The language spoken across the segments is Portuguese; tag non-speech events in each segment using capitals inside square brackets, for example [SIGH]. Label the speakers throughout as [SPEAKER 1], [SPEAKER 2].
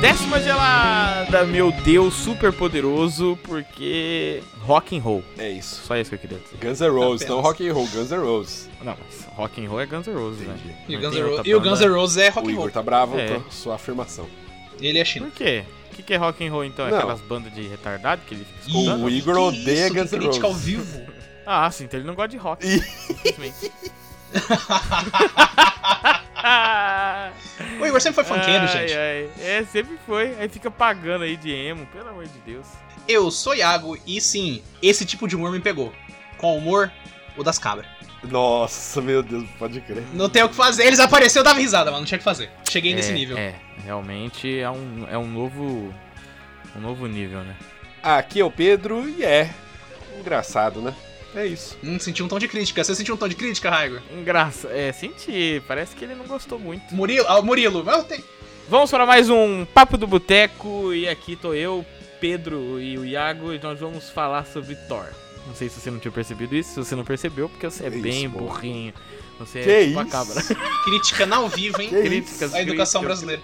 [SPEAKER 1] Décima gelada, meu Deus, super poderoso, porque rock and roll.
[SPEAKER 2] É isso.
[SPEAKER 1] Só isso que eu queria dizer.
[SPEAKER 2] Guns N' Roses,
[SPEAKER 3] Tá Apenas.
[SPEAKER 2] não rock and roll, Guns N' Roses.
[SPEAKER 1] Não, mas rock and roll é Guns N' Roses, né?
[SPEAKER 2] Entendi.
[SPEAKER 3] E o
[SPEAKER 1] Não
[SPEAKER 3] Guns
[SPEAKER 1] tem
[SPEAKER 3] N' Ro-
[SPEAKER 1] outra
[SPEAKER 3] e o Guns N'
[SPEAKER 1] banda.
[SPEAKER 3] Roses é
[SPEAKER 2] O
[SPEAKER 3] rock and roll.
[SPEAKER 2] Igor tá bravo
[SPEAKER 1] É.
[SPEAKER 2] com a sua afirmação.
[SPEAKER 3] Ele é chino.
[SPEAKER 1] Por quê? O que, que é rock and roll então? É
[SPEAKER 2] Não.
[SPEAKER 1] aquelas bandas de retardado que ele fica
[SPEAKER 2] O
[SPEAKER 1] escutando?
[SPEAKER 3] Ih,
[SPEAKER 2] Igor
[SPEAKER 3] que
[SPEAKER 2] odeia
[SPEAKER 3] isso?
[SPEAKER 2] Guns
[SPEAKER 3] Que
[SPEAKER 2] N'
[SPEAKER 3] crítica ao
[SPEAKER 2] Roses.
[SPEAKER 3] vivo.
[SPEAKER 1] Ah, sim, então ele não gosta de rock.
[SPEAKER 2] Ih.
[SPEAKER 3] [LAUGHS]
[SPEAKER 1] Simplesmente. Ai,
[SPEAKER 3] O Igor sempre foi É
[SPEAKER 1] Ah,
[SPEAKER 3] funkeiro, gente.
[SPEAKER 1] ai. É, sempre foi. Aí fica pagando aí de emo, pelo amor de Deus.
[SPEAKER 3] Eu sou Iago e sim, esse tipo de humor me pegou. Com o humor, o das cabras.
[SPEAKER 2] Nossa, meu Deus, pode crer.
[SPEAKER 3] Não tem o que fazer. Eles apareceram, eu dava risada, mano. Não tinha o que fazer. Cheguei nesse
[SPEAKER 1] É,
[SPEAKER 3] nível.
[SPEAKER 1] É, realmente é um, é um novo. Um novo nível, né?
[SPEAKER 2] Aqui é o Pedro e é engraçado, né? É isso.
[SPEAKER 3] Hum, senti um tom de crítica. Você sentiu um tom de crítica, Raigo?
[SPEAKER 1] Engraça. É, senti. Parece que ele não gostou muito.
[SPEAKER 3] Murilo, ah, Murilo, eu tenho...
[SPEAKER 1] Vamos para mais um Papo do Boteco e aqui tô eu, Pedro e o Iago e nós vamos falar sobre Thor. Não sei se você não tinha percebido isso, se você não percebeu, porque você é
[SPEAKER 2] Que
[SPEAKER 1] bem
[SPEAKER 2] isso, pô.
[SPEAKER 1] burrinho. Você
[SPEAKER 2] Que
[SPEAKER 1] é
[SPEAKER 2] isso?
[SPEAKER 1] uma cabra.
[SPEAKER 3] crítica não ao vivo, hein?
[SPEAKER 2] [LAUGHS] Que
[SPEAKER 1] Críticas.
[SPEAKER 2] isso?
[SPEAKER 3] A educação brasileira.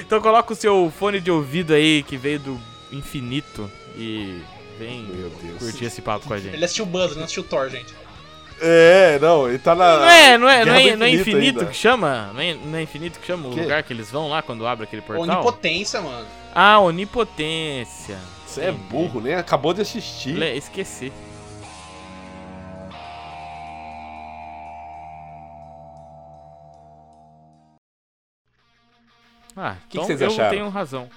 [SPEAKER 1] Então coloca o seu fone de ouvido aí que veio do infinito e vem
[SPEAKER 2] Meu Deus.
[SPEAKER 1] curtir esse papo com a gente.
[SPEAKER 3] Ele assistiu Buzz, não assistiu Thor, gente.
[SPEAKER 2] É, não, ele tá na.
[SPEAKER 1] Não é, não é, não é,
[SPEAKER 2] Guerra do
[SPEAKER 1] não é
[SPEAKER 2] Infinito
[SPEAKER 1] infinito
[SPEAKER 2] ainda.
[SPEAKER 1] que chama? Não é, não é infinito que chama o
[SPEAKER 2] Que?
[SPEAKER 1] lugar que eles vão lá quando abre aquele portal?
[SPEAKER 3] Onipotência, mano.
[SPEAKER 1] Ah, onipotência.
[SPEAKER 2] Você é burro, né? Acabou de assistir.
[SPEAKER 1] Le- Esqueci. Ah,
[SPEAKER 2] que
[SPEAKER 1] então
[SPEAKER 2] vocês
[SPEAKER 1] eu
[SPEAKER 2] acharam?
[SPEAKER 1] tenho razão.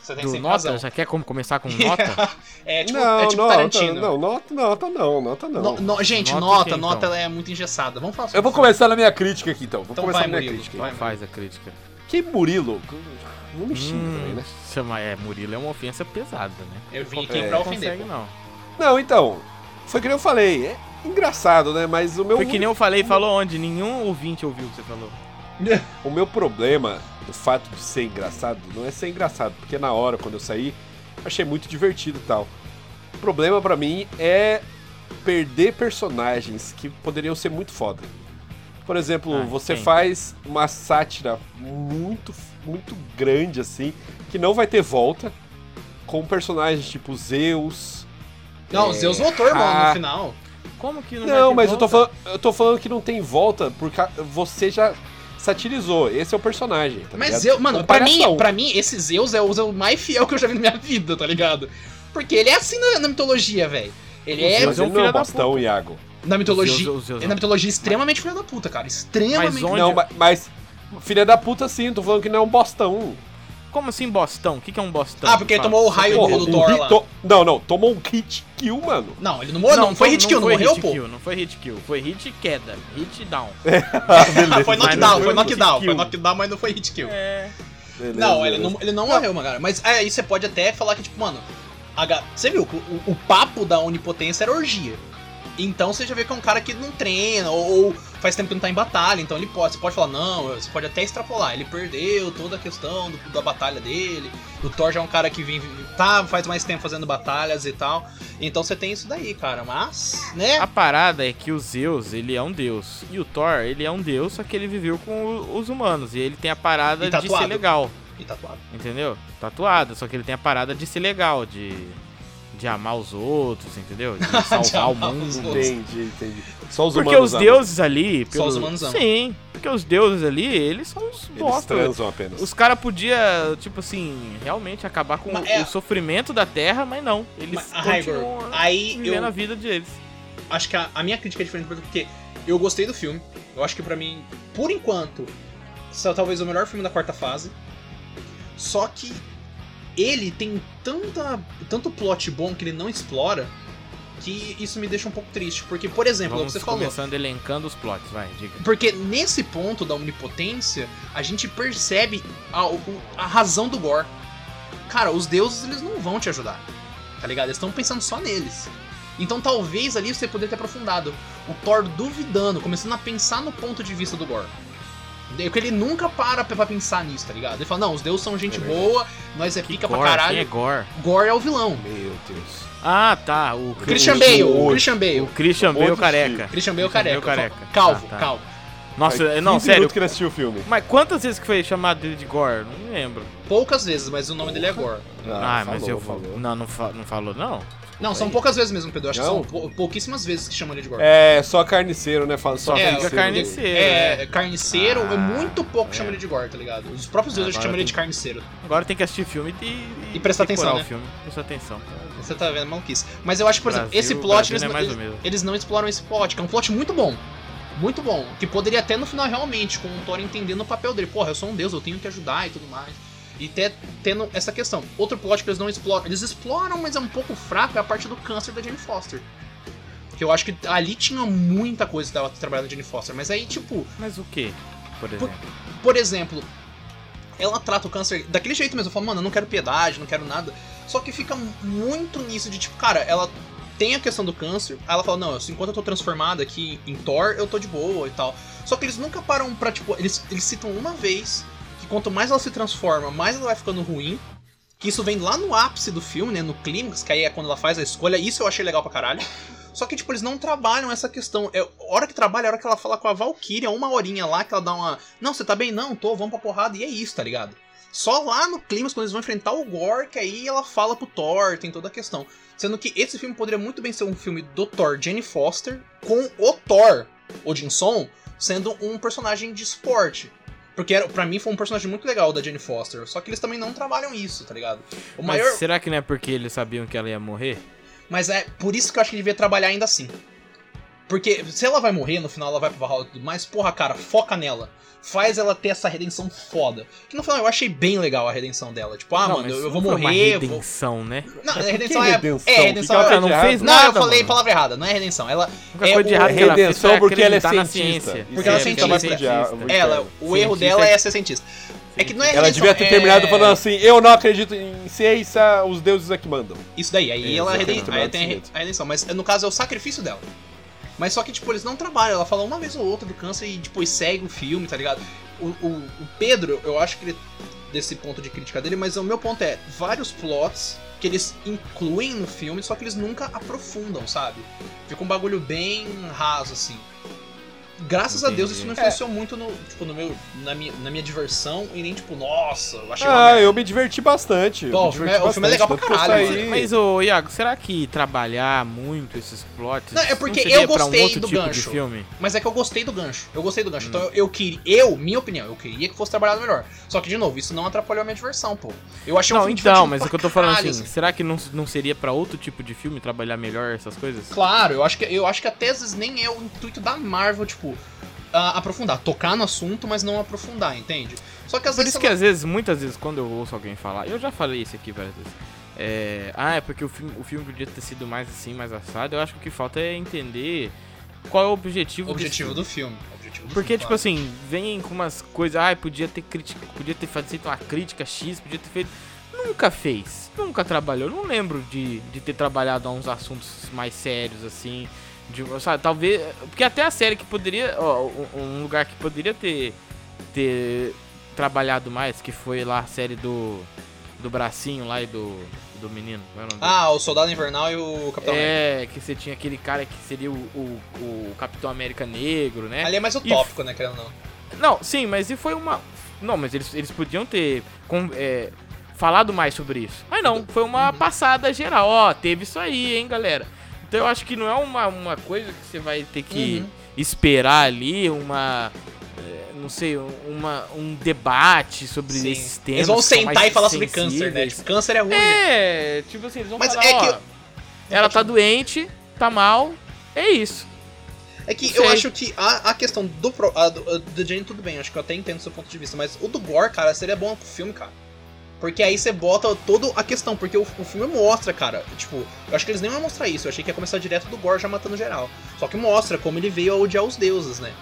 [SPEAKER 3] Você tem
[SPEAKER 1] Do
[SPEAKER 3] sempre
[SPEAKER 1] nota?
[SPEAKER 3] razão.
[SPEAKER 1] Já quer como começar
[SPEAKER 2] [LAUGHS]
[SPEAKER 1] com nota?
[SPEAKER 3] É tipo,
[SPEAKER 2] não,
[SPEAKER 3] é tipo
[SPEAKER 2] nota,
[SPEAKER 3] Tarantino.
[SPEAKER 2] não, nota, nota não, nota não.
[SPEAKER 3] No- no- gente,
[SPEAKER 1] Nota
[SPEAKER 3] nota,
[SPEAKER 1] o quê,
[SPEAKER 3] nota
[SPEAKER 1] então?
[SPEAKER 3] ela é muito engessada. Vamos falar sobre
[SPEAKER 2] Eu vou
[SPEAKER 3] isso.
[SPEAKER 2] começar na minha crítica aqui então. Vou
[SPEAKER 3] Então
[SPEAKER 2] começar
[SPEAKER 3] vai,
[SPEAKER 2] na minha
[SPEAKER 3] Murilo,
[SPEAKER 2] crítica.
[SPEAKER 3] vai.
[SPEAKER 1] Faz a crítica. Hum,
[SPEAKER 2] Que Murilo? Não me xinga também, né?
[SPEAKER 1] Chama, é, Murilo é uma ofensa pesada, né?
[SPEAKER 3] Eu vim aqui
[SPEAKER 2] É.
[SPEAKER 3] pra
[SPEAKER 1] não
[SPEAKER 3] ofender.
[SPEAKER 1] consegue,
[SPEAKER 3] pô.
[SPEAKER 1] não.
[SPEAKER 2] Não, então. Foi que nem eu falei. É engraçado, né? Mas o meu,
[SPEAKER 1] Foi que nem eu falei, falou onde? Nenhum ouvinte ouviu o que você falou. [LAUGHS]
[SPEAKER 2] o meu problema, o fato de ser engraçado, não é ser engraçado, porque na hora, quando eu saí, achei muito divertido e tal. O problema pra mim é perder personagens que poderiam ser muito foda. Por exemplo,
[SPEAKER 1] Ah,
[SPEAKER 2] você
[SPEAKER 1] entendo.
[SPEAKER 2] faz uma sátira muito, muito grande, assim, que não vai ter volta, com personagens tipo Zeus,
[SPEAKER 3] Não,
[SPEAKER 2] É.
[SPEAKER 3] Zeus voltou, irmão,
[SPEAKER 2] Ah.
[SPEAKER 3] no final.
[SPEAKER 1] Como que não vai
[SPEAKER 2] Não,
[SPEAKER 1] ter
[SPEAKER 2] mas eu tô,
[SPEAKER 1] volta?
[SPEAKER 2] falando, eu tô falando que não tem volta, porque a- você já satirizou. Esse é o personagem. tá
[SPEAKER 3] Mas
[SPEAKER 2] ligado?
[SPEAKER 3] Zeus, mano, pra mim,
[SPEAKER 2] Comparação.
[SPEAKER 3] pra mim, esse Zeus é o Zeus mais fiel que eu já vi na minha vida, tá ligado? Porque ele é assim na, na mitologia, velho. Ele
[SPEAKER 1] O
[SPEAKER 3] é,
[SPEAKER 1] Zeus
[SPEAKER 2] Mas
[SPEAKER 1] é um
[SPEAKER 2] ele não é
[SPEAKER 1] filho da
[SPEAKER 2] um bastão, Iago.
[SPEAKER 3] na mitologia,
[SPEAKER 1] Zeus- Zeus-
[SPEAKER 3] é na mitologia extremamente filho da puta, cara. Extremamente.
[SPEAKER 1] Mas onde-
[SPEAKER 2] Não, ma- mas, filha da puta sim, tô falando que não é um bostão.
[SPEAKER 1] Como assim bostão? O que, que é um bostão?
[SPEAKER 3] Ah, porque ele
[SPEAKER 1] Fala.
[SPEAKER 3] tomou o raio
[SPEAKER 1] Você
[SPEAKER 3] do-
[SPEAKER 1] tem-
[SPEAKER 3] do Thor
[SPEAKER 2] hit-
[SPEAKER 3] lá.
[SPEAKER 2] um to- Não, não, tomou um hit kill, mano.
[SPEAKER 1] [LAUGHS]
[SPEAKER 3] Não, ele não morreu, não, foi
[SPEAKER 1] to-
[SPEAKER 3] hit kill, não
[SPEAKER 1] foi
[SPEAKER 3] morreu,
[SPEAKER 1] hit
[SPEAKER 3] pô.
[SPEAKER 1] kill, não foi hit kill, foi hit queda, hit down.
[SPEAKER 3] [LAUGHS]
[SPEAKER 1] Ah, Mas não
[SPEAKER 3] foi
[SPEAKER 1] foi
[SPEAKER 3] knockdown, foi knockdown,
[SPEAKER 1] hit
[SPEAKER 3] foi
[SPEAKER 1] kill.
[SPEAKER 3] knockdown, mas não foi hit kill.
[SPEAKER 1] É.
[SPEAKER 2] Beleza,
[SPEAKER 3] Não, ele
[SPEAKER 2] beleza.
[SPEAKER 3] não, ele não morreu, mano, cara. Mas aí você pode até falar que, tipo, mano, a ga- você viu que o, o papo da onipotência era orgia. Então você já vê que é um cara que não treina, ou, ou faz tempo que não tá em batalha, então ele pode. Você pode falar, não, você pode até extrapolar. Ele perdeu toda a questão do- da batalha dele. O Thor já é um cara que vem, tá, faz mais tempo fazendo batalhas e tal. Então você tem isso daí, cara. Mas, né?
[SPEAKER 1] A parada é que o Zeus, ele é um deus. E o Thor, ele é um deus, só que ele viveu com o- os humanos. E ele tem a parada
[SPEAKER 3] E
[SPEAKER 1] de ser
[SPEAKER 3] tatuado.
[SPEAKER 1] legal,
[SPEAKER 3] E tatuado.
[SPEAKER 1] entendeu? Tatuado, só que ele tem a parada de ser legal, de, de amar os outros,
[SPEAKER 3] [LAUGHS]
[SPEAKER 1] entendeu? De salvar o
[SPEAKER 3] amar os
[SPEAKER 1] mundo.
[SPEAKER 3] outros.
[SPEAKER 2] Entendi, entendi. Só os
[SPEAKER 1] Porque
[SPEAKER 2] humanos
[SPEAKER 1] os
[SPEAKER 2] amam.
[SPEAKER 1] deuses ali.
[SPEAKER 3] Só
[SPEAKER 1] pelo-
[SPEAKER 3] os humanos amam.
[SPEAKER 1] Sim, porque os deuses ali, eles são os
[SPEAKER 2] Eles
[SPEAKER 1] bosta.
[SPEAKER 2] transam apenas.
[SPEAKER 1] Os caras podiam, tipo assim, realmente acabar com
[SPEAKER 3] Mas é-
[SPEAKER 1] o sofrimento da Terra, mas não. Eles
[SPEAKER 3] Mas, ah, Raigor,
[SPEAKER 1] continuam
[SPEAKER 3] aí
[SPEAKER 1] vivendo
[SPEAKER 3] eu,
[SPEAKER 1] a vida deles.
[SPEAKER 3] acho que a, a minha crítica é diferente porque eu gostei do filme. Eu acho que pra mim, por enquanto, isso é talvez o melhor filme da quarta fase. Só que ele tem tanta, tanto plot bom que ele não explora que isso me deixa um pouco triste. Porque, por exemplo, é o que
[SPEAKER 1] Vamos
[SPEAKER 3] você falou.
[SPEAKER 1] começando elencando os plots, vai, diga.
[SPEAKER 3] Porque nesse ponto da onipotência, a gente percebe a, o- a razão do gore. Cara, os deuses eles não vão te ajudar. Tá ligado? Eles estão pensando só neles. Então talvez ali você poderia ter aprofundado. O Thor duvidando, começando a pensar no ponto de vista do gore. Porque ele nunca para pra pra pensar nisso, tá ligado? Ele fala, não, os deuses são gente
[SPEAKER 2] É verdade.
[SPEAKER 3] boa, nós é pica pra
[SPEAKER 1] Quem é
[SPEAKER 3] caralho.
[SPEAKER 1] Gore?
[SPEAKER 3] Gore é o vilão.
[SPEAKER 2] Meu Deus.
[SPEAKER 1] Ah, tá, o
[SPEAKER 3] Christian
[SPEAKER 2] o-
[SPEAKER 3] Bale,
[SPEAKER 2] o-
[SPEAKER 3] Christian Bale.
[SPEAKER 1] O Christian Bale
[SPEAKER 2] Outro
[SPEAKER 1] careca.
[SPEAKER 3] Christian Bale
[SPEAKER 1] Christian Bale
[SPEAKER 3] careca.
[SPEAKER 1] careca.
[SPEAKER 3] Calvo,
[SPEAKER 1] Ah, tá.
[SPEAKER 3] calvo.
[SPEAKER 1] Nossa,
[SPEAKER 2] Faz
[SPEAKER 1] não,
[SPEAKER 2] 15
[SPEAKER 1] sério.
[SPEAKER 2] minutos que ele assistiu o filme.
[SPEAKER 1] Mas quantas vezes que foi chamado dele de Gore? Não lembro.
[SPEAKER 3] Poucas vezes, mas o nome dele é Gore.
[SPEAKER 1] Ah, mas
[SPEAKER 2] falou,
[SPEAKER 1] eu
[SPEAKER 2] falou.
[SPEAKER 1] falo. Não, não, fa- não falou, não.
[SPEAKER 3] Não, são poucas vezes mesmo, Pedro. Acho
[SPEAKER 2] Não?
[SPEAKER 3] que são pou- pouquíssimas vezes que chamam ele de Gore.
[SPEAKER 2] É, só carniceiro, né? Fala só
[SPEAKER 1] Só
[SPEAKER 3] É,
[SPEAKER 1] fica
[SPEAKER 2] carniceiro. né?
[SPEAKER 1] carniceiro.
[SPEAKER 3] É, é carniceiro,
[SPEAKER 1] Ah,
[SPEAKER 3] é muito pouco que chamam
[SPEAKER 1] é.
[SPEAKER 3] ele de Gore, tá ligado? Os próprios deuses
[SPEAKER 1] Agora
[SPEAKER 3] chamam ele
[SPEAKER 1] tem-
[SPEAKER 3] de carniceiro.
[SPEAKER 1] Agora tem que assistir filme e,
[SPEAKER 3] E prestar
[SPEAKER 1] decorar
[SPEAKER 3] atenção,
[SPEAKER 1] o
[SPEAKER 3] né?
[SPEAKER 1] filme. Prestar atenção.
[SPEAKER 3] Você tá vendo, maluquice. Mas eu acho que, por exemplo,
[SPEAKER 1] Brasil-
[SPEAKER 3] esse plot,
[SPEAKER 1] Brasil
[SPEAKER 3] eles,
[SPEAKER 1] não é mais
[SPEAKER 3] eles-
[SPEAKER 1] o mesmo.
[SPEAKER 3] eles não exploram esse plot, que é um plot muito bom. Muito bom. Que poderia até no final, realmente, com o Thor entendendo o papel dele. Porra, eu sou um deus, eu tenho que ajudar e tudo mais. E até tendo essa questão. Outro plot que eles não exploram. Eles exploram, mas é um pouco fraco, é a parte do câncer da Jane Foster. Que eu acho que ali tinha muita coisa que dava pra trabalhar na Jane Foster. Mas aí, tipo,
[SPEAKER 1] Mas o que, por exemplo?
[SPEAKER 3] por exemplo, ela trata o câncer daquele jeito mesmo. Ela Fala, mano, eu não quero piedade, não quero nada. Só que fica muito nisso de tipo, cara, ela tem a questão do câncer. Aí ela fala, não, eu- enquanto eu tô transformada aqui em Thor, eu tô de boa e tal. Só que eles nunca param pra, tipo, eles, eles citam uma vez que quanto mais ela se transforma, mais ela vai ficando ruim. Que isso vem lá no ápice do filme, né? No clímax, que aí é quando ela faz a escolha. Isso eu achei legal pra caralho. Só que, tipo, eles não trabalham essa questão. É, a hora que trabalha, é a hora que ela fala com a Valkyria, uma horinha lá, que ela dá uma. Não, você tá bem? Não, tô, vamos pra porrada. E é isso, tá ligado? Só lá no Climax, quando eles vão enfrentar o Gore, que aí ela fala pro Thor, tem toda a questão. Sendo que esse filme poderia muito bem ser um filme do Thor, Jenny Foster, com o Thor, Odinson, sendo um personagem de esporte. Porque era, pra mim foi um personagem muito legal da Jenny Foster. Só que eles também não trabalham isso, tá ligado? O
[SPEAKER 1] Mas
[SPEAKER 3] maior.
[SPEAKER 1] será que não é porque eles sabiam que ela ia morrer?
[SPEAKER 3] Mas é por isso que eu acho que ele devia trabalhar ainda assim. Porque se ela vai morrer, no final ela vai pro Valhalla e tudo mais, porra, cara, foca nela. Faz ela ter essa redenção foda. Que no final eu achei bem legal a redenção dela. Tipo, ah,
[SPEAKER 1] não,
[SPEAKER 3] mano,
[SPEAKER 1] mas
[SPEAKER 3] eu, eu
[SPEAKER 1] não
[SPEAKER 3] vou
[SPEAKER 1] foi uma
[SPEAKER 3] morrer. Vou...
[SPEAKER 1] redenção, né?
[SPEAKER 3] Não, a
[SPEAKER 2] Que
[SPEAKER 3] redenção é.
[SPEAKER 2] redenção?
[SPEAKER 3] É, a redenção
[SPEAKER 2] Fica
[SPEAKER 3] é.
[SPEAKER 1] ela não
[SPEAKER 2] errado.
[SPEAKER 1] fez
[SPEAKER 3] Não, eu
[SPEAKER 1] nada,
[SPEAKER 3] falei
[SPEAKER 1] mano.
[SPEAKER 3] palavra errada, não é redenção. Ela.
[SPEAKER 1] A única
[SPEAKER 3] É
[SPEAKER 1] coisa de
[SPEAKER 3] o-
[SPEAKER 1] errado que ela fez
[SPEAKER 2] Redenção
[SPEAKER 1] foi
[SPEAKER 2] porque ela é
[SPEAKER 1] acreditar na
[SPEAKER 2] cientista.
[SPEAKER 1] ciência.
[SPEAKER 3] Porque ela é
[SPEAKER 1] Cientista,
[SPEAKER 3] cientista. Ela, o
[SPEAKER 1] Cientista
[SPEAKER 3] erro dela
[SPEAKER 1] é-
[SPEAKER 3] é ser cientista. É que não é
[SPEAKER 2] Ela
[SPEAKER 3] redenção,
[SPEAKER 2] devia ter
[SPEAKER 3] é-
[SPEAKER 2] terminado falando assim: Eu não acredito em ciência, os deuses é que mandam.
[SPEAKER 3] Isso daí, aí
[SPEAKER 2] É,
[SPEAKER 3] ela reden...
[SPEAKER 2] exatamente,
[SPEAKER 3] aí tem a re-
[SPEAKER 2] exatamente.
[SPEAKER 3] a redenção, mas no caso é o sacrifício dela. Mas só que, tipo, eles não trabalham, ela fala uma vez ou outra do câncer e depois segue o filme, tá ligado? O, o- o Pedro, eu acho que ele. é desse ponto de crítica dele, mas o meu ponto é: vários plots que eles incluem no filme, só que eles nunca aprofundam, sabe? Fica um bagulho bem raso, assim. Graças a Deus
[SPEAKER 1] Entendi.
[SPEAKER 3] isso não
[SPEAKER 2] É.
[SPEAKER 3] influenciou muito no, tipo, no meu, na, minha, na minha diversão e nem tipo, nossa, eu achei uma
[SPEAKER 2] Ah,
[SPEAKER 3] merda.
[SPEAKER 2] eu me diverti bastante.
[SPEAKER 3] Bom,
[SPEAKER 2] me
[SPEAKER 3] o filme
[SPEAKER 2] diverti
[SPEAKER 3] é- o filme é legal pra
[SPEAKER 2] tanto que eu
[SPEAKER 3] caralho,
[SPEAKER 2] saí-
[SPEAKER 1] Mas, ô, Iago, será que trabalhar muito esses plots
[SPEAKER 3] Não, é porque
[SPEAKER 1] seria
[SPEAKER 3] eu
[SPEAKER 1] pra
[SPEAKER 3] gostei
[SPEAKER 1] um outro
[SPEAKER 3] do
[SPEAKER 1] tipo
[SPEAKER 3] gancho.
[SPEAKER 1] de filme?
[SPEAKER 3] Mas é que eu gostei do gancho. Eu gostei do gancho. Então eu, eu queria. Eu, minha opinião, eu queria que fosse trabalhado melhor. Só que, de novo, isso não atrapalhou a minha diversão, pô. Eu achei um
[SPEAKER 1] Não,
[SPEAKER 3] filme
[SPEAKER 1] então,
[SPEAKER 3] divertido
[SPEAKER 1] mas
[SPEAKER 3] pra
[SPEAKER 1] o que eu tô falando
[SPEAKER 3] caralho,
[SPEAKER 1] assim, será que não, não seria pra outro tipo de filme trabalhar melhor essas coisas?
[SPEAKER 3] Claro, eu acho que, eu acho que até às vezes nem é o intuito da Marvel, tipo, ah, aprofundar. Tocar no assunto, mas não aprofundar, entende? Só que às
[SPEAKER 1] Por
[SPEAKER 3] vezes.
[SPEAKER 1] isso que é às vezes, muitas vezes, quando eu ouço alguém falar, eu já falei isso aqui várias vezes. é, ah, é porque o filme, o filme podia ter sido mais assim, mais assado. Eu acho que o que falta é entender qual é o objetivo,
[SPEAKER 3] O objetivo
[SPEAKER 1] desse
[SPEAKER 3] do filme. O objetivo do
[SPEAKER 1] Porque,
[SPEAKER 3] filme,
[SPEAKER 1] tipo
[SPEAKER 3] claro.
[SPEAKER 1] assim, vem com umas coisas, ah, podia ter crítica, podia ter feito uma crítica X, podia ter feito. Nunca fez, nunca trabalhou. Não lembro de, de ter trabalhado a uns assuntos mais sérios, assim. De, sabe, talvez. Porque até a série que poderia. Ó, um- um lugar que poderia ter, ter trabalhado mais, que foi lá a série do. Do bracinho lá e do. Do menino. Qual é o nome dele?
[SPEAKER 3] Ah, o Soldado Invernal e o Capitão América.
[SPEAKER 1] É, que você tinha aquele cara que seria o, o, o Capitão América Negro, né?
[SPEAKER 3] Ali é mais utópico, né, querendo ou não.
[SPEAKER 1] Não, sim, mas e foi uma. Não, mas eles, eles podiam ter com- é, falado mais sobre isso. Mas não, foi uma
[SPEAKER 3] Uhum.
[SPEAKER 1] passada geral. Ó, teve isso aí, hein, galera. Então eu acho que não é uma, uma coisa que você vai ter que
[SPEAKER 3] Uhum.
[SPEAKER 1] esperar ali, uma. é, Não sei, um- uma, um debate sobre
[SPEAKER 3] Sim.
[SPEAKER 1] esses temas.
[SPEAKER 3] Eles vão
[SPEAKER 1] que são mais
[SPEAKER 3] sentar e falar sobre câncer, né?
[SPEAKER 1] sensíveis.
[SPEAKER 3] Tipo, câncer é ruim. né?
[SPEAKER 1] É, tipo assim, eles vão
[SPEAKER 3] Mas
[SPEAKER 1] falar,
[SPEAKER 3] é
[SPEAKER 1] ó,
[SPEAKER 3] que-
[SPEAKER 1] ela tá doente, tá mal, é isso.
[SPEAKER 3] É que
[SPEAKER 1] Sei.
[SPEAKER 3] eu acho que a, a questão do, pro, a, do, a do Jane, tudo bem, acho que eu até entendo o seu ponto de vista, mas o do Gore, cara, seria bom pro filme, cara. Porque aí você bota toda a questão, porque o, o filme mostra, cara. Tipo, eu acho que eles nem vão mostrar isso, eu achei que ia começar direto do Gore já matando geral. Só que mostra como ele veio a odiar os deuses, né?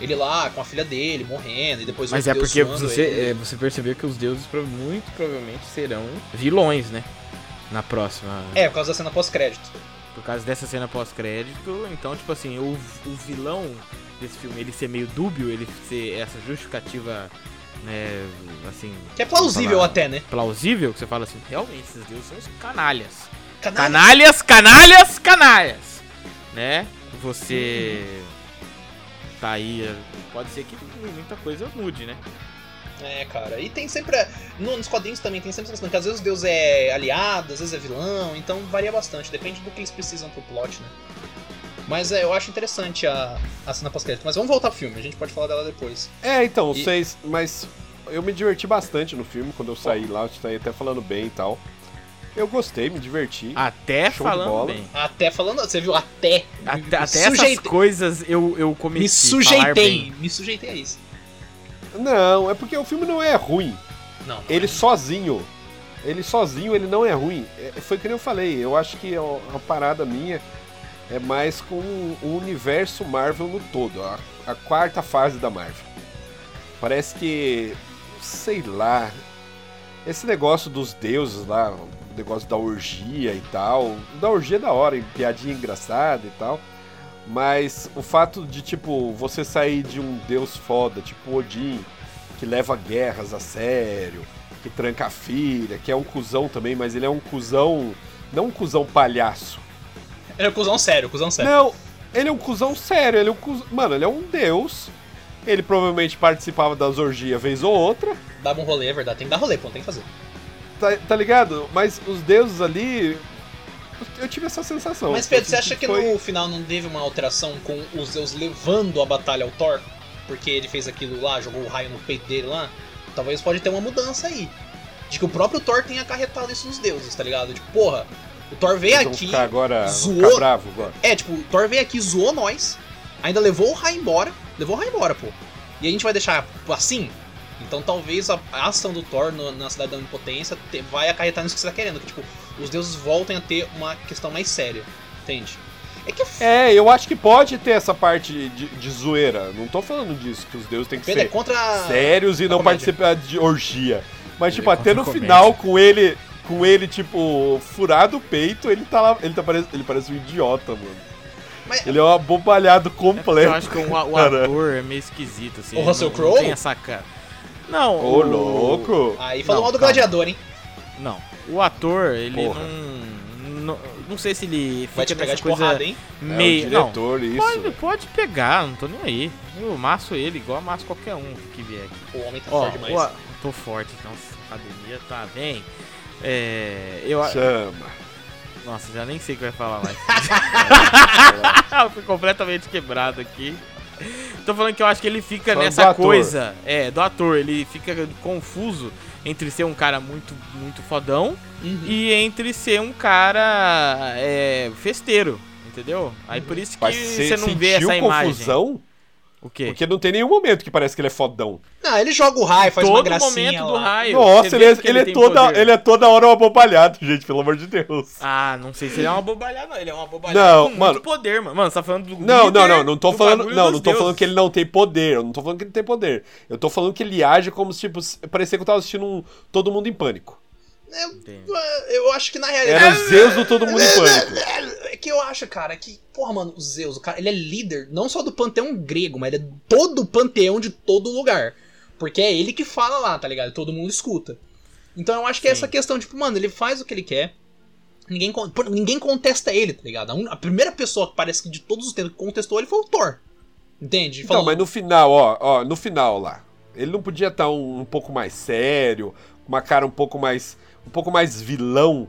[SPEAKER 3] Ele lá com a filha dele, morrendo, e depois
[SPEAKER 1] Mas
[SPEAKER 3] os
[SPEAKER 1] é
[SPEAKER 3] deuses
[SPEAKER 1] porque
[SPEAKER 3] zoando ele.
[SPEAKER 1] você, é, você percebeu que os deuses prova- muito provavelmente serão vilões, né? Na próxima.
[SPEAKER 3] É, por causa da cena pós-crédito.
[SPEAKER 1] Por causa dessa cena pós-crédito. Então, tipo assim, o, o vilão desse filme, ele ser meio dúbio, ele ser essa justificativa, né, assim...
[SPEAKER 3] Que é plausível
[SPEAKER 1] falar-
[SPEAKER 3] até, né?
[SPEAKER 1] Plausível, que você fala assim, realmente, esses deuses são os canalhas.
[SPEAKER 3] Canalha. Uhum.
[SPEAKER 1] Canalhas, canalhas, canalhas! Né? Você. tá aí. Pode ser que muita coisa mude, né?
[SPEAKER 3] É, cara. E tem sempre. no- Nos quadrinhos também tem sempre essa questão, que às vezes o Deus é aliado, às vezes é vilão, então varia bastante, depende do que eles precisam pro plot, né? Mas é, eu acho interessante a, a cena pós-crédito. Mas vamos voltar pro filme, a gente pode falar dela depois.
[SPEAKER 2] É, então,
[SPEAKER 3] E-
[SPEAKER 2] vocês. Mas eu me diverti bastante no filme quando eu saí lá, eu saí até falando bem e tal. Eu gostei, me diverti.
[SPEAKER 3] Ah.
[SPEAKER 1] Até
[SPEAKER 2] Show de
[SPEAKER 1] falando
[SPEAKER 2] bola.
[SPEAKER 1] bem.
[SPEAKER 3] Até falando, você viu? Até.
[SPEAKER 1] Até, até essas
[SPEAKER 3] sujeitei-
[SPEAKER 1] coisas eu, eu comecei
[SPEAKER 3] me
[SPEAKER 1] a falar
[SPEAKER 3] sujeitei.
[SPEAKER 1] bem.
[SPEAKER 3] Me sujeitei a isso.
[SPEAKER 2] Não, é porque o filme não é ruim.
[SPEAKER 3] Não.
[SPEAKER 2] Ele sozinho. Ele sozinho, ele não é ruim. É, foi que nem eu falei, eu acho que é uma parada minha é mais com o universo Marvel no todo, a, a quarta fase da Marvel. Parece que. sei lá. Esse negócio dos deuses lá, o negócio da orgia e tal. Da orgia é da hora, e piadinha engraçada e tal. Mas o fato de, tipo, você sair de um deus foda, tipo Odin, que leva guerras a sério, que tranca a filha, que é um cuzão também, mas ele é um cuzão. Não um cuzão palhaço.
[SPEAKER 3] Era é. cuzão sério, cuzão sério.
[SPEAKER 2] Não, ele é um cuzão sério, ele é um cuzão. Mano, ele é um deus. Ele provavelmente participava das orgias vez ou outra,
[SPEAKER 3] Dava um rolê, é verdade. Tem que dar rolê, pô, tem que fazer.
[SPEAKER 2] tá, tá ligado? Mas os deuses ali. Eu tive essa sensação.
[SPEAKER 3] Mas Pedro,
[SPEAKER 2] Eu
[SPEAKER 3] você
[SPEAKER 2] senti
[SPEAKER 3] acha que
[SPEAKER 2] Então, foi-
[SPEAKER 3] no final não teve uma alteração com os Zeus levando a batalha ao Thor? Porque ele fez aquilo lá, jogou o raio no peito dele lá? Talvez pode ter uma mudança aí. De que o próprio Thor tenha acarretado isso nos deuses, tá ligado? Tipo, porra, o Thor veio
[SPEAKER 2] Eles vão
[SPEAKER 3] aqui.
[SPEAKER 2] ficar agora vão ficar
[SPEAKER 3] zoou-
[SPEAKER 2] bravo agora.
[SPEAKER 3] É, tipo, o Thor veio aqui, zoou nós, ainda levou o raio embora. Levou o raio embora, pô. E a gente vai deixar assim? Então talvez a, a ação do Thor no- na Cidade da Onipotência te- vai acarretar nisso que você tá querendo. Que, tipo, os deuses voltem a ter uma questão mais séria, entende? É que é
[SPEAKER 2] É, eu acho que pode ter essa parte de, de zoeira. Não tô falando disso, que os deuses têm que
[SPEAKER 3] Pedro, é
[SPEAKER 2] ser
[SPEAKER 3] contra.
[SPEAKER 2] sérios e
[SPEAKER 3] a
[SPEAKER 2] não
[SPEAKER 3] comédia.
[SPEAKER 2] participar de orgia. Mas,
[SPEAKER 1] Ele
[SPEAKER 2] tipo,
[SPEAKER 1] é
[SPEAKER 2] até no
[SPEAKER 1] contra a
[SPEAKER 2] final, com ele, com ele, tipo, furado o peito, ele tá lá. Ele, tá parece, ele parece um idiota, mano.
[SPEAKER 3] Mas-
[SPEAKER 2] Ele é um abobalhado
[SPEAKER 1] É Eu
[SPEAKER 2] completo.
[SPEAKER 1] acho que o, o
[SPEAKER 2] Cara.
[SPEAKER 1] ator é meio esquisito, assim.
[SPEAKER 3] O Russell
[SPEAKER 1] não-
[SPEAKER 3] Crowe?
[SPEAKER 1] Não tem essa cara. Não.
[SPEAKER 2] Ô,
[SPEAKER 1] o-
[SPEAKER 2] louco!
[SPEAKER 3] Aí falou
[SPEAKER 1] Não,
[SPEAKER 3] mal do
[SPEAKER 1] calma.
[SPEAKER 3] gladiador, hein?
[SPEAKER 1] Não. O ator, ele
[SPEAKER 2] Porra.
[SPEAKER 1] não. Não, não sei se ele
[SPEAKER 3] Vai te
[SPEAKER 1] fica
[SPEAKER 3] pegar
[SPEAKER 1] nessa
[SPEAKER 3] de
[SPEAKER 1] coisa
[SPEAKER 3] porrada, hein?
[SPEAKER 2] É
[SPEAKER 1] meio.
[SPEAKER 2] o
[SPEAKER 1] não,
[SPEAKER 2] diretor, isso.
[SPEAKER 1] pode, pode pegar, não tô nem aí. Eu amasso ele igual amasso qualquer um que vier aqui.
[SPEAKER 3] O homem tá
[SPEAKER 1] Ó,
[SPEAKER 3] forte demais.
[SPEAKER 1] o a- tô forte, então academia tá bem. É, eu, a-
[SPEAKER 2] Chama.
[SPEAKER 1] nossa, já nem sei o que eu ia falar mais. [LAUGHS] eu fui completamente quebrado aqui. Tô falando que eu acho que ele fica
[SPEAKER 2] Falando do
[SPEAKER 1] nessa
[SPEAKER 2] ator.
[SPEAKER 1] coisa, é, do ator, ele fica confuso entre ser um cara muito muito fodão
[SPEAKER 3] Uhum.
[SPEAKER 1] e entre ser um cara é, festeiro, entendeu? Aí por isso que
[SPEAKER 2] Mas
[SPEAKER 1] você não vê essa
[SPEAKER 2] sentiu
[SPEAKER 1] imagem.
[SPEAKER 2] confusão?
[SPEAKER 1] O quê?
[SPEAKER 2] Porque não tem nenhum momento que parece que ele é fodão.
[SPEAKER 3] Não, ele joga o raio, faz uma
[SPEAKER 1] Todo
[SPEAKER 3] gracinha
[SPEAKER 1] momento do
[SPEAKER 3] lá.
[SPEAKER 1] raio. você
[SPEAKER 2] Nossa, ele,
[SPEAKER 1] vê
[SPEAKER 2] é-
[SPEAKER 1] que
[SPEAKER 2] ele, é
[SPEAKER 1] tem
[SPEAKER 2] toda,
[SPEAKER 1] poder.
[SPEAKER 2] ele é toda hora um abobalhado, gente, pelo amor de Deus.
[SPEAKER 1] Ah, não sei se ele é uma bobalhada, não. Ele é uma bobalhada
[SPEAKER 2] Não,
[SPEAKER 1] com
[SPEAKER 2] mano.
[SPEAKER 1] muito poder, mano. Mano, você tá falando do
[SPEAKER 2] Não,
[SPEAKER 1] líder
[SPEAKER 2] não, não, não tô
[SPEAKER 1] do
[SPEAKER 2] falando,
[SPEAKER 1] bagulho
[SPEAKER 2] não,
[SPEAKER 1] dos
[SPEAKER 2] não tô falando
[SPEAKER 1] deuses.
[SPEAKER 2] que ele não tem poder, eu não tô falando que ele tem poder. Eu tô falando que ele age como se, tipo, se- parecia que eu tava assistindo um Todo Mundo em Pânico.
[SPEAKER 3] Eu,
[SPEAKER 1] Entendi.
[SPEAKER 3] eu acho que na
[SPEAKER 1] Ah!
[SPEAKER 2] Era o
[SPEAKER 3] realidade.
[SPEAKER 2] Zeus do Todo Mundo em Pânico.
[SPEAKER 1] [LAUGHS]
[SPEAKER 3] É que eu acho, cara, que. Porra, mano, o Zeus, o cara, ele é líder, não só do panteão grego, mas ele é todo o panteão de todo lugar. Porque é ele que fala lá, tá ligado? Todo mundo escuta. Então eu acho que é
[SPEAKER 1] Sim.
[SPEAKER 3] essa questão, tipo, mano, ele faz o que ele quer. Ninguém, con- pô, ninguém contesta ele, tá ligado? A, un- a primeira pessoa que parece que de todos os tempos que contestou ele foi o Thor. Entende?
[SPEAKER 2] Então, mas no final, ó, ó, no final lá, ele não podia estar um, um pouco mais sério, com uma cara um pouco mais, um pouco mais vilão,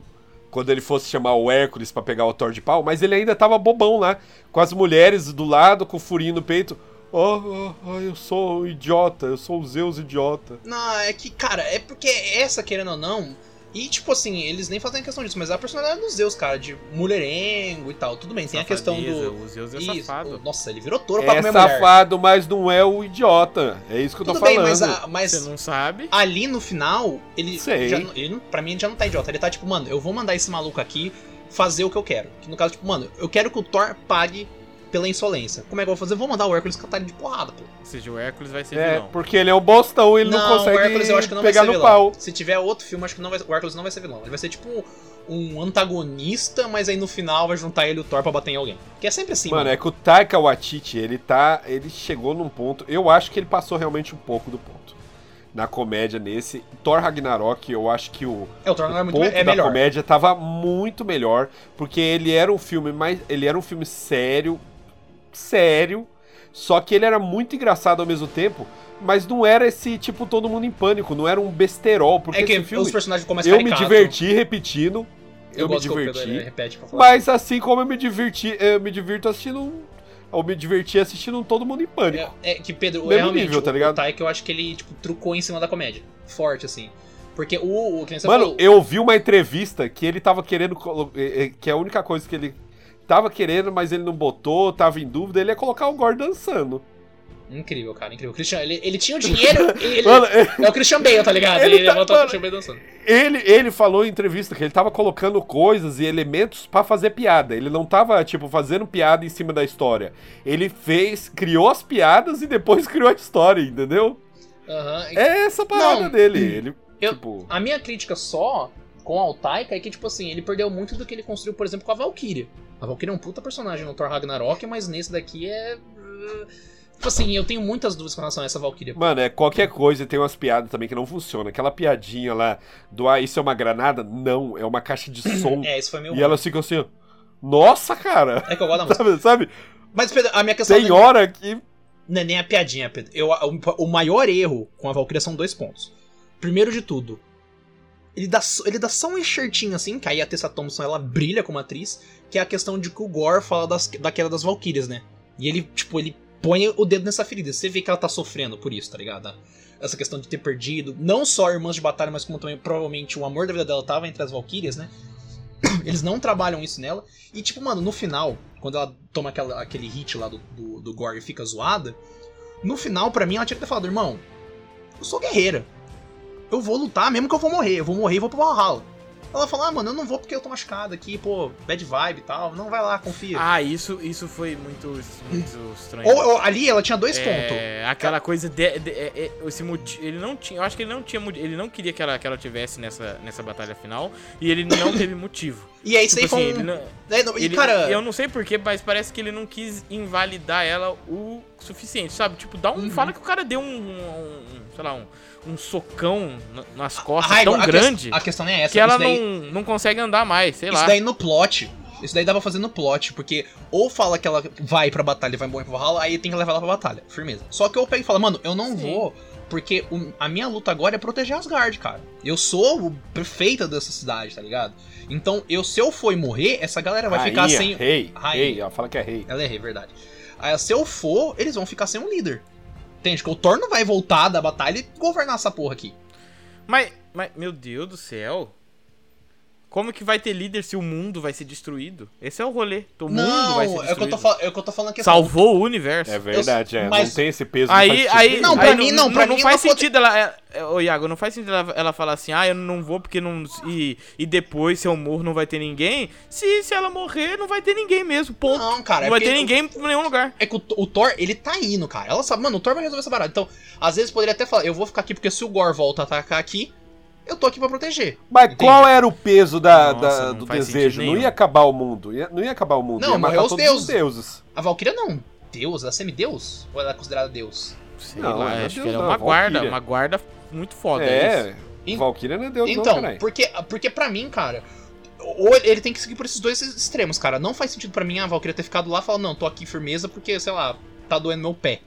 [SPEAKER 2] quando ele fosse chamar o Hércules pra pegar o Thor de pau, mas ele ainda tava bobão lá, com as mulheres do lado, com o furinho no peito. Ó, ó, ó, eu sou um idiota, eu sou o Zeus idiota.
[SPEAKER 3] Não, é que, cara, é porque essa, querendo ou não. E, tipo assim, eles nem fazem questão disso, mas a personalidade dos Zeus, cara, de mulherengo e tal, tudo bem, tem a questão
[SPEAKER 1] Safadeza,
[SPEAKER 3] do.
[SPEAKER 1] O Zeus é
[SPEAKER 3] Isso,
[SPEAKER 1] safado.
[SPEAKER 3] nossa, ele virou touro pra
[SPEAKER 2] É
[SPEAKER 3] comer mulher.
[SPEAKER 2] safado, mas não é o idiota. É isso que eu tô
[SPEAKER 3] Tudo
[SPEAKER 2] falando.
[SPEAKER 3] bem, mas, a-
[SPEAKER 1] Você
[SPEAKER 3] mas
[SPEAKER 1] não sabe.
[SPEAKER 3] ali no final, ele,
[SPEAKER 2] Sei.
[SPEAKER 3] já, não- ele não- pra mim ele já não tá idiota. Ele tá tipo, mano, eu vou mandar esse maluco aqui fazer o que eu quero. Que no caso, tipo, mano, eu quero que o Thor pague pela insolência. Como é que eu vou fazer? Eu vou mandar o Hércules catar ele de porrada, pô.
[SPEAKER 1] Ou seja, o Hércules vai ser
[SPEAKER 2] É,
[SPEAKER 1] vilão.
[SPEAKER 2] porque ele é um bostão, ele não, consegue
[SPEAKER 3] o Hércules eu acho que não
[SPEAKER 2] pegar
[SPEAKER 3] vai ser
[SPEAKER 2] no
[SPEAKER 3] vilão.
[SPEAKER 2] pau.
[SPEAKER 3] Se tiver outro filme, acho que não vai, o Hércules não vai ser vilão. Ele vai ser tipo um antagonista, mas aí no final vai juntar ele e o Thor pra bater em alguém. Que é sempre assim,
[SPEAKER 2] Mano,
[SPEAKER 3] mano.
[SPEAKER 2] é que o Taika Waititi, ele tá. Ele chegou num ponto. Eu acho que ele passou realmente um pouco do ponto. Na comédia nesse. Thor Ragnarok, eu acho que o,
[SPEAKER 3] É, o Thor não é
[SPEAKER 2] o
[SPEAKER 3] muito
[SPEAKER 2] ponto
[SPEAKER 3] me- é
[SPEAKER 2] um da
[SPEAKER 3] melhor.
[SPEAKER 2] comédia tava muito melhor. Porque ele era um filme mais. Ele era um filme sério. Sério. Só que ele era muito engraçado ao mesmo tempo, mas não era esse tipo todo mundo em pânico, não era um besterol, porque
[SPEAKER 3] é que
[SPEAKER 2] esse filme
[SPEAKER 3] os personagens ficam mais
[SPEAKER 2] eu me
[SPEAKER 3] caricato.
[SPEAKER 2] diverti repetindo, eu, me
[SPEAKER 3] gosto que o Pedro, ele é
[SPEAKER 2] diverti,
[SPEAKER 3] repete pra falar.
[SPEAKER 2] mas assim como eu me diverti, eu me divirto assistindo, um- eu me diverti assistindo um todo mundo em pânico.
[SPEAKER 3] É, é que Pedro,
[SPEAKER 2] Mesmo
[SPEAKER 3] realmente,
[SPEAKER 2] nível, tá
[SPEAKER 3] o-
[SPEAKER 2] ligado?
[SPEAKER 3] o Taika, eu acho que ele, tipo, trucou em cima da comédia. Forte, assim. Porque o... o que nem você
[SPEAKER 2] Mano,
[SPEAKER 3] falou,
[SPEAKER 2] eu ouvi uma entrevista que ele tava querendo. colo- eh, eh, Que a única coisa que ele tava querendo, mas ele não botou, tava em dúvida, ele ia colocar o Gore dançando.
[SPEAKER 3] Incrível, cara, incrível. Christian, ele, ele
[SPEAKER 2] [LAUGHS]
[SPEAKER 3] tinha o dinheiro... ele-
[SPEAKER 2] Mano, eh,
[SPEAKER 3] É o Christian Bale, tá ligado?
[SPEAKER 2] Ele
[SPEAKER 3] Ele,
[SPEAKER 2] tá-
[SPEAKER 3] levantou
[SPEAKER 2] mano,
[SPEAKER 3] o Christian Bale dançando.
[SPEAKER 2] ele, ele falou em entrevista que ele tava colocando coisas e elementos pra fazer piada. Ele não tava, tipo, fazendo piada em cima da história. Ele fez, criou as piadas e depois [LAUGHS] criou a história, entendeu?
[SPEAKER 3] Aham.
[SPEAKER 2] É essa parada
[SPEAKER 3] Não.
[SPEAKER 2] dele. Ele,
[SPEAKER 3] Eu-
[SPEAKER 2] tipo.
[SPEAKER 3] A minha crítica só com o Taika é que, tipo assim, ele perdeu muito do que ele construiu, por exemplo, com a Valkyria. A Valkyria é um puta personagem no Thor Ragnarok, mas nesse daqui é... uh, Tipo assim, eu tenho muitas dúvidas com relação a essa Valkyria.
[SPEAKER 2] Mano, é qualquer coisa, tem umas piadas também que não funcionam. Aquela piadinha lá do ah, isso é uma granada? Não, é uma caixa
[SPEAKER 3] [CLEARS THROAT]
[SPEAKER 2] de som.
[SPEAKER 3] É, isso foi meu...
[SPEAKER 2] E elas ficam assim, ó, nossa, cara!
[SPEAKER 3] É que eu
[SPEAKER 2] [LAUGHS]
[SPEAKER 3] gosto da música.
[SPEAKER 2] Sabe, sabe?
[SPEAKER 3] Mas, Pedro, a minha questão...
[SPEAKER 2] Tem hora que.
[SPEAKER 3] Não é nem a piadinha, Pedro. Eu, o, o maior erro com a Valkyria são dois pontos. Primeiro de tudo, ele dá, só- ele dá só um enxertinho assim, que aí a Tessa Thompson ela brilha como atriz, que é a questão de que o Gore fala das- da queda das Valkyrias, né? E ele, tipo, ele põe o dedo nessa ferida. Você vê que ela tá sofrendo por isso, tá ligado? Essa questão de ter perdido, não só irmãs de batalha, mas como também provavelmente o amor da vida dela tava entre as Valkyrias, né? [CLEARS THROAT] Eles não trabalham isso nela. E, tipo, mano, no final, quando ela toma aquela- aquele hit lá do, do, do Gore e fica zoada, no final, pra mim, ela tinha que ter falado, irmão, eu sou guerreira. Eu vou lutar mesmo que eu vou morrer. Eu vou morrer e vou pro Valhalla. Ela fala, ah, mano, eu não vou porque eu tô machucada aqui, pô, bad vibe e tal. Não vai lá, confia.
[SPEAKER 1] Ah, isso, isso foi muito, muito estranho.
[SPEAKER 3] ou, ou- ali ela tinha dois pontos.
[SPEAKER 1] É, aquela coisa de, de- é- é- esse motivo, ele não tinha, eu acho que ele não tinha, mo- ele não queria que ela, que ela tivesse nessa, nessa batalha final e ele
[SPEAKER 3] [COUGHS]
[SPEAKER 1] não teve motivo.
[SPEAKER 3] E aí isso daí
[SPEAKER 1] Tipo
[SPEAKER 3] foi
[SPEAKER 1] assim, ele
[SPEAKER 3] um...
[SPEAKER 1] não-
[SPEAKER 3] é, não, e,
[SPEAKER 1] ele-
[SPEAKER 3] cara,
[SPEAKER 1] eu não um sei porquê, mas parece que ele não quis invalidar ela o suficiente, sabe? Tipo, dá um,
[SPEAKER 3] Uhum.
[SPEAKER 1] fala que o cara deu um, um- um, sei lá, um, um socão na- nas
[SPEAKER 3] a
[SPEAKER 1] costas
[SPEAKER 3] raiva-
[SPEAKER 1] tão
[SPEAKER 3] a ques-
[SPEAKER 1] grande
[SPEAKER 3] a questão não é essa.
[SPEAKER 1] que ela
[SPEAKER 3] isso daí-
[SPEAKER 1] não, não consegue andar mais, sei
[SPEAKER 3] Isso
[SPEAKER 1] lá.
[SPEAKER 3] daí no plot. Isso daí dá pra fazer no plot, porque ou fala que ela vai pra batalha e vai morrer pro Valhalla, aí tem que levar ela pra batalha. Firmeza. Só que eu pego e falo, mano, eu
[SPEAKER 1] Sim.
[SPEAKER 3] não vou, porque o- a minha luta agora é proteger Asgard, cara. Eu sou o prefeita dessa cidade, tá ligado? Então, eu se eu for morrer, essa galera vai ficar assim,
[SPEAKER 2] Rainha,
[SPEAKER 3] sem.
[SPEAKER 2] Rei,
[SPEAKER 3] Rainha.
[SPEAKER 2] rei, ela fala que é rei.
[SPEAKER 3] Ela é rei, verdade. Aí, se eu for, eles vão ficar sem um líder. Entende? Que o Thor não vai voltar da batalha e governar essa porra aqui.
[SPEAKER 1] Mas, mas, meu Deus do céu. Como que vai ter líder se o mundo vai ser destruído? Esse é o rolê. O mundo vai ser
[SPEAKER 3] não,
[SPEAKER 1] destruído.
[SPEAKER 3] é o que eu tô fal- é o que eu tô falando que
[SPEAKER 1] Salvou o universo.
[SPEAKER 2] É verdade, é.
[SPEAKER 3] mas-
[SPEAKER 2] Não tem esse peso.
[SPEAKER 1] Aí,
[SPEAKER 2] faz sentido.
[SPEAKER 1] aí,
[SPEAKER 3] Não, pra
[SPEAKER 1] aí
[SPEAKER 3] mim não, pra
[SPEAKER 1] não
[SPEAKER 3] mim
[SPEAKER 1] faz
[SPEAKER 3] ela pode-
[SPEAKER 1] sentido ela, é- é, ô Iago, não faz sentido ela, ela falar assim, ah, eu não vou porque não, e, e depois se eu morro não vai ter ninguém, se, se ela morrer não vai ter ninguém mesmo, ponto. Não,
[SPEAKER 3] Não, cara. é
[SPEAKER 1] vai
[SPEAKER 3] porque
[SPEAKER 1] ter ninguém em nenhum lugar.
[SPEAKER 3] É que o, o Thor, ele tá indo, cara. Ela sabe, mano, o Thor vai resolver essa parada. Então, às vezes poderia até falar, eu vou ficar aqui porque se o Gore volta a atacar aqui, eu tô aqui pra proteger.
[SPEAKER 2] Mas
[SPEAKER 3] Entendi.
[SPEAKER 2] qual era o peso da,
[SPEAKER 1] Nossa,
[SPEAKER 2] da-
[SPEAKER 1] não
[SPEAKER 2] do
[SPEAKER 1] faz sentido
[SPEAKER 2] desejo? Não
[SPEAKER 1] nenhum.
[SPEAKER 2] ia acabar o mundo. ia- não ia acabar o mundo.
[SPEAKER 3] Não,
[SPEAKER 2] ia matar
[SPEAKER 3] morreu os
[SPEAKER 2] todos os deuses.
[SPEAKER 3] A Valkyria não. Deus, ela é semideus? Ou ela é considerada deus?
[SPEAKER 1] Sei
[SPEAKER 2] Não,
[SPEAKER 1] lá,
[SPEAKER 2] meu
[SPEAKER 1] acho
[SPEAKER 2] Deus,
[SPEAKER 1] que ela é
[SPEAKER 2] não,
[SPEAKER 1] uma guarda,
[SPEAKER 2] Valkyria.
[SPEAKER 1] uma guarda muito foda. É, isso.
[SPEAKER 2] É,
[SPEAKER 3] Em-
[SPEAKER 2] Valkyria não é deus, não,
[SPEAKER 3] então,
[SPEAKER 2] caralho.
[SPEAKER 3] porque, porque pra mim, cara, ou ele tem que seguir por esses dois extremos, cara. Não faz sentido pra mim a Valkyria ter ficado lá e falar, não, tô aqui firmeza porque, sei lá, tá doendo meu pé.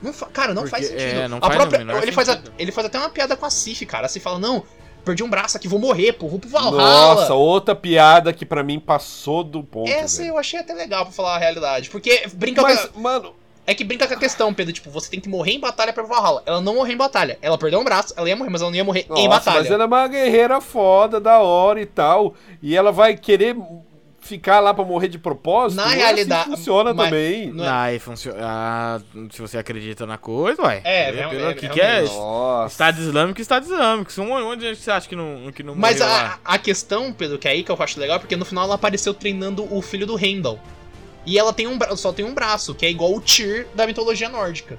[SPEAKER 3] Não fa- cara, não
[SPEAKER 1] Porque-
[SPEAKER 3] faz sentido.
[SPEAKER 1] é, não
[SPEAKER 3] A
[SPEAKER 1] faz
[SPEAKER 3] própria-
[SPEAKER 1] no menor
[SPEAKER 3] ele, faz a-
[SPEAKER 1] sentido.
[SPEAKER 3] ele faz até uma piada com a Sif, cara. Assim fala, não, perdi um braço aqui, vou morrer, pô, vou pro Valhalla.
[SPEAKER 2] Nossa, outra piada que pra mim passou do ponto.
[SPEAKER 3] Essa
[SPEAKER 2] velho.
[SPEAKER 3] eu achei até legal pra falar a realidade. Porque brinca
[SPEAKER 2] Mas,
[SPEAKER 3] com
[SPEAKER 2] mano,
[SPEAKER 3] a- É que brinca com a questão, Pedro. Tipo, você tem que morrer em batalha pra Valhalla. Ela não morreu em batalha. Ela perdeu um braço, ela ia morrer, mas ela não ia morrer em
[SPEAKER 2] nossa,
[SPEAKER 3] batalha.
[SPEAKER 2] mas ela é uma guerreira foda, da hora e tal. E ela vai querer ficar lá pra morrer de propósito?
[SPEAKER 3] Na
[SPEAKER 2] Não é assim que
[SPEAKER 3] realidade,
[SPEAKER 2] funciona
[SPEAKER 3] mas-
[SPEAKER 2] também.
[SPEAKER 3] não é-
[SPEAKER 1] Ai, funciona. Ah, se você acredita na coisa, ué.
[SPEAKER 3] É,
[SPEAKER 1] Vê
[SPEAKER 3] é um-
[SPEAKER 1] pelo
[SPEAKER 3] é-
[SPEAKER 1] que
[SPEAKER 3] é um
[SPEAKER 1] que é?
[SPEAKER 3] negócio.
[SPEAKER 2] Nossa.
[SPEAKER 1] Estado Islâmico, Estado Islâmico. Um monte de gente que você acha que não, que não
[SPEAKER 3] Mas
[SPEAKER 1] morreu ah?
[SPEAKER 3] a,
[SPEAKER 1] lá.
[SPEAKER 3] a questão, Pedro, que é aí que eu acho legal, porque no final ela apareceu treinando o filho do Heimdall. E ela tem um bra- só tem um braço, que é igual o Tyr da mitologia nórdica.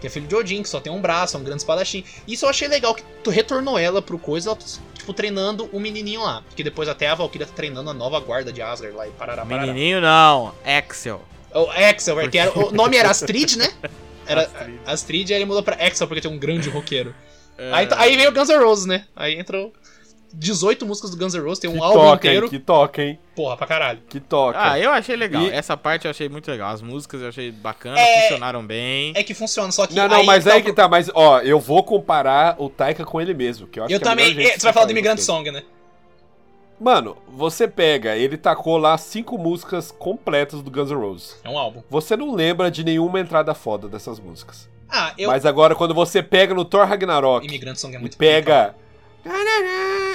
[SPEAKER 3] Que é filho de Odin, que só tem um braço, é um grande espadachim. Isso eu achei legal, que tu retornou ela pro coisa, ela, tipo, treinando o menininho lá. Porque depois até a Valkyria tá treinando a nova guarda de Asgard lá e parará, parará. É
[SPEAKER 1] Menininho não, Axel.
[SPEAKER 3] O Axel, porque era- o nome era Astrid, né? Era
[SPEAKER 1] Astrid.
[SPEAKER 3] Astrid,
[SPEAKER 1] É.
[SPEAKER 3] e aí ele mudou pra Axel porque tinha um grande roqueiro. Aí, aí veio o Guns N' Roses, né? Aí entrou. 18 músicas do Guns N' Roses, tem um
[SPEAKER 2] que
[SPEAKER 3] álbum
[SPEAKER 2] toca,
[SPEAKER 3] inteiro.
[SPEAKER 2] hein? Que toca, hein?
[SPEAKER 3] Porra, pra caralho.
[SPEAKER 2] Que toca.
[SPEAKER 1] Ah, eu achei legal.
[SPEAKER 2] E-
[SPEAKER 1] Essa parte eu achei muito legal. As músicas eu achei bacana,
[SPEAKER 3] É-
[SPEAKER 1] funcionaram bem.
[SPEAKER 3] É que funciona, só que.
[SPEAKER 2] Não, não, mas
[SPEAKER 3] tá
[SPEAKER 2] aí
[SPEAKER 3] o
[SPEAKER 2] que tá, mas ó, eu vou comparar o Taika com ele mesmo, que eu acho
[SPEAKER 3] Eu
[SPEAKER 2] que é a
[SPEAKER 3] também.
[SPEAKER 2] melhor jeito
[SPEAKER 3] é,
[SPEAKER 2] de
[SPEAKER 3] você vai falar do
[SPEAKER 2] comparar
[SPEAKER 3] Imigrante
[SPEAKER 2] eles
[SPEAKER 3] Song, né?
[SPEAKER 2] dois. Mano, você pega, ele tacou lá cinco músicas completas do Guns N' Roses.
[SPEAKER 3] É um álbum.
[SPEAKER 2] Você não lembra de nenhuma entrada foda dessas músicas.
[SPEAKER 3] Ah, eu.
[SPEAKER 2] Mas agora, quando você pega no Thor Ragnarok
[SPEAKER 3] Imigrante Song é
[SPEAKER 2] e
[SPEAKER 3] muito
[SPEAKER 2] pega...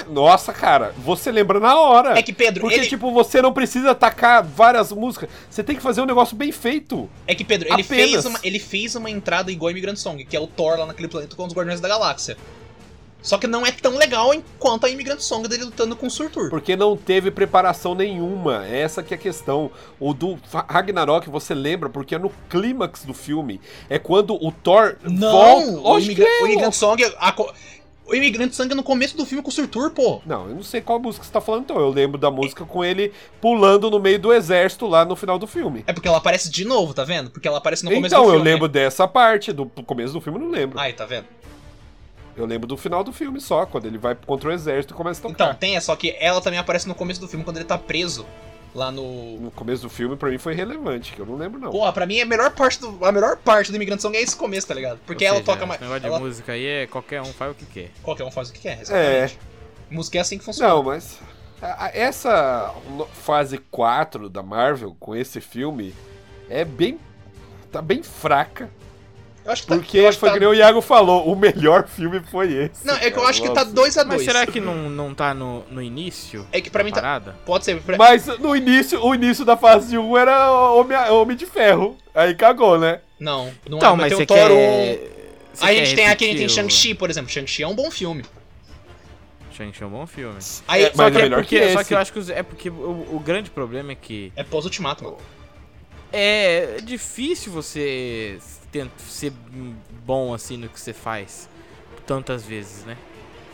[SPEAKER 2] Nossa, cara, você lembra na hora.
[SPEAKER 3] É que Pedro,
[SPEAKER 2] Porque,
[SPEAKER 3] ele,
[SPEAKER 2] tipo, você não precisa tacar várias músicas. Você tem que fazer um negócio bem feito.
[SPEAKER 3] é que Pedro, ele
[SPEAKER 2] tipo, apenas.
[SPEAKER 3] fez, uma, ele fez uma entrada igual a Imigrante Song, que é o Thor lá naquele planeta com os Guardiões da Galáxia. Só que não é tão legal enquanto a Imigrante Song dele lutando com o Surtur.
[SPEAKER 2] Porque não teve preparação nenhuma. Essa que é a questão. O do Fa- Ragnarok, você lembra, porque é no clímax do filme. É quando o Thor volta.
[SPEAKER 3] Não, o,
[SPEAKER 2] Lógico
[SPEAKER 3] imigra
[SPEAKER 2] que é,
[SPEAKER 3] o Imigrante Song, a co- o Imigrante Song é no começo do filme com o Surtur, pô.
[SPEAKER 2] Não, eu não sei qual música você tá falando, então. Eu lembro da música com ele pulando no meio do exército lá no final do filme.
[SPEAKER 3] É porque ela aparece de novo, tá vendo? Porque ela aparece no começo
[SPEAKER 2] então,
[SPEAKER 3] do
[SPEAKER 2] eu
[SPEAKER 3] filme. né?
[SPEAKER 2] lembro dessa parte, do começo do filme eu não lembro.
[SPEAKER 3] Aí, tá vendo?
[SPEAKER 2] Eu lembro do final do filme só, quando ele vai contra o exército e começa a tocar.
[SPEAKER 3] Então, tem, é só que ela também aparece no começo do filme quando ele tá preso lá no
[SPEAKER 2] No começo do filme, pra mim, foi relevante, que eu não lembro, não.
[SPEAKER 3] Porra, pra mim a melhor parte do a melhor parte do Imigrante Song é esse começo, tá ligado? Porque
[SPEAKER 1] Ou
[SPEAKER 3] ela
[SPEAKER 1] seja,
[SPEAKER 3] toca mais
[SPEAKER 1] Esse negócio
[SPEAKER 3] ela-
[SPEAKER 1] de música aí é qualquer um faz o que quer.
[SPEAKER 3] Qualquer um faz o que quer,
[SPEAKER 2] É.
[SPEAKER 3] exatamente. Música é assim que funciona.
[SPEAKER 2] Não, mas a- a- essa no- fase 4 da Marvel com esse filme é bem tá bem fraca,
[SPEAKER 3] Eu acho que tá,
[SPEAKER 2] porque
[SPEAKER 3] eu acho que
[SPEAKER 2] foi
[SPEAKER 3] tá-
[SPEAKER 2] que nem o Iago falou, o melhor filme foi esse.
[SPEAKER 3] Não, é que eu
[SPEAKER 2] cara,
[SPEAKER 3] acho que tá
[SPEAKER 2] nossa.
[SPEAKER 3] 2 a 2
[SPEAKER 1] Mas será que não, não tá no, no início?
[SPEAKER 3] É que pra
[SPEAKER 1] da
[SPEAKER 3] mim tá
[SPEAKER 1] parada?
[SPEAKER 3] pode ser pra-
[SPEAKER 2] Mas no início, o início da fase 1 era Homem, Homem de Ferro. Aí cagou, né?
[SPEAKER 3] Não, não
[SPEAKER 1] Então,
[SPEAKER 3] é,
[SPEAKER 1] mas
[SPEAKER 3] tem
[SPEAKER 1] você
[SPEAKER 3] o Thor um-
[SPEAKER 1] quer... você
[SPEAKER 3] Aí a
[SPEAKER 1] quer
[SPEAKER 3] gente tem aqui, a gente
[SPEAKER 1] repetir
[SPEAKER 3] tem
[SPEAKER 1] o-
[SPEAKER 3] Shang-Chi, por exemplo. Shang-Chi é um bom filme.
[SPEAKER 1] Shang-Chi é um bom filme.
[SPEAKER 3] Aí
[SPEAKER 2] É,
[SPEAKER 3] só
[SPEAKER 2] mas
[SPEAKER 3] que
[SPEAKER 2] é
[SPEAKER 3] é,
[SPEAKER 2] melhor
[SPEAKER 1] porque,
[SPEAKER 2] que
[SPEAKER 1] Só
[SPEAKER 2] esse.
[SPEAKER 1] que eu acho que os- é porque o, o grande problema é que
[SPEAKER 3] é pós-ultimato, mano.
[SPEAKER 1] é difícil você tent- ser bom assim no que você faz tantas vezes, né?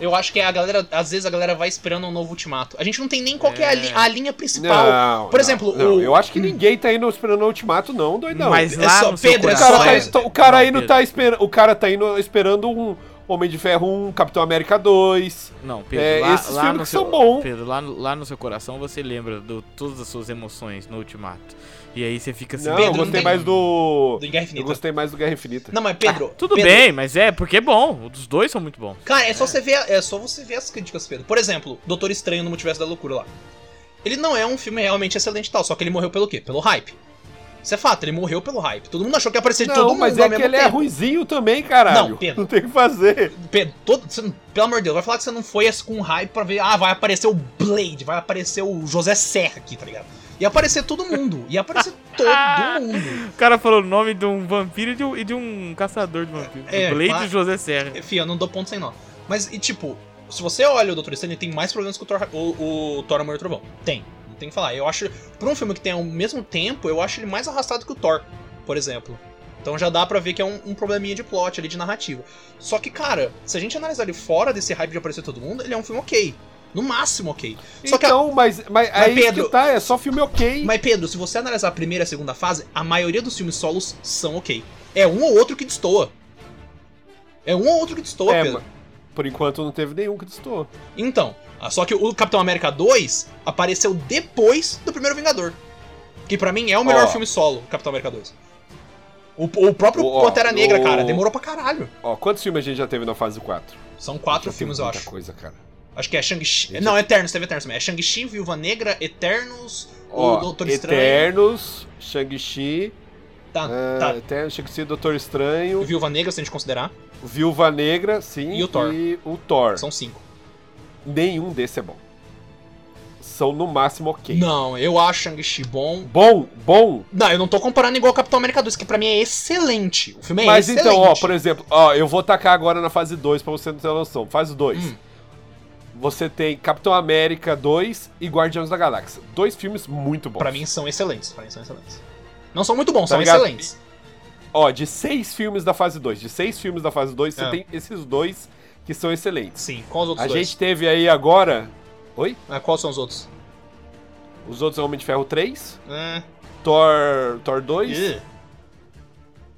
[SPEAKER 3] Eu acho que é a galera, às vezes a galera vai esperando um novo ultimato. A gente não tem nem qual que é a, li-
[SPEAKER 1] É.
[SPEAKER 3] a linha principal. Por exemplo,
[SPEAKER 2] não,
[SPEAKER 3] o-
[SPEAKER 2] eu acho que ninguém tá indo esperando o Ultimato não, doidão.
[SPEAKER 1] Mas
[SPEAKER 3] é
[SPEAKER 1] lá
[SPEAKER 3] só-
[SPEAKER 1] no seu
[SPEAKER 3] Pedro, é
[SPEAKER 2] o
[SPEAKER 1] coração-
[SPEAKER 2] cara,
[SPEAKER 3] só
[SPEAKER 2] tá,
[SPEAKER 3] isso.
[SPEAKER 2] o cara aí não
[SPEAKER 1] Pedro.
[SPEAKER 2] tá esperando, o cara tá indo esperando um Homem de Ferro 1, Capitão América 2.
[SPEAKER 1] Não, Pedro,
[SPEAKER 2] É,
[SPEAKER 1] lá,
[SPEAKER 2] esses
[SPEAKER 1] lá
[SPEAKER 2] filmes
[SPEAKER 1] no
[SPEAKER 2] que
[SPEAKER 1] seu,
[SPEAKER 2] são bons.
[SPEAKER 1] Pedro, lá, no- lá no seu coração você lembra de todas as suas emoções no ultimato. E aí você fica assim...
[SPEAKER 2] Não,
[SPEAKER 3] Pedro,
[SPEAKER 2] eu
[SPEAKER 3] não
[SPEAKER 2] gostei
[SPEAKER 3] tem-
[SPEAKER 2] mais do.
[SPEAKER 3] Do Guerra
[SPEAKER 2] Eu
[SPEAKER 3] Infinita.
[SPEAKER 2] gostei mais do Guerra Infinita.
[SPEAKER 3] Não, mas Pedro.
[SPEAKER 2] Ah,
[SPEAKER 1] Tudo
[SPEAKER 3] Pedro,
[SPEAKER 1] bem, mas é porque é bom. Os dois são muito bons.
[SPEAKER 3] Cara, é só, Você ver, é só você ver as críticas, Pedro. Por exemplo, Doutor Estranho no Multiverso da Loucura lá. Ele não é um filme realmente excelente e tal, só que ele morreu pelo quê? Pelo hype. Isso é fato, ele morreu pelo hype. Todo mundo achou que ia aparecer de todo
[SPEAKER 2] Não,
[SPEAKER 3] mundo
[SPEAKER 2] mas
[SPEAKER 3] ao
[SPEAKER 2] é que
[SPEAKER 3] mesmo
[SPEAKER 2] ele é
[SPEAKER 3] tempo.
[SPEAKER 2] ruizinho também, [LAUGHS] caralho.
[SPEAKER 3] Não, Pedro.
[SPEAKER 2] tem o que fazer.
[SPEAKER 3] Pedro, todo- você não- pelo amor de Deus, vai falar que você não foi esse- com hype pra ver, ah, vai aparecer o Blade, vai aparecer o José Serra aqui, tá ligado? Ia aparecer todo mundo, ia
[SPEAKER 2] [LAUGHS]
[SPEAKER 3] aparecer todo mundo.
[SPEAKER 1] O cara falou o nome de um vampiro e de um, e de um caçador de vampiro.
[SPEAKER 3] É,
[SPEAKER 1] Blade e
[SPEAKER 3] mas-
[SPEAKER 1] José Serra.
[SPEAKER 3] Fih, eu não dou ponto sem nó. Mas, e tipo, se você olha o Doutor Estranho, ele tem mais problemas que o Thor, o, o Thor Amor e Trovão. Tem, não tem o que falar. Eu acho, pra um filme que tem ao mesmo tempo, eu acho ele mais arrastado que o Thor, por exemplo. Então já dá pra ver que é um, um probleminha de plot ali, de narrativa. Só que, cara, se a gente analisar ele fora desse hype de aparecer todo mundo, ele é um filme ok. No máximo ok. Só que a-
[SPEAKER 2] então, mas, mas, aí
[SPEAKER 3] Pedro-
[SPEAKER 2] que tá, é só filme ok.
[SPEAKER 3] Mas Pedro, se você analisar a primeira e a segunda fase, a maioria dos filmes solos são ok. É um ou outro que destoa. É um ou outro que destoa,
[SPEAKER 2] É,
[SPEAKER 3] Pedro.
[SPEAKER 2] mas por enquanto não teve nenhum que distou.
[SPEAKER 3] Então, ah, só que o Capitão América 2 apareceu depois do primeiro Vingador. Que pra mim é o melhor
[SPEAKER 2] Ó.
[SPEAKER 3] filme solo, Capitão América 2. O, o próprio
[SPEAKER 2] Ó,
[SPEAKER 3] Pantera Negra,
[SPEAKER 2] o-
[SPEAKER 3] cara, demorou pra caralho.
[SPEAKER 2] Ó, quantos filmes a gente já teve na fase 4?
[SPEAKER 3] São quatro
[SPEAKER 2] Já teve
[SPEAKER 3] filmes, eu
[SPEAKER 2] muita
[SPEAKER 3] acho.
[SPEAKER 2] coisa, cara.
[SPEAKER 3] Acho que é Shang-Chi.
[SPEAKER 2] Gente.
[SPEAKER 3] Não, Eternos, teve Eternos também. É Shang-Chi, Viúva Negra, Eternos, o
[SPEAKER 2] Ó,
[SPEAKER 3] Doutor Estranho.
[SPEAKER 2] Eternos, Shang-Chi,
[SPEAKER 3] Tá,
[SPEAKER 2] ah,
[SPEAKER 3] tá.
[SPEAKER 2] Eternos, Shang-Chi, Doutor Estranho,
[SPEAKER 3] Viúva Negra, se a gente considerar,
[SPEAKER 2] Viúva Negra, sim,
[SPEAKER 3] E o Thor.
[SPEAKER 2] o Thor.
[SPEAKER 3] são cinco.
[SPEAKER 2] Nenhum desse é bom. São no máximo ok.
[SPEAKER 3] Não, eu acho Shang-Chi bom.
[SPEAKER 2] Bom, bom,
[SPEAKER 3] Não, eu não tô comparando igual Capitão América 2, que pra mim é excelente. O filme é
[SPEAKER 2] Mas
[SPEAKER 3] excelente.
[SPEAKER 2] então, ó, por exemplo, ó, eu vou tacar agora na fase 2 pra você não ter noção. Fase 2.
[SPEAKER 3] Hum.
[SPEAKER 2] Você tem Capitão América 2 e Guardiões da Galáxia. Dois filmes muito bons.
[SPEAKER 3] Pra mim são excelentes, pra mim são excelentes. Não são muito bons,
[SPEAKER 2] Tá
[SPEAKER 3] são
[SPEAKER 2] ligado?
[SPEAKER 3] excelentes.
[SPEAKER 2] Ó, de seis filmes da fase 2, de seis filmes da fase 2, você
[SPEAKER 3] É.
[SPEAKER 2] tem esses dois que são excelentes.
[SPEAKER 3] Sim, qual os outros
[SPEAKER 2] A
[SPEAKER 3] dois?
[SPEAKER 2] gente teve aí agora. Oi?
[SPEAKER 3] Ah, qual são os outros?
[SPEAKER 2] Os outros são Homem de Ferro 3,
[SPEAKER 3] Ah,
[SPEAKER 2] Thor, Thor 2,
[SPEAKER 3] ih.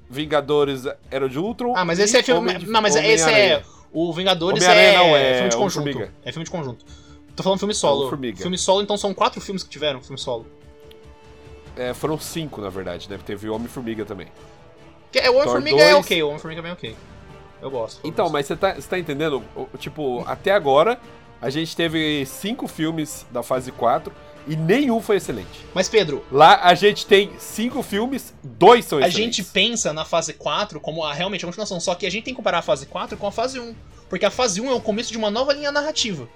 [SPEAKER 2] Vingadores Era de Ultron.
[SPEAKER 3] Ah, mas
[SPEAKER 2] e
[SPEAKER 3] esse é filme.
[SPEAKER 2] Homem de-
[SPEAKER 3] Não, mas esse
[SPEAKER 2] Homem-Aranha.
[SPEAKER 3] é. O Vingadores
[SPEAKER 2] Homem-Aranha
[SPEAKER 3] é,
[SPEAKER 2] não, é
[SPEAKER 3] filme de conjunto.
[SPEAKER 2] Homem-Formiga.
[SPEAKER 3] É filme de conjunto. Tô falando filme solo.
[SPEAKER 2] Homem-Formiga.
[SPEAKER 3] filme solo, então são quatro filmes que tiveram filme solo.
[SPEAKER 2] É, foram cinco, na verdade, né? Teve Homem-Formiga também.
[SPEAKER 3] Que é, o Homem-Formiga
[SPEAKER 2] dois.
[SPEAKER 3] é ok, o Homem-Formiga é bem ok. Eu gosto. pelo
[SPEAKER 2] Então,
[SPEAKER 3] menos.
[SPEAKER 2] mas você tá, você tá entendendo? O- o- Tipo, até agora, a gente teve cinco filmes da fase 4 e nenhum foi excelente.
[SPEAKER 3] Mas, Pedro,
[SPEAKER 2] Lá a gente tem cinco filmes, dois são
[SPEAKER 3] a
[SPEAKER 2] excelentes.
[SPEAKER 3] gente pensa na fase 4 como a, realmente a continuação, só que a gente tem que comparar a fase 4 com a fase 1. Porque a fase 1 é o começo de uma nova linha narrativa,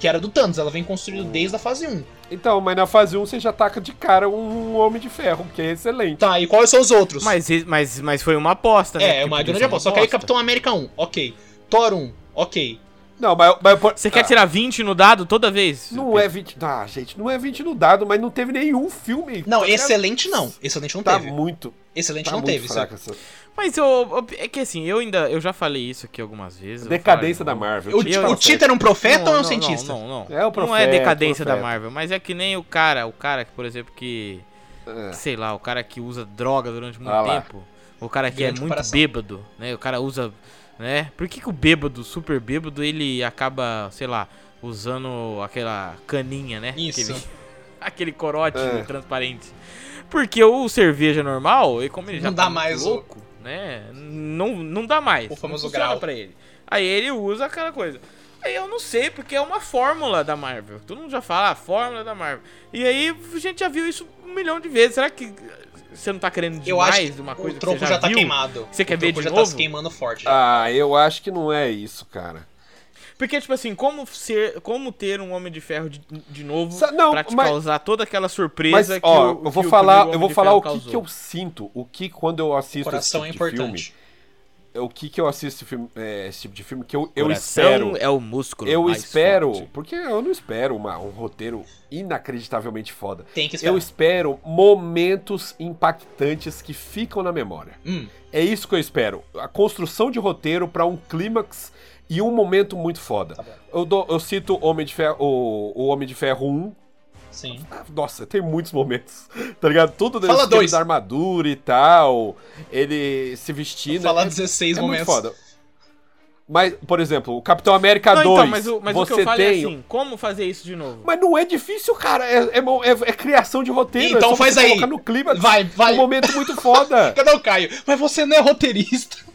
[SPEAKER 3] que era do Thanos, ela vem construída
[SPEAKER 2] Hum.
[SPEAKER 3] desde a fase 1.
[SPEAKER 2] Então, mas na fase 1 você já taca de cara um Homem de Ferro, que é excelente.
[SPEAKER 3] Tá, e quais são os outros?
[SPEAKER 1] Mas, e- mas, mas foi uma aposta, né?
[SPEAKER 3] é,
[SPEAKER 1] Porque
[SPEAKER 3] uma
[SPEAKER 1] podia
[SPEAKER 3] grande
[SPEAKER 1] ser
[SPEAKER 3] aposta. Só que aí Capitão América 1, ok. Thor 1, ok.
[SPEAKER 2] Não, mas... mas
[SPEAKER 1] Você quer tirar 20 no dado toda vez?
[SPEAKER 2] Não é 20... Ah, gente, não é 20 no dado, mas não teve nenhum filme.
[SPEAKER 3] Não,
[SPEAKER 2] Tá-
[SPEAKER 3] excelente não. Excelente não
[SPEAKER 2] Tá
[SPEAKER 3] teve.
[SPEAKER 2] muito,
[SPEAKER 3] Excelente
[SPEAKER 2] tá
[SPEAKER 3] não
[SPEAKER 2] muito
[SPEAKER 3] teve,
[SPEAKER 2] fraca
[SPEAKER 3] saca?
[SPEAKER 2] essa
[SPEAKER 1] Mas eu, eu- é que assim, eu ainda, eu já falei isso aqui algumas vezes. eu vou falar de
[SPEAKER 2] decadência da
[SPEAKER 1] novo.
[SPEAKER 2] Marvel.
[SPEAKER 3] O,
[SPEAKER 2] Te
[SPEAKER 1] Eu-
[SPEAKER 3] o
[SPEAKER 2] falo
[SPEAKER 3] Tito era um profeta
[SPEAKER 1] Não,
[SPEAKER 3] ou é um
[SPEAKER 1] não,
[SPEAKER 3] cientista?
[SPEAKER 1] Não, não, não.
[SPEAKER 2] É o
[SPEAKER 1] Não é
[SPEAKER 2] profeta,
[SPEAKER 1] decadência da
[SPEAKER 2] profeta.
[SPEAKER 1] Marvel, mas é que nem o cara, o cara que, por exemplo, que,
[SPEAKER 2] sério. É.
[SPEAKER 1] sei lá, o cara que usa droga durante muito
[SPEAKER 2] Ah lá.
[SPEAKER 1] tempo, o cara que
[SPEAKER 3] Grande
[SPEAKER 1] é muito
[SPEAKER 3] comparação.
[SPEAKER 1] bêbado, né? O cara usa, né? Por que que o bêbado, super bêbado, ele acaba, sei lá, usando aquela caninha, né?
[SPEAKER 3] Isso.
[SPEAKER 1] Aquele, [LAUGHS] aquele corote
[SPEAKER 2] É.
[SPEAKER 1] transparente. Porque o cerveja normal, e como ele já
[SPEAKER 3] Não
[SPEAKER 1] tá
[SPEAKER 3] dá
[SPEAKER 1] muito
[SPEAKER 3] mais o-
[SPEAKER 1] louco, né? Não, não dá mais.
[SPEAKER 3] O famoso
[SPEAKER 1] não funciona
[SPEAKER 3] grau.
[SPEAKER 1] pra ele. Aí ele usa aquela coisa. Aí eu não sei, porque é uma fórmula da Marvel. Todo mundo já fala, ah, fórmula da Marvel. E aí a gente já viu isso um milhão de vezes. Será que você não tá querendo
[SPEAKER 3] Eu acho
[SPEAKER 1] demais
[SPEAKER 3] que
[SPEAKER 1] de uma coisa
[SPEAKER 3] o
[SPEAKER 1] que
[SPEAKER 3] tronco
[SPEAKER 1] você
[SPEAKER 3] já,
[SPEAKER 1] já,
[SPEAKER 3] tá
[SPEAKER 1] viu?
[SPEAKER 3] queimado.
[SPEAKER 1] Você quer
[SPEAKER 3] o
[SPEAKER 1] ver
[SPEAKER 3] tronco
[SPEAKER 1] de
[SPEAKER 3] já tá
[SPEAKER 1] novo?
[SPEAKER 3] se queimando forte. já.
[SPEAKER 2] Ah, eu acho que não é isso, cara.
[SPEAKER 1] Porque, tipo assim, como, ser, como ter um Homem de Ferro de, de novo
[SPEAKER 2] Sa- não,
[SPEAKER 1] pra te
[SPEAKER 2] mas-
[SPEAKER 1] causar toda aquela
[SPEAKER 2] Mas,
[SPEAKER 1] surpresa que
[SPEAKER 2] ó,
[SPEAKER 1] o,
[SPEAKER 2] eu vou
[SPEAKER 1] que o
[SPEAKER 2] falar,
[SPEAKER 1] primeiro
[SPEAKER 2] eu
[SPEAKER 1] Homem
[SPEAKER 2] vou
[SPEAKER 1] de
[SPEAKER 2] falar
[SPEAKER 1] Ferro
[SPEAKER 2] o que, que
[SPEAKER 1] causou.
[SPEAKER 2] eu sinto, o que quando eu
[SPEAKER 3] o
[SPEAKER 2] assisto
[SPEAKER 3] coração é
[SPEAKER 2] esse tipo de filme,
[SPEAKER 3] importante.
[SPEAKER 2] é o que que eu assisto esse, filme, é, esse tipo de filme que eu, eu
[SPEAKER 1] Coração
[SPEAKER 2] espero,
[SPEAKER 1] é o músculo
[SPEAKER 2] eu
[SPEAKER 1] mais
[SPEAKER 2] espero,
[SPEAKER 1] forte.
[SPEAKER 2] porque eu não espero uma- um roteiro inacreditavelmente foda.
[SPEAKER 3] Tem que esperar.
[SPEAKER 2] Eu espero momentos impactantes que ficam na memória.
[SPEAKER 3] Hum,
[SPEAKER 2] É isso que eu espero. A construção de roteiro pra um clímax e um momento muito foda.
[SPEAKER 3] tá bom.
[SPEAKER 2] Eu, dou- eu cito Homem de Ferro, o, o Homem de Ferro 1,
[SPEAKER 3] Sim.
[SPEAKER 2] Ah, Nossa, tem muitos momentos, tá ligado? Tudo desse
[SPEAKER 3] Fala
[SPEAKER 2] esquema
[SPEAKER 3] dois.
[SPEAKER 2] da armadura e tal, ele se vestindo.
[SPEAKER 3] Falar
[SPEAKER 2] é,
[SPEAKER 3] 16
[SPEAKER 2] é muito
[SPEAKER 3] momentos.
[SPEAKER 2] foda. Mas, por exemplo, o Capitão América
[SPEAKER 1] Não,
[SPEAKER 2] 2,
[SPEAKER 1] então, mas o, mas o
[SPEAKER 2] você
[SPEAKER 1] que eu falei
[SPEAKER 2] tem...
[SPEAKER 1] é assim, como fazer isso de novo?
[SPEAKER 2] Mas não é difícil, cara, é, é mo- é- é criação de roteiro.
[SPEAKER 3] Então
[SPEAKER 2] é só
[SPEAKER 3] faz
[SPEAKER 2] você
[SPEAKER 3] aí.
[SPEAKER 2] colocar no clima,
[SPEAKER 3] Vai, vai.
[SPEAKER 2] um momento muito
[SPEAKER 3] [LAUGHS]
[SPEAKER 2] foda.
[SPEAKER 3] Cadê o Caio? Mas você não é roteirista.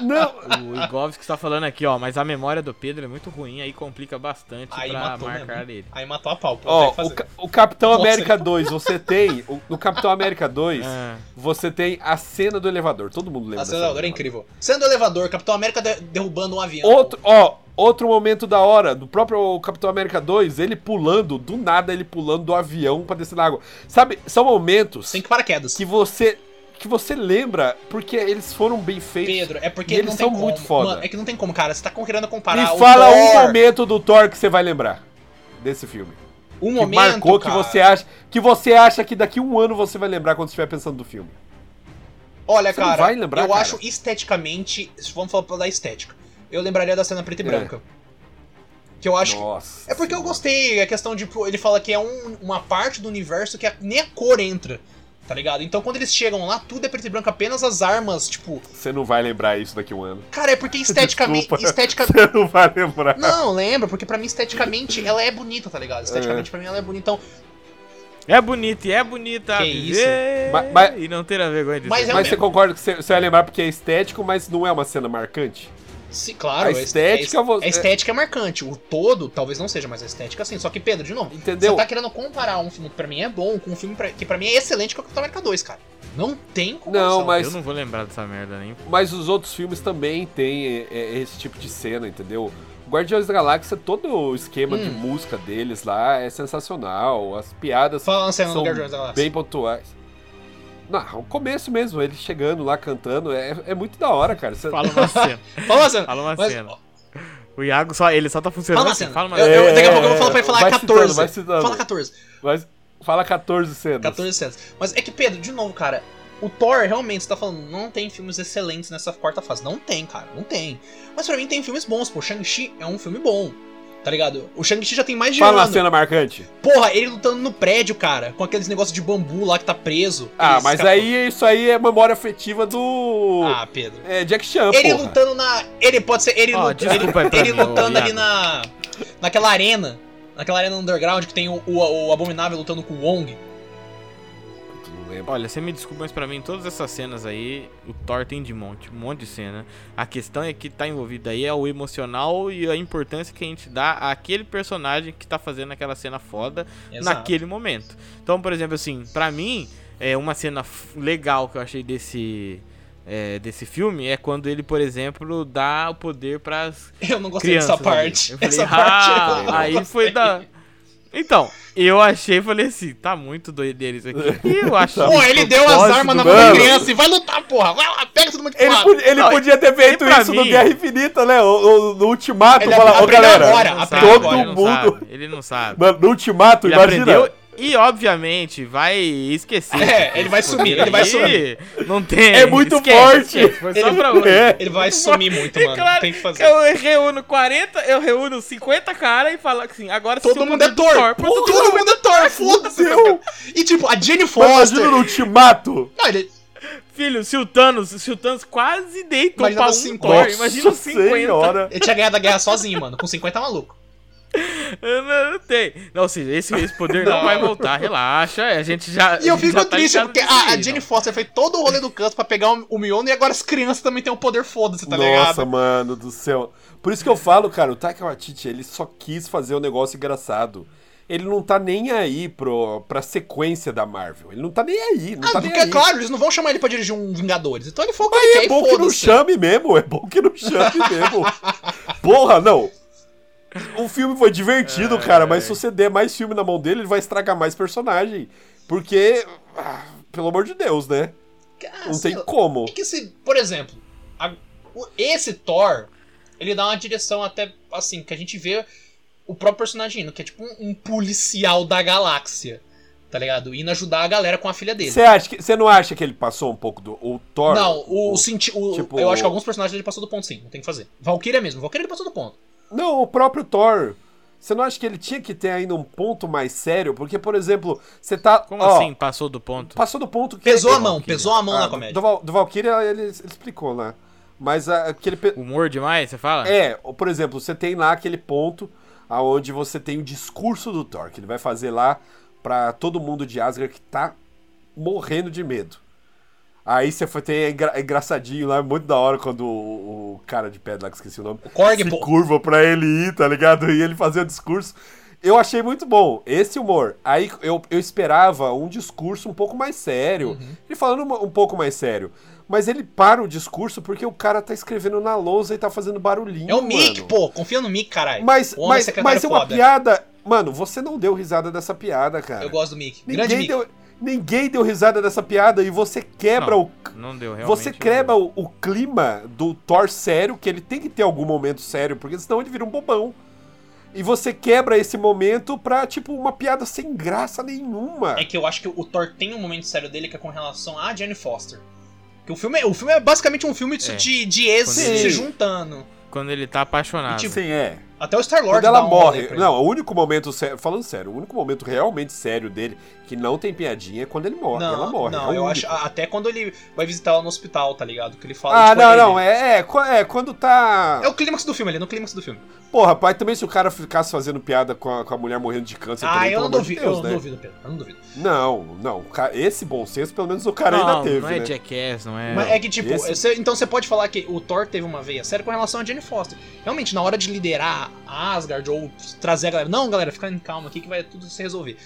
[SPEAKER 2] não,
[SPEAKER 1] O Igovski está falando aqui, ó, mas a memória do Pedro é muito ruim, aí complica bastante
[SPEAKER 3] Aí
[SPEAKER 1] pra
[SPEAKER 3] matou
[SPEAKER 1] marcar
[SPEAKER 3] mesmo.
[SPEAKER 1] ele.
[SPEAKER 3] Aí matou a pau. pô,
[SPEAKER 2] ó,
[SPEAKER 3] tem que
[SPEAKER 2] o,
[SPEAKER 3] fazer.
[SPEAKER 2] Ca- o Capitão
[SPEAKER 3] Nossa.
[SPEAKER 2] América 2, você
[SPEAKER 3] [LAUGHS]
[SPEAKER 2] tem, o- no Capitão América 2,
[SPEAKER 1] Ah,
[SPEAKER 2] você tem a cena do elevador, todo mundo lembra
[SPEAKER 3] A
[SPEAKER 2] dessa
[SPEAKER 3] cena do elevador é
[SPEAKER 2] cena.
[SPEAKER 3] incrível. Sendo do elevador, Capitão América de- derrubando um avião.
[SPEAKER 2] Outro, ó, outro momento da hora, do próprio Capitão América 2, ele pulando, do nada ele pulando do avião pra descer na água. Sabe, são momentos
[SPEAKER 3] Sem que paraquedas.
[SPEAKER 2] que você que você lembra porque eles foram bem feitos.
[SPEAKER 3] Pedro, é porque
[SPEAKER 2] E eles
[SPEAKER 3] não
[SPEAKER 2] são
[SPEAKER 3] tem como.
[SPEAKER 2] muito foda.
[SPEAKER 3] Mano, é que não tem como, cara. Você tá querendo comparar
[SPEAKER 2] Me fala
[SPEAKER 3] Thor,
[SPEAKER 2] um momento do Thor que você vai lembrar desse filme.
[SPEAKER 3] um
[SPEAKER 2] Que
[SPEAKER 3] momento,
[SPEAKER 2] marcou que
[SPEAKER 3] cara.
[SPEAKER 2] você é- acha que você acha que daqui um ano você vai lembrar quando estiver pensando do filme.
[SPEAKER 3] Olha,
[SPEAKER 2] Você não
[SPEAKER 3] cara,
[SPEAKER 2] vai lembrar,
[SPEAKER 3] eu
[SPEAKER 2] cara?
[SPEAKER 3] acho esteticamente. Vamos falar da estética. Eu lembraria da cena preta e
[SPEAKER 2] É.
[SPEAKER 3] branca. Que eu acho. que-
[SPEAKER 2] Nossa.
[SPEAKER 3] É porque eu
[SPEAKER 2] senhora.
[SPEAKER 3] gostei. A questão de. pô, Ele fala que é um- uma parte do universo que a- nem a cor entra. Tá ligado? Então quando eles chegam lá, tudo é preto e branco, apenas as armas, tipo.
[SPEAKER 2] Você não vai lembrar isso daqui um ano.
[SPEAKER 3] Cara,
[SPEAKER 2] [LAUGHS]
[SPEAKER 3] é porque esteticamente.
[SPEAKER 2] Desculpa. [LAUGHS]
[SPEAKER 3] Estetica...
[SPEAKER 2] Você não vai lembrar.
[SPEAKER 3] Não, lembra, porque pra mim esteticamente ela é bonita, tá ligado? Esteticamente pra mim ela é bonita. Então,
[SPEAKER 1] É bonito, e é bonita a
[SPEAKER 3] Que
[SPEAKER 1] viver,
[SPEAKER 2] Ma- mas-
[SPEAKER 1] e não ter a vergonha disso.
[SPEAKER 3] Mas é-
[SPEAKER 2] Mas você
[SPEAKER 3] mesmo.
[SPEAKER 2] concorda que você você vai lembrar porque é estético, mas não é uma cena marcante?
[SPEAKER 3] se, claro,
[SPEAKER 2] A estética,
[SPEAKER 3] é,
[SPEAKER 2] vo-
[SPEAKER 3] a estética é marcante. O todo talvez não seja, mas a estética sim. Só que, Pedro, de novo,
[SPEAKER 2] é, Entendeu?
[SPEAKER 3] você tá querendo comparar um filme que pra mim é bom com um filme pra- que pra mim é excelente, que é o Capitão América 2, cara. Não tem comparação.
[SPEAKER 2] Não, mas,
[SPEAKER 1] Eu não vou lembrar dessa merda nem.
[SPEAKER 2] mas os outros filmes também têm é, é, esse tipo de cena, entendeu? Guardiões da Galáxia, todo o esquema de
[SPEAKER 3] Hum.
[SPEAKER 2] música deles lá é sensacional. As piadas
[SPEAKER 3] Fala na cena
[SPEAKER 2] são
[SPEAKER 3] do Guardiões da Galáxia.
[SPEAKER 2] bem pontuais. Não, o começo mesmo, ele chegando lá cantando, é, é muito da hora, cara. Você-
[SPEAKER 1] Fala uma cena.
[SPEAKER 3] Fala na cena.
[SPEAKER 1] Fala uma
[SPEAKER 3] Mas-
[SPEAKER 1] cena. O Iago só, ele só tá funcionando.
[SPEAKER 3] Fala uma
[SPEAKER 1] assim,
[SPEAKER 3] cena.
[SPEAKER 1] Fala uma
[SPEAKER 3] Eu-
[SPEAKER 1] cena.
[SPEAKER 3] eu- daqui a pouco eu vou falar pra ele falar
[SPEAKER 2] vai
[SPEAKER 3] 14.
[SPEAKER 2] Citando, vai citando.
[SPEAKER 3] Fala 14.
[SPEAKER 2] Vai- fala 14 cenas.
[SPEAKER 3] 14 cenas. Mas é que, Pedro, de novo, cara, o Thor, realmente, você tá falando, não tem filmes excelentes nessa quarta fase. Não tem, cara, não tem. Mas pra mim tem filmes bons, pô. Shang-Chi é um filme bom. Tá ligado? O Shang-Chi já tem mais de um
[SPEAKER 2] Fala a
[SPEAKER 3] ano.
[SPEAKER 2] cena marcante.
[SPEAKER 3] Porra, ele lutando no prédio, cara, com aqueles negócios de bambu lá que tá preso.
[SPEAKER 2] Ah,
[SPEAKER 3] Eles
[SPEAKER 2] mas
[SPEAKER 3] escapam-
[SPEAKER 2] aí isso aí é memória afetiva do.
[SPEAKER 3] Ah, Pedro.
[SPEAKER 2] É Jack Chan,
[SPEAKER 3] Ele
[SPEAKER 2] porra.
[SPEAKER 3] lutando na. Ele pode ser. Ele,
[SPEAKER 1] Ó,
[SPEAKER 3] lut-
[SPEAKER 1] Ah, desculpa aí pra
[SPEAKER 3] ele
[SPEAKER 1] mim, ô,
[SPEAKER 3] lutando ali
[SPEAKER 1] Iago.
[SPEAKER 3] na. Naquela arena. Naquela arena underground que tem o, o, o Abominável lutando com o Wong.
[SPEAKER 2] Não lembro.
[SPEAKER 1] Olha, você me desculpa, mas pra mim todas essas cenas aí, o Thor tem de monte, um monte de cena. A questão é que tá envolvida aí é o emocional e a importância que a gente dá àquele personagem que tá fazendo aquela cena foda
[SPEAKER 3] Exato.
[SPEAKER 1] naquele momento. Então, por exemplo, assim, pra mim, é uma cena f- legal que eu achei desse é, desse filme é quando ele, por exemplo, dá o poder pras
[SPEAKER 3] [LAUGHS] Eu não gostei
[SPEAKER 1] crianças.
[SPEAKER 3] dessa
[SPEAKER 1] ali.
[SPEAKER 3] parte.
[SPEAKER 1] Eu falei,
[SPEAKER 3] Essa
[SPEAKER 1] ah,
[SPEAKER 3] parte é eu não
[SPEAKER 1] aí
[SPEAKER 3] gostei.
[SPEAKER 1] foi da então, eu achei, falei assim, tá muito doideiro isso aqui. E
[SPEAKER 2] [LAUGHS]
[SPEAKER 1] eu acho. né?
[SPEAKER 3] Pô, ele deu as
[SPEAKER 1] propósito
[SPEAKER 3] armas na
[SPEAKER 1] do-
[SPEAKER 3] mão da
[SPEAKER 2] mano.
[SPEAKER 3] criança e vai lutar, porra. Vai lá, pega todo mundo de
[SPEAKER 2] Ele,
[SPEAKER 3] porrada.
[SPEAKER 2] podia, ele
[SPEAKER 1] Não,
[SPEAKER 2] podia ter feito
[SPEAKER 1] e pra
[SPEAKER 2] isso no
[SPEAKER 1] mim-
[SPEAKER 2] Guerra Infinita, né? Ou, ou no Ultimato.
[SPEAKER 3] Ele
[SPEAKER 2] Fala, ô
[SPEAKER 3] aprendeu
[SPEAKER 2] galera.
[SPEAKER 3] agora,
[SPEAKER 1] Ele não
[SPEAKER 3] aprendeu
[SPEAKER 1] sabe,
[SPEAKER 2] todo
[SPEAKER 1] ele não
[SPEAKER 2] mundo.
[SPEAKER 1] sabe, ele não sabe.
[SPEAKER 2] Mano, no Ultimato,
[SPEAKER 1] Ele
[SPEAKER 2] imagina.
[SPEAKER 1] aprendeu e, obviamente, vai esquecer.
[SPEAKER 3] É, ele vai sumir, ele vai sumir.
[SPEAKER 1] Não tem.
[SPEAKER 2] É muito
[SPEAKER 1] esquece,
[SPEAKER 2] forte.
[SPEAKER 1] esquece, Foi só
[SPEAKER 3] Ele-
[SPEAKER 1] pra hoje.
[SPEAKER 2] É.
[SPEAKER 3] Ele vai sumir muito,
[SPEAKER 1] É
[SPEAKER 3] mano.
[SPEAKER 1] claro
[SPEAKER 3] Tem que fazer.
[SPEAKER 1] Eu reúno 40, eu reúno 50 caras e falo assim, agora se
[SPEAKER 3] Todo
[SPEAKER 1] eu
[SPEAKER 3] mundo é
[SPEAKER 1] do
[SPEAKER 3] Thor.
[SPEAKER 1] pô, todo
[SPEAKER 3] Todo mundo é Thor, foda-se.
[SPEAKER 2] Meu.
[SPEAKER 3] E tipo, a Jenny Foster.
[SPEAKER 2] Imagina no Ultimato.
[SPEAKER 3] Não, ele-
[SPEAKER 1] Filho, se o Thanos, se o Thanos quase deitou
[SPEAKER 3] Imagina
[SPEAKER 1] pra um
[SPEAKER 3] cinco.
[SPEAKER 1] Thor, imagina os
[SPEAKER 2] Nossa
[SPEAKER 1] 50.
[SPEAKER 2] Senhora.
[SPEAKER 3] ele tinha ganhado a guerra sozinho, mano. Com 50 maluco.
[SPEAKER 1] Eu não, não tem. Não, ou seja, esse, esse poder não.
[SPEAKER 3] Não.
[SPEAKER 1] vai voltar, relaxa, é, a gente já
[SPEAKER 3] E eu
[SPEAKER 1] a gente
[SPEAKER 3] fico
[SPEAKER 1] já tá
[SPEAKER 3] triste,
[SPEAKER 1] ligado
[SPEAKER 3] porque
[SPEAKER 1] nisso
[SPEAKER 3] a, a
[SPEAKER 1] aí,
[SPEAKER 3] Jenny
[SPEAKER 1] não.
[SPEAKER 3] Foster fez todo o rolê do canto pra pegar o, o Mjolnir e agora as crianças também têm um poder foda-se, tá
[SPEAKER 2] Nossa,
[SPEAKER 3] ligado?
[SPEAKER 2] mano do céu. Por isso que eu falo, cara, o Taika Waititi, ele só quis fazer um negócio engraçado. Ele não tá nem aí pro, pra sequência da Marvel. Ele não tá nem aí, não
[SPEAKER 3] Ah,
[SPEAKER 2] tá nem
[SPEAKER 3] porque,
[SPEAKER 2] aí.
[SPEAKER 3] é claro, eles não vão chamar ele pra dirigir um Vingadores. Então ele foi o que
[SPEAKER 2] Mas
[SPEAKER 3] ele quer
[SPEAKER 2] é
[SPEAKER 3] e
[SPEAKER 2] bom que não
[SPEAKER 3] foda-se.
[SPEAKER 2] chame mesmo, é bom que não
[SPEAKER 3] [LAUGHS]
[SPEAKER 2] chame mesmo. Porra, não. O filme foi divertido, cara, mas se você der mais filme na mão dele, ele vai estragar mais personagem. Porque, ah, pelo amor de Deus, né?
[SPEAKER 3] Ah,
[SPEAKER 2] Não
[SPEAKER 3] sei
[SPEAKER 2] tem
[SPEAKER 3] lá.
[SPEAKER 2] como.
[SPEAKER 3] É que se, por exemplo, a- o- esse Thor, ele dá uma direção até assim, que a gente vê o próprio personagem indo, que é tipo um, um policial da galáxia, tá ligado? Indo ajudar a galera com a filha dele.
[SPEAKER 2] Você acha que você não acha que ele passou um pouco do o é Thor?
[SPEAKER 3] Não, o, senti- o-
[SPEAKER 2] tipo-
[SPEAKER 3] eu acho que alguns personagens ele passou do ponto sim, não tem o que fazer. Valkyria mesmo, Valkyria ele passou do ponto.
[SPEAKER 2] Não, o próprio Thor. Você não acha que ele tinha que ter ainda um ponto mais sério? Porque, por exemplo, você tá.
[SPEAKER 1] Como
[SPEAKER 2] ó,
[SPEAKER 1] assim passou do ponto?
[SPEAKER 2] Passou do ponto que.
[SPEAKER 3] Pesou a mão,
[SPEAKER 1] Valkyria.
[SPEAKER 3] pesou a mão
[SPEAKER 2] Ah,
[SPEAKER 3] na
[SPEAKER 2] do-
[SPEAKER 3] comédia.
[SPEAKER 2] Do, Val- do Valkyria ele, ele explicou lá. Mas ah, aquele. pe-
[SPEAKER 1] Humor demais, você fala?
[SPEAKER 2] É, ou, por exemplo, você tem lá aquele ponto aonde você tem o discurso do Thor, que ele vai fazer lá pra todo mundo de Asgard que tá morrendo de medo. Aí você foi ter é engra- é engraçadinho lá, é muito da hora quando o, o cara de pedra lá, que eu esqueci o nome,
[SPEAKER 3] O Korg,
[SPEAKER 2] se
[SPEAKER 3] pô,
[SPEAKER 2] curva pra ele ir, tá ligado? E ele fazer o discurso. Eu achei muito bom esse humor. Aí eu, eu esperava um discurso um pouco mais sério.
[SPEAKER 3] Uhum.
[SPEAKER 2] Ele falando uma- um pouco mais sério. Mas ele para o discurso porque o cara tá escrevendo na lousa e tá fazendo barulhinho.
[SPEAKER 3] é o Mick,
[SPEAKER 2] mano.
[SPEAKER 3] pô, confia no Mick, caralho.
[SPEAKER 2] Mas,
[SPEAKER 3] O homem
[SPEAKER 2] mas,
[SPEAKER 3] secretário
[SPEAKER 2] mas é uma
[SPEAKER 3] foda.
[SPEAKER 2] piada. Mano, você não deu risada dessa piada, cara.
[SPEAKER 3] Eu gosto do Mick, grande
[SPEAKER 2] ninguém,
[SPEAKER 3] Mick.
[SPEAKER 2] deu, ninguém deu risada dessa piada e você quebra
[SPEAKER 1] Não.
[SPEAKER 2] o
[SPEAKER 1] Não deu, realmente.
[SPEAKER 2] você
[SPEAKER 1] não
[SPEAKER 2] quebra
[SPEAKER 1] deu.
[SPEAKER 2] o, o clima do Thor sério, que ele tem que ter algum momento sério, porque senão ele vira um bobão. E você quebra esse momento pra, tipo, uma piada sem graça nenhuma.
[SPEAKER 3] É que eu acho que o Thor tem um momento sério dele que é com relação a Jane Foster. Que o filme, é- o filme é basicamente um filme de,
[SPEAKER 1] É.
[SPEAKER 3] de, de ex
[SPEAKER 1] Quando
[SPEAKER 2] ele-
[SPEAKER 3] se juntando.
[SPEAKER 1] Quando ele tá apaixonado.
[SPEAKER 3] E, tipo,
[SPEAKER 2] Sim, é.
[SPEAKER 3] Até o Star-Lord
[SPEAKER 2] Quando ela
[SPEAKER 3] dá um rolê
[SPEAKER 2] morre.
[SPEAKER 3] pra ele.
[SPEAKER 2] Não, o único momento sério. Falando sério, o único momento realmente sério dele, que não tem piadinha, é quando ele morre. ela morre. é
[SPEAKER 3] Não,
[SPEAKER 2] o
[SPEAKER 3] eu
[SPEAKER 2] único.
[SPEAKER 3] acho. a- Até quando ele vai visitar ela no hospital, tá ligado? Que ele fala.
[SPEAKER 2] Ah,
[SPEAKER 3] tipo,
[SPEAKER 2] não,
[SPEAKER 3] ele-
[SPEAKER 2] não. É, é, qu- é, quando tá.
[SPEAKER 3] É o clímax do filme ali, no clímax do filme.
[SPEAKER 2] Porra, pai, também se o cara ficasse fazendo piada com a, com a mulher morrendo de câncer.
[SPEAKER 3] ah,
[SPEAKER 2] também, pelo
[SPEAKER 3] eu não
[SPEAKER 2] amor de
[SPEAKER 3] duvido,
[SPEAKER 2] Deus,
[SPEAKER 3] eu não
[SPEAKER 2] né?
[SPEAKER 3] duvido, Pedro. Eu não duvido.
[SPEAKER 2] Não, não. o ca- Esse bom senso, pelo menos o cara
[SPEAKER 1] não,
[SPEAKER 2] ainda teve.
[SPEAKER 1] não é
[SPEAKER 2] né?
[SPEAKER 1] Jackass, não é.
[SPEAKER 3] Mas é que, tipo,
[SPEAKER 2] esse-
[SPEAKER 3] você- então você pode falar que o Thor teve uma veia séria com relação a Jane Foster. Realmente, na hora de liderar a Asgard ou trazer a galera. Não, galera, fica em calma aqui que vai tudo se resolver.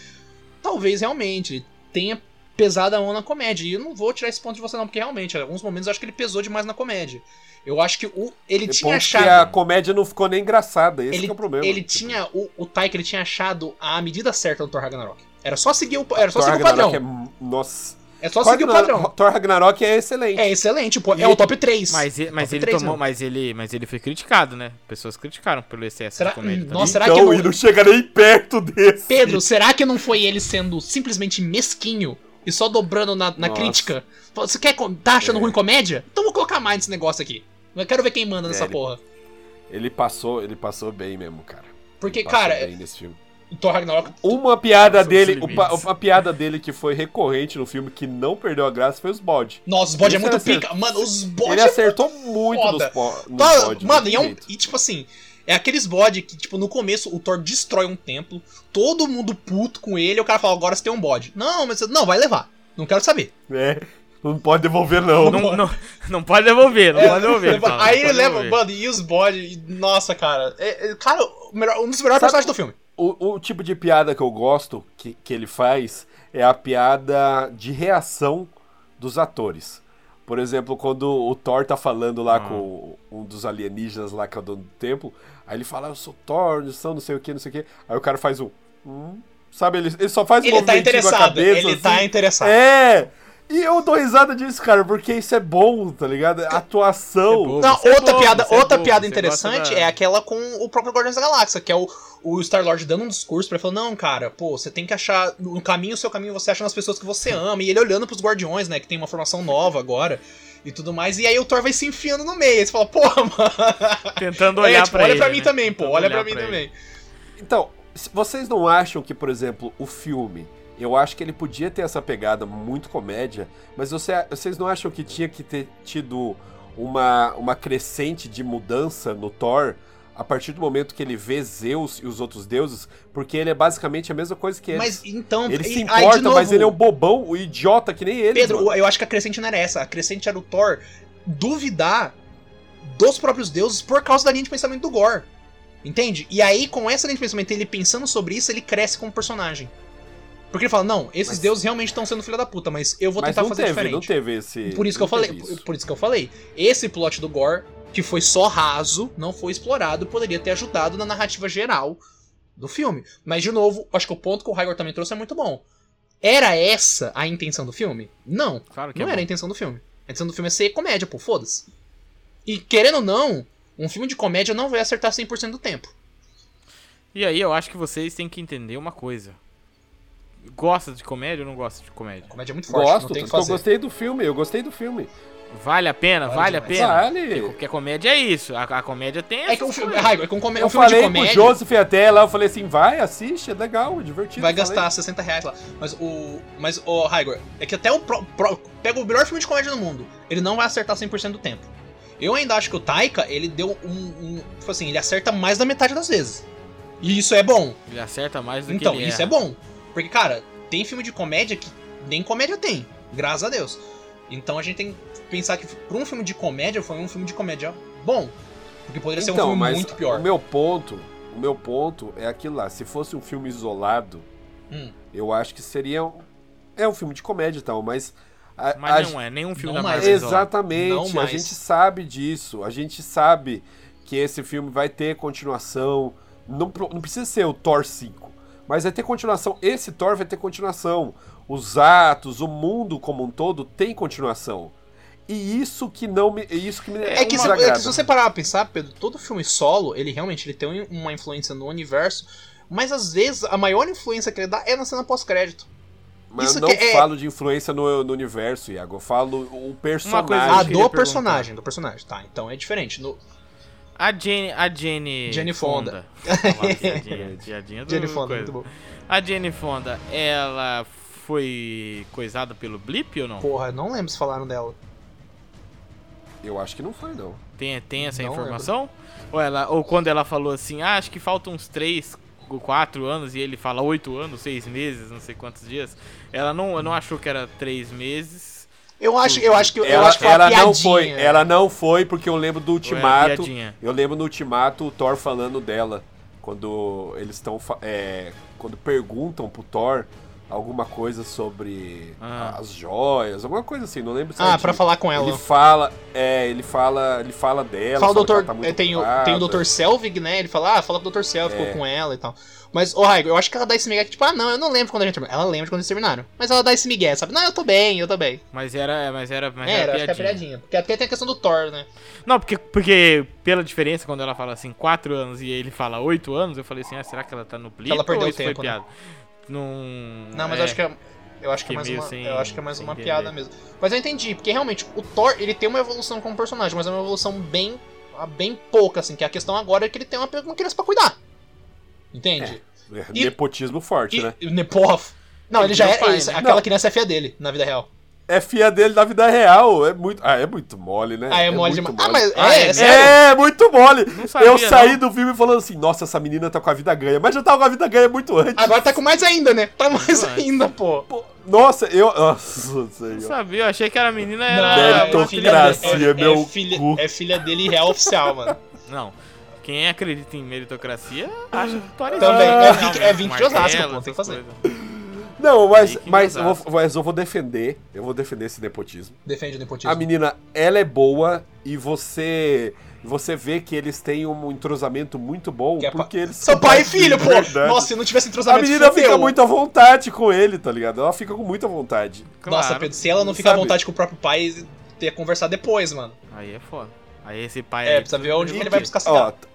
[SPEAKER 3] Talvez realmente ele tenha pesado a mão na comédia. E eu não vou tirar esse ponto de você, não, porque realmente, em alguns momentos eu acho que ele pesou demais na comédia. Eu acho que o, ele
[SPEAKER 2] O
[SPEAKER 3] tinha
[SPEAKER 2] ponto
[SPEAKER 3] achado.
[SPEAKER 2] que é a comédia não ficou nem engraçada, esse que é o problema.
[SPEAKER 3] Ele
[SPEAKER 2] Tipo,
[SPEAKER 3] tinha. O, o Taika ele tinha achado a medida certa do Thor Ragnarok. Era só seguir o, era só
[SPEAKER 2] Thor
[SPEAKER 3] seguir o
[SPEAKER 2] Ragnarok
[SPEAKER 3] padrão.
[SPEAKER 2] É... Nossa.
[SPEAKER 3] É só
[SPEAKER 2] Thor
[SPEAKER 3] seguir o
[SPEAKER 2] Ragnarok-
[SPEAKER 3] padrão.
[SPEAKER 2] Thor Ragnarok é excelente.
[SPEAKER 3] É excelente, pô.
[SPEAKER 2] E
[SPEAKER 3] É
[SPEAKER 2] ele-
[SPEAKER 3] o top 3.
[SPEAKER 1] Mas, e- mas
[SPEAKER 3] Top
[SPEAKER 1] ele
[SPEAKER 3] três,
[SPEAKER 1] tomou,
[SPEAKER 3] né?
[SPEAKER 1] mas ele, mas ele foi criticado, né? Pessoas criticaram pelo excesso
[SPEAKER 3] Será-
[SPEAKER 1] de comédia. também.
[SPEAKER 3] Nossa, será
[SPEAKER 2] então,
[SPEAKER 3] que não-
[SPEAKER 2] e não chega nem perto desse.
[SPEAKER 3] Pedro, será que não foi ele sendo simplesmente mesquinho e só dobrando na, na
[SPEAKER 2] Nossa.
[SPEAKER 3] crítica? Falou, Você quer com- tá achando
[SPEAKER 2] É.
[SPEAKER 3] ruim comédia? Então vou colocar mais nesse negócio aqui. Eu quero ver quem manda nessa
[SPEAKER 2] É, ele-
[SPEAKER 3] porra.
[SPEAKER 2] Ele passou, ele passou bem mesmo, cara.
[SPEAKER 3] Porque,
[SPEAKER 2] passa
[SPEAKER 3] cara,
[SPEAKER 2] bem nesse filme.
[SPEAKER 3] o Thor Ragnarok.
[SPEAKER 2] Uma piada
[SPEAKER 1] Passou dos
[SPEAKER 2] dele,
[SPEAKER 1] limites.
[SPEAKER 2] uma, uma piada dele que foi recorrente no filme que não perdeu a graça foi os bode.
[SPEAKER 3] Nossa, os bode é
[SPEAKER 2] Ele
[SPEAKER 3] muito
[SPEAKER 2] acertou-
[SPEAKER 3] pica. Mano, os
[SPEAKER 2] Ele
[SPEAKER 3] bode é
[SPEAKER 2] acertou muito
[SPEAKER 3] foda.
[SPEAKER 2] nos, po nos
[SPEAKER 3] Tá,
[SPEAKER 2] bode. não
[SPEAKER 3] mano,
[SPEAKER 2] tem
[SPEAKER 3] e, é um-
[SPEAKER 2] jeito.
[SPEAKER 3] e, tipo assim, é aqueles bode que, tipo, no começo o Thor destrói um templo, todo mundo puto com ele, e o cara fala, agora você tem um bode. Não, mas você- não, vai levar. Não quero saber.
[SPEAKER 2] É, não pode devolver, não.
[SPEAKER 1] Não, não, não pode devolver, não pode devolver. ele fala, não
[SPEAKER 3] Aí É. ele
[SPEAKER 1] pode
[SPEAKER 3] leva,
[SPEAKER 1] devolver.
[SPEAKER 3] mano, e os bode, e- nossa, cara. É, é- cara, o melhor- um dos melhores
[SPEAKER 2] Sabe-
[SPEAKER 3] personagens do filme.
[SPEAKER 2] O, o tipo de piada que eu gosto que, que ele faz é a piada de reação dos atores. Por exemplo, quando o Thor tá falando lá com um dos alienígenas lá que é o dono do templo, aí ele fala, "Ah, eu sou Thor, eu sou não sei o que, não sei o que. Aí o cara faz um. "Hum", sabe, ele, ele só faz um
[SPEAKER 3] Ele tá
[SPEAKER 2] movimentinho com a
[SPEAKER 3] interessado,
[SPEAKER 2] cabeça,
[SPEAKER 3] ele tá
[SPEAKER 2] assim.
[SPEAKER 3] interessado.
[SPEAKER 2] É! E eu dou risada disso, cara, porque isso é bom, tá ligado?
[SPEAKER 1] É
[SPEAKER 2] Atuação.
[SPEAKER 1] bobo.
[SPEAKER 3] Não,
[SPEAKER 1] Você é
[SPEAKER 3] outra
[SPEAKER 1] bobo,
[SPEAKER 3] piada,
[SPEAKER 1] você é
[SPEAKER 3] outra
[SPEAKER 1] bobo,
[SPEAKER 3] piada
[SPEAKER 1] você
[SPEAKER 3] interessante
[SPEAKER 1] gosta da-
[SPEAKER 3] é aquela com o próprio Guardiões da Galáxia, que é o, o Star Lord dando um discurso pra ele falando, não, cara, pô, você tem que achar no caminho, o seu caminho, você acha nas pessoas que você ama, e ele olhando pros Guardiões, né, que tem uma formação nova agora e tudo mais, e aí o Thor vai se enfiando no meio, aí você fala, porra, [LAUGHS] mano.
[SPEAKER 1] Tentando
[SPEAKER 3] É,
[SPEAKER 1] olhar
[SPEAKER 3] tipo,
[SPEAKER 1] pra
[SPEAKER 3] olha
[SPEAKER 1] ele,
[SPEAKER 3] pra mim
[SPEAKER 1] né?
[SPEAKER 3] também, pô,
[SPEAKER 1] Tentando
[SPEAKER 3] olha
[SPEAKER 1] olhar
[SPEAKER 3] pra mim
[SPEAKER 1] ele.
[SPEAKER 3] também.
[SPEAKER 2] Então, se vocês não acham que, por exemplo, o filme, eu acho que ele podia ter essa pegada muito comédia, mas você- vocês não acham que tinha que ter tido uma, uma crescente de mudança no Thor a partir do momento que ele vê Zeus e os outros deuses? Porque ele é basicamente a mesma coisa que eles.
[SPEAKER 3] Mas então,
[SPEAKER 2] ele se
[SPEAKER 3] e- aí, de
[SPEAKER 2] importa, mas
[SPEAKER 3] novo,
[SPEAKER 2] ele é um bobão, o idiota que nem ele.
[SPEAKER 3] Pedro,
[SPEAKER 2] mano.
[SPEAKER 3] eu acho que a crescente não era essa. A crescente era o Thor duvidar dos próprios deuses por causa da linha de pensamento do Gore. Entende? E aí, com essa linha de pensamento, ele pensando sobre isso, ele cresce como personagem. Porque ele fala: não, esses
[SPEAKER 2] Mas-
[SPEAKER 3] deuses realmente estão sendo filha da puta, mas eu vou
[SPEAKER 2] mas
[SPEAKER 3] tentar
[SPEAKER 2] não
[SPEAKER 3] fazer
[SPEAKER 2] teve,
[SPEAKER 3] diferente.
[SPEAKER 2] não teve esse.
[SPEAKER 3] Por isso que
[SPEAKER 2] não
[SPEAKER 3] eu falei,
[SPEAKER 2] teve isso.
[SPEAKER 3] por isso que eu falei. Esse plot do Gore, que foi só raso, não foi explorado, poderia ter ajudado na narrativa geral do filme. Mas de novo, acho que o ponto que o Raigor também trouxe é muito bom. Era essa a intenção do filme? Não,
[SPEAKER 1] Claro que
[SPEAKER 3] não
[SPEAKER 1] é
[SPEAKER 3] era a
[SPEAKER 1] bom.
[SPEAKER 3] intenção do filme. A intenção do filme é ser comédia, pô, foda-se. E querendo ou não, um filme de comédia não vai acertar 100% do tempo.
[SPEAKER 1] E aí eu acho que vocês têm que entender uma coisa. Gosta de comédia ou não gosta de comédia?
[SPEAKER 3] Comédia é muito forte,
[SPEAKER 2] Gosto,
[SPEAKER 3] não tem o
[SPEAKER 2] tanto
[SPEAKER 3] que
[SPEAKER 2] que eu
[SPEAKER 3] fazer.
[SPEAKER 2] gostei do filme, eu gostei do filme.
[SPEAKER 1] Vale a pena?
[SPEAKER 3] Vale
[SPEAKER 1] Vale, a
[SPEAKER 3] demais.
[SPEAKER 1] pena?
[SPEAKER 2] Vale.
[SPEAKER 1] Porque a comédia é isso. A, a comédia tem
[SPEAKER 3] É que um
[SPEAKER 1] essas
[SPEAKER 3] filme,
[SPEAKER 1] coisas.
[SPEAKER 3] Raigor, é que um, come-
[SPEAKER 2] Eu
[SPEAKER 3] um filme de
[SPEAKER 2] falei
[SPEAKER 3] comédia.
[SPEAKER 2] pro Joseph até lá, eu falei assim, vai, assiste, é legal, é divertido.
[SPEAKER 3] Vai
[SPEAKER 2] falei.
[SPEAKER 3] gastar 60 reais lá. Mas o. Mas o Raigor, é que até o. Pro, pro- pega o melhor filme de comédia do mundo. Ele não vai acertar 100% do tempo. Eu ainda acho que o Taika, ele deu um. um- tipo assim, ele acerta mais da metade das vezes. E isso é bom.
[SPEAKER 1] Ele acerta mais do
[SPEAKER 3] Então,
[SPEAKER 1] que ele
[SPEAKER 3] isso é
[SPEAKER 1] erra.
[SPEAKER 3] bom. Porque, cara, tem filme de comédia que nem comédia tem. Graças a Deus. Então a gente tem que pensar que pra um filme de comédia, foi um filme de comédia bom. Porque poderia
[SPEAKER 1] Então,
[SPEAKER 3] ser um filme muito pior.
[SPEAKER 2] Então, O meu ponto, o meu ponto é aquilo lá. Se fosse um filme isolado,
[SPEAKER 3] Hum.
[SPEAKER 2] eu acho que seria um, é um filme de comédia e tal, mas a- a-
[SPEAKER 1] Mas não é nenhum filme
[SPEAKER 3] Não
[SPEAKER 1] da
[SPEAKER 3] mais.
[SPEAKER 1] Marvel. isolado.
[SPEAKER 2] exatamente,
[SPEAKER 3] Não
[SPEAKER 2] a
[SPEAKER 3] mais.
[SPEAKER 2] gente sabe disso, a gente sabe que esse filme vai ter continuação. Não, pro- não precisa ser o Thor 5, mas vai ter continuação. Esse Thor vai ter continuação. Os atos, o mundo como um todo tem continuação. E isso que não me, isso que me
[SPEAKER 3] É que,
[SPEAKER 2] me
[SPEAKER 3] se, é que
[SPEAKER 2] desagrada.
[SPEAKER 3] se você parar pra pensar, Pedro, todo filme solo, ele realmente ele tem uma influência no universo, mas às vezes a maior influência que ele dá é na cena pós-crédito.
[SPEAKER 2] Mas
[SPEAKER 3] Isso
[SPEAKER 2] eu não
[SPEAKER 3] que é-
[SPEAKER 2] falo de influência no, no universo, Iago. Eu falo o
[SPEAKER 1] coisa
[SPEAKER 3] Ah,
[SPEAKER 1] Ah,
[SPEAKER 2] personagem.
[SPEAKER 1] que
[SPEAKER 3] do
[SPEAKER 1] ele
[SPEAKER 3] personagem, do personagem, tá? Então é diferente. No,
[SPEAKER 2] Hum,
[SPEAKER 1] A Jenny. A Jenny.
[SPEAKER 3] Jenny Fonda.
[SPEAKER 1] [LAUGHS] Fala,
[SPEAKER 3] [LAUGHS]
[SPEAKER 1] piadinha, piadinha do
[SPEAKER 3] Jenny Fonda,
[SPEAKER 1] coisa.
[SPEAKER 3] é muito bom.
[SPEAKER 1] A Jenny Fonda, ela foi coisada pelo Blip ou não?
[SPEAKER 3] Porra, não lembro se falaram dela.
[SPEAKER 2] Eu acho que não foi, não.
[SPEAKER 1] Tem, tem essa
[SPEAKER 3] Não
[SPEAKER 1] informação? Ou, ela, ou quando ela falou assim, ah, acho que faltam uns 3, 4 anos, e ele fala 8 anos, 6 meses, não sei quantos dias. Ela não, não achou que era 3 meses.
[SPEAKER 3] Eu acho, eu acho que eu
[SPEAKER 2] Ela,
[SPEAKER 3] acho que foi uma
[SPEAKER 2] ela não
[SPEAKER 3] piadinha.
[SPEAKER 2] foi, ela não foi, porque eu lembro do
[SPEAKER 1] Ou era
[SPEAKER 2] ultimato.
[SPEAKER 1] piadinha.
[SPEAKER 2] Eu lembro no ultimato o Thor falando dela. Quando eles estão. fa- é, quando perguntam pro Thor alguma coisa sobre
[SPEAKER 1] Ah.
[SPEAKER 2] a- as joias, alguma coisa assim, não lembro
[SPEAKER 3] Ah,
[SPEAKER 2] certinho.
[SPEAKER 3] pra falar com ela.
[SPEAKER 2] Ele fala. É, ele fala. Ele fala dela.
[SPEAKER 3] fala
[SPEAKER 2] que ela
[SPEAKER 3] o doutor,
[SPEAKER 2] tá muito
[SPEAKER 3] é, tem, o,
[SPEAKER 2] ocupada.
[SPEAKER 3] tem o doutor Selvig, né? Ele fala, ah, fala pro doutor Selvig,
[SPEAKER 2] É.
[SPEAKER 3] ficou com ela e tal. Mas, ô, Raigo, eu acho que ela dá esse migué que, tipo, ah, não, eu não lembro quando a gente terminou. Ela lembra de quando eles terminaram. Mas ela dá esse migué, sabe? Não, eu tô bem, eu tô bem.
[SPEAKER 1] Mas era, mas era, mas
[SPEAKER 3] é,
[SPEAKER 1] era,
[SPEAKER 3] eu acho que é
[SPEAKER 1] piadinha.
[SPEAKER 3] piadinha. Porque até tem a questão do Thor, né?
[SPEAKER 1] Não, porque, porque pela diferença, quando ela fala assim, 4 anos e ele fala 8 anos, eu falei assim, ah, será que ela tá no blip
[SPEAKER 3] Ela perdeu
[SPEAKER 1] ou
[SPEAKER 3] o
[SPEAKER 1] isso
[SPEAKER 3] tempo,
[SPEAKER 1] foi
[SPEAKER 3] né?
[SPEAKER 1] piada? Não,
[SPEAKER 3] Não, mas
[SPEAKER 1] é,
[SPEAKER 3] eu acho que é. Eu acho que
[SPEAKER 1] Fiquei
[SPEAKER 3] é mais
[SPEAKER 1] meio
[SPEAKER 3] uma,
[SPEAKER 1] sem-
[SPEAKER 3] eu acho que é mais
[SPEAKER 1] sem
[SPEAKER 3] uma
[SPEAKER 1] entender.
[SPEAKER 3] piada mesmo. Mas eu entendi, porque realmente o Thor, ele tem uma evolução como personagem, mas é uma evolução bem ah, bem pouca assim, que a questão agora é que ele tem uma, uma criança pra cuidar. Entende?
[SPEAKER 2] É,
[SPEAKER 3] E-
[SPEAKER 2] Nepotismo forte,
[SPEAKER 3] E,
[SPEAKER 2] né?
[SPEAKER 3] e- né, porra. Não, ele já
[SPEAKER 1] Meu
[SPEAKER 3] é.
[SPEAKER 1] pai,
[SPEAKER 3] é isso,
[SPEAKER 1] né?
[SPEAKER 3] Aquela
[SPEAKER 2] Não.
[SPEAKER 3] criança é fia dele, na vida real.
[SPEAKER 2] É fia dele na vida real. É muito, ah, é muito mole, né?
[SPEAKER 3] Ah, é, mole
[SPEAKER 2] muito
[SPEAKER 3] demais. Ah, mas
[SPEAKER 1] Ah,
[SPEAKER 3] é,
[SPEAKER 1] é
[SPEAKER 3] é, sério.
[SPEAKER 2] É, muito mole.
[SPEAKER 1] sabia,
[SPEAKER 2] eu saí
[SPEAKER 1] não.
[SPEAKER 2] do filme falando assim, nossa, essa menina tá com a vida ganha. Mas já tava com a vida ganha muito antes.
[SPEAKER 3] Agora tá com mais ainda, né? Tá mais
[SPEAKER 1] Vai.
[SPEAKER 3] ainda, pô.
[SPEAKER 2] Pô, Nossa, eu... Nossa,
[SPEAKER 1] Não
[SPEAKER 2] senhor.
[SPEAKER 1] sabia, é. eu achei que era menina,
[SPEAKER 2] Não,
[SPEAKER 1] era.
[SPEAKER 3] é
[SPEAKER 2] Beto
[SPEAKER 1] uma filha
[SPEAKER 2] Graça.
[SPEAKER 1] dele.
[SPEAKER 2] meritocracia, meu
[SPEAKER 3] filha,
[SPEAKER 2] cu.
[SPEAKER 3] é filha dele real oficial, mano.
[SPEAKER 1] Não. Quem acredita em meritocracia acha que tu
[SPEAKER 3] Também, é
[SPEAKER 1] Não,
[SPEAKER 3] vinte- é vinte de Osasco,
[SPEAKER 1] Martelo,
[SPEAKER 3] pô, tem que
[SPEAKER 1] essas
[SPEAKER 3] fazer.
[SPEAKER 1] coisas.
[SPEAKER 2] Não, mas,
[SPEAKER 1] Aí que
[SPEAKER 2] mas, eu
[SPEAKER 1] embasaço.
[SPEAKER 2] vou, mas eu vou defender. Eu vou defender esse nepotismo.
[SPEAKER 3] Defende o nepotismo.
[SPEAKER 2] A menina, ela é boa e você... Você vê que eles têm um entrosamento muito bom,
[SPEAKER 3] Que é pa-
[SPEAKER 2] porque eles...
[SPEAKER 3] São pai e filho, pô!
[SPEAKER 2] Verdade.
[SPEAKER 3] Nossa, se não tivesse
[SPEAKER 2] A
[SPEAKER 3] entrosamento,
[SPEAKER 2] menina fica
[SPEAKER 3] fudeu.
[SPEAKER 2] muito à vontade com ele, tá ligado? Ela fica com muita vontade.
[SPEAKER 3] Nossa,
[SPEAKER 1] Claro.
[SPEAKER 3] Pedro, se ela não fica à
[SPEAKER 2] Sabe?
[SPEAKER 3] vontade com o próprio pai, ter conversar depois, mano.
[SPEAKER 1] Aí é foda. Aí esse pai.
[SPEAKER 3] É,
[SPEAKER 1] aí-
[SPEAKER 3] precisa ver onde que ele vai buscar cigarro.
[SPEAKER 2] Ó, t-